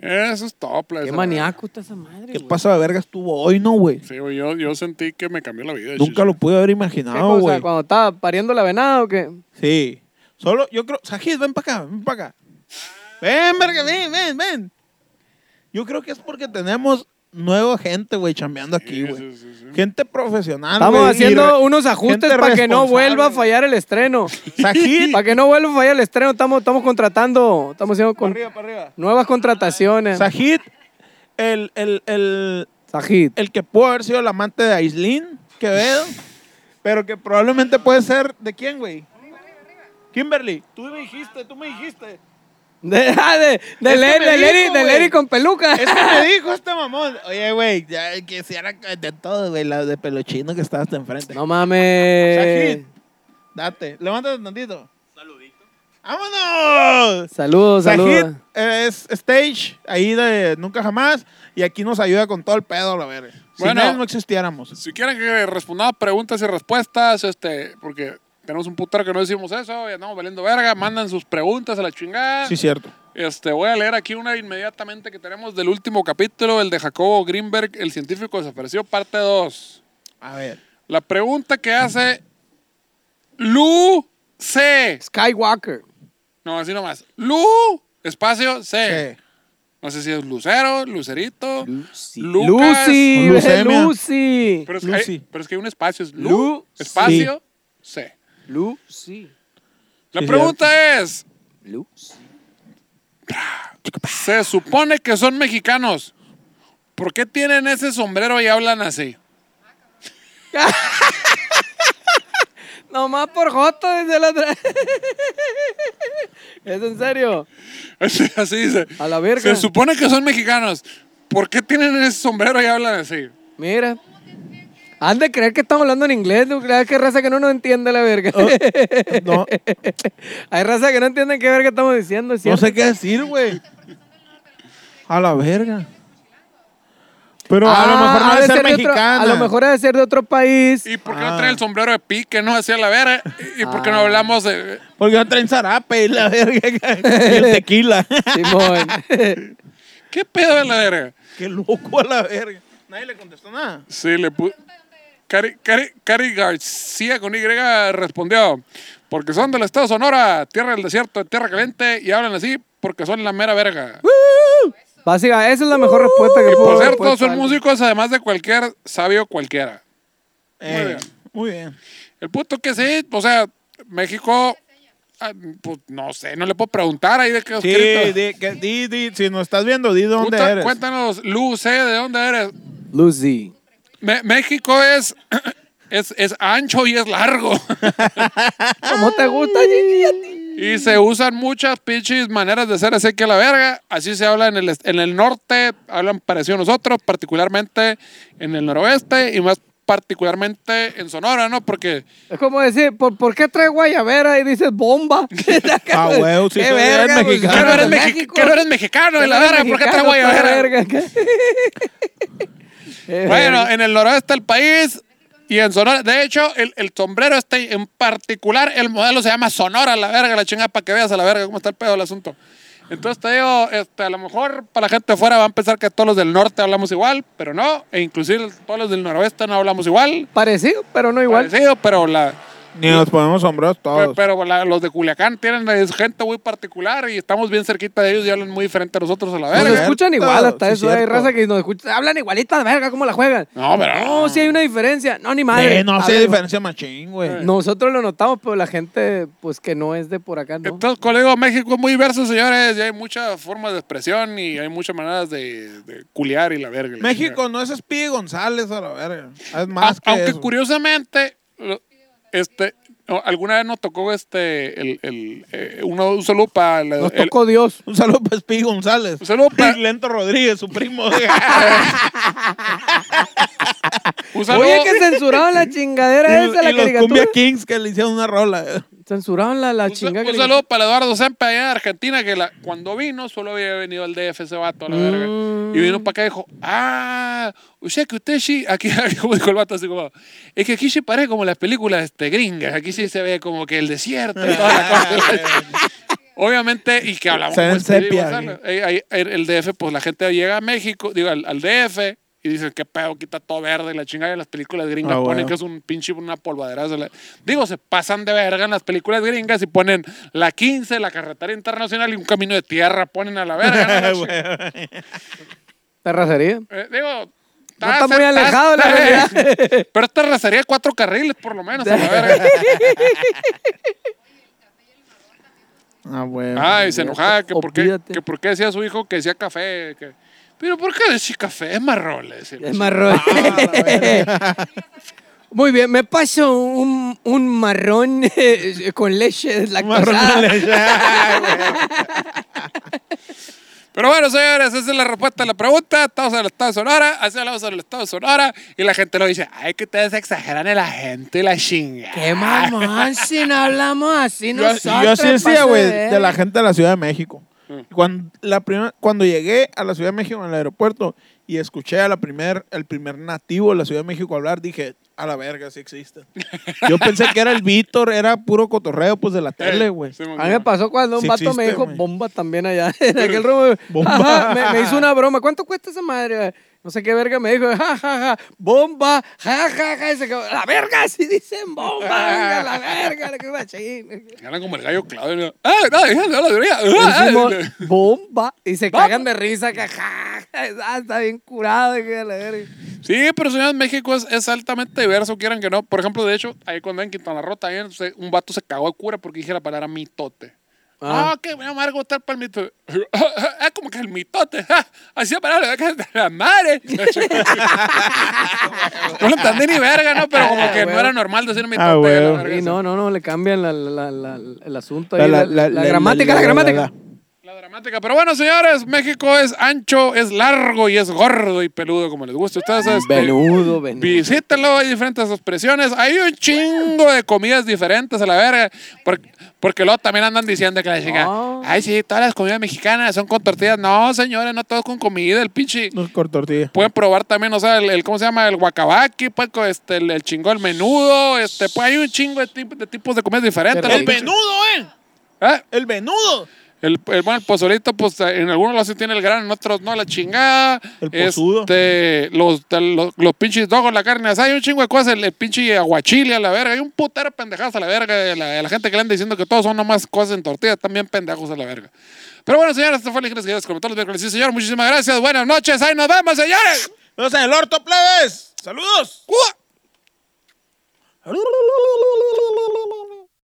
Speaker 1: Eso es top, la
Speaker 3: Qué
Speaker 1: esa
Speaker 3: maníaco está esa madre.
Speaker 2: ¿Qué
Speaker 3: güey.
Speaker 2: pasa de verga estuvo hoy, no, güey?
Speaker 1: verga. Sí, güey, yo, yo sentí que me cambió la vida.
Speaker 2: Nunca
Speaker 1: chichi.
Speaker 2: lo pude haber
Speaker 3: ¿Qué
Speaker 2: imaginado,
Speaker 3: cosa?
Speaker 2: güey.
Speaker 3: ¿Cuando estaba pariendo la venada o qué?
Speaker 2: Sí. Solo, yo creo. Sajid, ven para acá, ven para acá. Ven, verga, ven, ven, ven. Yo creo que es porque tenemos nueva gente, güey, chambeando aquí,
Speaker 1: Sí,
Speaker 2: güey.
Speaker 1: sí, sí, sí.
Speaker 2: Gente profesional,
Speaker 3: Estamos
Speaker 2: güey, y
Speaker 3: haciendo
Speaker 2: re-
Speaker 3: unos ajustes
Speaker 2: gente
Speaker 3: para que no
Speaker 2: responsable,
Speaker 3: vuelva a
Speaker 2: güey.
Speaker 3: fallar
Speaker 2: [laughs]
Speaker 3: el estreno. [laughs]
Speaker 2: Sajid.
Speaker 3: Para que no vuelva a fallar el estreno, estamos, estamos contratando, estamos haciendo con- nuevas contrataciones.
Speaker 2: Sajid, el, el, el,
Speaker 3: Sajid.
Speaker 2: el que pudo haber sido el amante de Aislin Quevedo, pero que probablemente puede ser de quién, güey. Kimberly, tú me dijiste, tú me dijiste.
Speaker 3: De, ah, de, de,
Speaker 2: que
Speaker 3: Larry-
Speaker 2: me
Speaker 3: de Larry-
Speaker 2: dijo,
Speaker 3: de
Speaker 2: güey.
Speaker 3: Larry con peluca.
Speaker 2: Es que me dijo este mamón. Oye, güey, ya que si era de todo, güey, la de pelo chino que estabas enfrente.
Speaker 3: No mames.
Speaker 2: Sajid, date, levántate tantito. Saludito. ¡Vámonos!
Speaker 3: Saludos,
Speaker 2: Sajid
Speaker 3: saludos.
Speaker 2: eh, es stage ahí de Nunca Jamás y aquí nos ayuda con todo el pedo, la verga.
Speaker 1: Bueno.
Speaker 2: si él no existiéramos.
Speaker 1: Si quieren que respondamos preguntas y respuestas, este, porque tenemos un putero que no decimos eso y andamos valiendo verga, mandan sus preguntas a la chingada.
Speaker 2: Sí, cierto.
Speaker 1: Este, voy a leer aquí una inmediatamente que tenemos del último capítulo, el de Jacobo Greenberg, el científico desapareció, parte 2.
Speaker 2: A ver.
Speaker 1: La pregunta que hace Lu C.
Speaker 3: Skywalker.
Speaker 1: No, así nomás. Lu, espacio C.
Speaker 2: Sí.
Speaker 1: No sé si es Lucero, Lucerito.
Speaker 4: Lucy.
Speaker 1: Lucas.
Speaker 3: Lucy, ve,
Speaker 2: Lucemia.
Speaker 3: Lucy.
Speaker 1: Pero es, Que
Speaker 2: Lucy.
Speaker 1: hay, pero es que hay un espacio. Es Lu,
Speaker 3: Lu-
Speaker 1: espacio C.
Speaker 3: Lucy.
Speaker 1: La
Speaker 2: Sí,
Speaker 1: pregunta es, se supone que son mexicanos. ¿Por qué tienen ese sombrero y hablan así?
Speaker 3: Nomás por Joto desde la otra. [laughs] ¿Es en serio?
Speaker 1: [laughs] así dice.
Speaker 3: A la verga.
Speaker 1: Se supone que son mexicanos. ¿Por qué tienen ese sombrero y hablan así?
Speaker 3: Mira. Han de creer que estamos hablando en inglés, ¿tú crees que hay raza que no nos entiende la verga? [laughs]
Speaker 2: No,
Speaker 3: hay raza que no entienden qué verga estamos diciendo,
Speaker 2: no
Speaker 3: ¿cierto?
Speaker 2: sé qué decir, güey. A la verga. Pero a lo
Speaker 3: Ah,
Speaker 2: mejor
Speaker 3: ha
Speaker 2: no
Speaker 3: de
Speaker 2: debe ser
Speaker 3: de otro-
Speaker 2: mexicana.
Speaker 3: a lo mejor ha de ser de otro país.
Speaker 1: ¿Y por qué
Speaker 2: Ah.
Speaker 1: no trae el sombrero de pique, no? Así a la vera. ¿Y por qué no hablamos de...?
Speaker 2: Porque no traen zarape y la verga. [laughs] y el [laughs] tequila.
Speaker 3: Simón. [laughs]
Speaker 1: ¿Qué pedo de la verga?
Speaker 2: qué loco a la verga. Nadie le contestó nada.
Speaker 1: Sí, le puse... Cari, Cari- Cari García con Y respondió, porque son del estado de Sonora, tierra del desierto, tierra caliente, y hablan así porque son la mera verga.
Speaker 3: Uh, Básica, esa es la mejor respuesta que
Speaker 1: Y
Speaker 3: puedo
Speaker 1: por
Speaker 3: haber
Speaker 1: cierto,
Speaker 3: puesto
Speaker 1: son
Speaker 3: alguien.
Speaker 1: músicos además de cualquier sabio cualquiera.
Speaker 2: Eh,
Speaker 1: bien.
Speaker 2: muy bien.
Speaker 1: El punto que sí, o sea, México, ah, pues no sé, no le puedo preguntar ahí de qué
Speaker 2: Sí,
Speaker 1: escrito.
Speaker 2: di, que- di, di, si nos estás viendo, di dónde
Speaker 1: Cuenta-
Speaker 2: eres.
Speaker 1: Cuéntanos, Luce, ¿de dónde eres?
Speaker 3: Lucy.
Speaker 1: Me- México es, [coughs] es, es ancho y es largo. [laughs]
Speaker 3: ¿Cómo te
Speaker 2: Ah.
Speaker 3: gusta, Gigi? a ti?
Speaker 1: y se usan muchas pinches maneras de ser así que la verga. Así se habla en el, est- en el norte, hablan parecido a nosotros, particularmente en el noroeste y más particularmente en Sonora, ¿no? Porque...
Speaker 3: Es como decir, ¿por, por qué traes guayabera y dices bomba?
Speaker 2: [laughs] Ah, huevo, sí,
Speaker 3: [laughs] Qué
Speaker 2: tú eres
Speaker 3: verga, pues, güey.
Speaker 2: mexicano.
Speaker 1: ¿Qué no
Speaker 2: Claro,
Speaker 1: eres,
Speaker 3: de
Speaker 1: mexi-
Speaker 3: México.
Speaker 1: que no eres mexicano? de la verga, ¿por qué traes
Speaker 3: Mexicano,
Speaker 1: guayabera?
Speaker 3: [laughs] qué verga. [laughs]
Speaker 1: Bueno, en el noroeste del país y en Sonora. De hecho, el, el sombrero este en particular, el modelo se llama Sonora, la verga, la chingada, para que veas a la verga cómo está el pedo del asunto. Entonces te digo, este, a lo mejor para la gente afuera va a pensar que todos los del norte hablamos igual, pero no, e inclusive todos los del noroeste no hablamos igual.
Speaker 3: Parecido, pero no igual.
Speaker 1: Parecido, pero la,
Speaker 2: Ni nos ponemos sombreros
Speaker 1: pero,
Speaker 2: todos.
Speaker 1: pero la- los de Culiacán tienen es gente muy particular y estamos bien cerquita de ellos y hablan muy diferente a nosotros a la
Speaker 3: Nos
Speaker 1: verga.
Speaker 2: Cierto,
Speaker 3: escuchan igual hasta
Speaker 2: sí,
Speaker 3: eso. Hay
Speaker 2: cierto.
Speaker 3: raza que nos escucha. Hablan igualita, verga, ¿cómo la juegan?
Speaker 1: No, pero-
Speaker 3: No, sí hay una diferencia. No, ni madre.
Speaker 2: Sí, no
Speaker 3: A
Speaker 2: hace
Speaker 3: ver,
Speaker 2: diferencia machín, güey.
Speaker 3: Nosotros lo notamos, pero la gente, pues que no es de por acá, ¿no?
Speaker 1: Entonces, como le digo, México es muy diverso, señores, y hay muchas formas de expresión y hay muchas maneras de, de culiar y la verga. y la
Speaker 2: México no es Speedy González a la verga. Es
Speaker 1: chingada.
Speaker 2: más
Speaker 1: A-
Speaker 2: que
Speaker 1: aunque
Speaker 2: eso.
Speaker 1: curiosamente, lo- este, no, alguna vez nos tocó este, el, el, eh, uno, un saludo para... la-
Speaker 3: Nos
Speaker 1: el-
Speaker 3: tocó Dios.
Speaker 2: Un saludo para Speedy González.
Speaker 1: Un
Speaker 2: [laughs]
Speaker 1: saludo pa-
Speaker 2: Y Lento Rodríguez, su
Speaker 3: [laughs]
Speaker 2: primo.
Speaker 1: un saludo-
Speaker 3: Oye, que censuraron la chingadera
Speaker 2: y
Speaker 3: esa, la
Speaker 2: y los Cumbia
Speaker 3: caricatura.
Speaker 2: Kings que le hicieron una rola.
Speaker 3: Censuraron la, la
Speaker 1: un sa-
Speaker 3: chingada
Speaker 1: un saludo para Eduardo Sempe allá de Argentina, que la- cuando vino solo había venido al DF ese vato, a la verga.
Speaker 3: Mm.
Speaker 1: Y vino para acá y dijo, ah, o sea que usted sí, [laughs] aquí, como dijo el vato así como, es que aquí sí parece como las películas este, gringas, aquí sí se ve como que el desierto y toda la cosa. Obviamente, y que hablamos pues,
Speaker 2: Se
Speaker 1: como
Speaker 2: ven
Speaker 1: Speedy
Speaker 2: sepia,
Speaker 1: González. Ahí- ahí- El, el DF, pues la gente llega a México, digo, al, al DF, y dicen, qué pedo, quita todo verde, y la chingada de las películas gringas
Speaker 2: Ah,
Speaker 1: ponen
Speaker 2: bueno.
Speaker 1: que es un pinche, una polvadera. se la- Digo, se pasan de verga en las películas gringas y ponen la 15, la carretera internacional y un camino de tierra, ponen a la verga. ¿no? La chingada.
Speaker 2: güey.
Speaker 3: Terracería.
Speaker 1: Eh, digo.
Speaker 3: No está muy alejado de la
Speaker 1: está-
Speaker 3: realidad.
Speaker 1: Pero esta terracería de cuatro carriles, por lo menos, a la verga.
Speaker 3: [laughs]
Speaker 2: Ah, bueno.
Speaker 1: Ay, se enojaba que por, qué,
Speaker 3: Olvídate.
Speaker 1: que por qué decía su hijo que decía café. que- Pero ¿por qué decir café? Es marrón, le decía.
Speaker 3: Es
Speaker 1: Ah,
Speaker 3: marrón. [laughs] Muy bien, me paso un, un marrón [laughs] eh, con leche deslactosada.
Speaker 1: Pero bueno, señores, esa es la respuesta a la pregunta. Estamos en el estado de Sonora, así hablamos en el estado de Sonora. Y la gente lo dice, ay, que ustedes exageran en la gente y la chinga.
Speaker 3: Qué mamón, si no hablamos así
Speaker 2: Yo,
Speaker 3: nosotros.
Speaker 2: yo sí decía,
Speaker 3: pasa
Speaker 2: güey,
Speaker 3: de
Speaker 2: de la
Speaker 3: verga.
Speaker 2: gente de la Ciudad de México.
Speaker 1: Mm.
Speaker 2: Cuando, la primera, cuando llegué a la Ciudad de México en el aeropuerto y escuché a la primer, el primer nativo de la Ciudad de México hablar, dije, a la verga,
Speaker 1: [laughs]
Speaker 2: sí existe. Yo pensé que era el Víctor, era puro cotorreo, pues, de la tele, güey.
Speaker 1: Sí, mon-
Speaker 3: A mí me pasó cuando un
Speaker 2: Sí
Speaker 3: vato me
Speaker 2: existe,
Speaker 3: dijo
Speaker 2: güey.
Speaker 3: bomba también allá [laughs] en aquel rumbo.
Speaker 2: Bomba.
Speaker 3: Ajá, me, me hizo una broma. ¿Cuánto cuesta esa madre? No sé qué verga me dijo. Ja, ja, ja. Bomba. Ja, ja, ja. Y se quedó. La verga, si dicen bomba.
Speaker 2: [laughs]
Speaker 3: venga, la verga. La que machín.
Speaker 1: Hablan como el gallo Claudio. ¡Ah, no, no, no, la teoría!
Speaker 3: Y
Speaker 1: ¡Ah,
Speaker 3: decimos,
Speaker 1: ah!
Speaker 3: bomba. Y se cagan de risa. Que, ja, ja, ah, está bien curado. Que, la verga.
Speaker 1: Sí, pero señores, México es, es altamente diverso, quieran que no. Por ejemplo, de hecho, ahí cuando en Quintana Roo también se- un vato se cagó de cura porque dije la palabra mitote. Ah,
Speaker 3: Ah.
Speaker 1: qué bien amargo está el palmito. [laughs] Es como que el mitote. ja, Así la palabra, que es de la madre. [laughs] no lo entendí ni verga, ¿no? Pero como que no
Speaker 3: bueno.
Speaker 1: era normal decir mitote.
Speaker 2: Ah,
Speaker 1: que
Speaker 2: bueno.
Speaker 1: la verga
Speaker 3: Sí,
Speaker 1: sí.
Speaker 3: no, no, no. Le cambian la- la- la- la- el asunto.
Speaker 2: La-
Speaker 3: ahí,
Speaker 2: la- la-
Speaker 3: La, la
Speaker 2: la-
Speaker 3: gramática,
Speaker 2: la-
Speaker 3: la
Speaker 2: la- la-
Speaker 3: gramática.
Speaker 1: La dramática. Pero bueno, señores, México es ancho, es largo y es gordo y peludo, como les gusta a ustedes. este,
Speaker 3: Venudo, venudo.
Speaker 1: Visítalo, hay diferentes expresiones. Hay un chingo de comidas diferentes a la verga. Porque, porque luego también andan diciendo que la chica,
Speaker 3: No.
Speaker 1: ay, sí, todas las comidas mexicanas son con tortillas. No, señores, no todos con comida, el pinche.
Speaker 2: Nos cortó tortilla.
Speaker 1: Pueden probar también, o sea, el, el- ¿cómo se llama? El guacabaqui, pues, co- este, el, el chingo del menudo, este, pues hay un chingo de, tip- de tipos de comidas diferentes.
Speaker 3: Qué
Speaker 1: ¿no?
Speaker 2: ¡El
Speaker 3: rico.
Speaker 2: venudo, eh!
Speaker 1: ¿Eh?
Speaker 2: ¡El venudo!
Speaker 1: El, el- bueno, el pozolito, pues en algunos lados sí tiene el grano, en otros no, la chingada.
Speaker 2: El pozudo.
Speaker 1: Este, los, los, los pinches dogos, la carne asada, hay un chingo de cosas, el, el pinche aguachile a la verga, hay un putero de pendejadas a la verga, de la, de la gente que le anda diciendo que todos son nomás cosas en tortilla, también pendejos a la verga. Pero bueno, señores, esto fue el Ingres que como todos los miércoles. Sí, señor, muchísimas gracias, buenas noches, ahí nos vemos, señores.
Speaker 2: ¡Nos en el orto, plebes! ¡Saludos!
Speaker 1: ¡Cuá!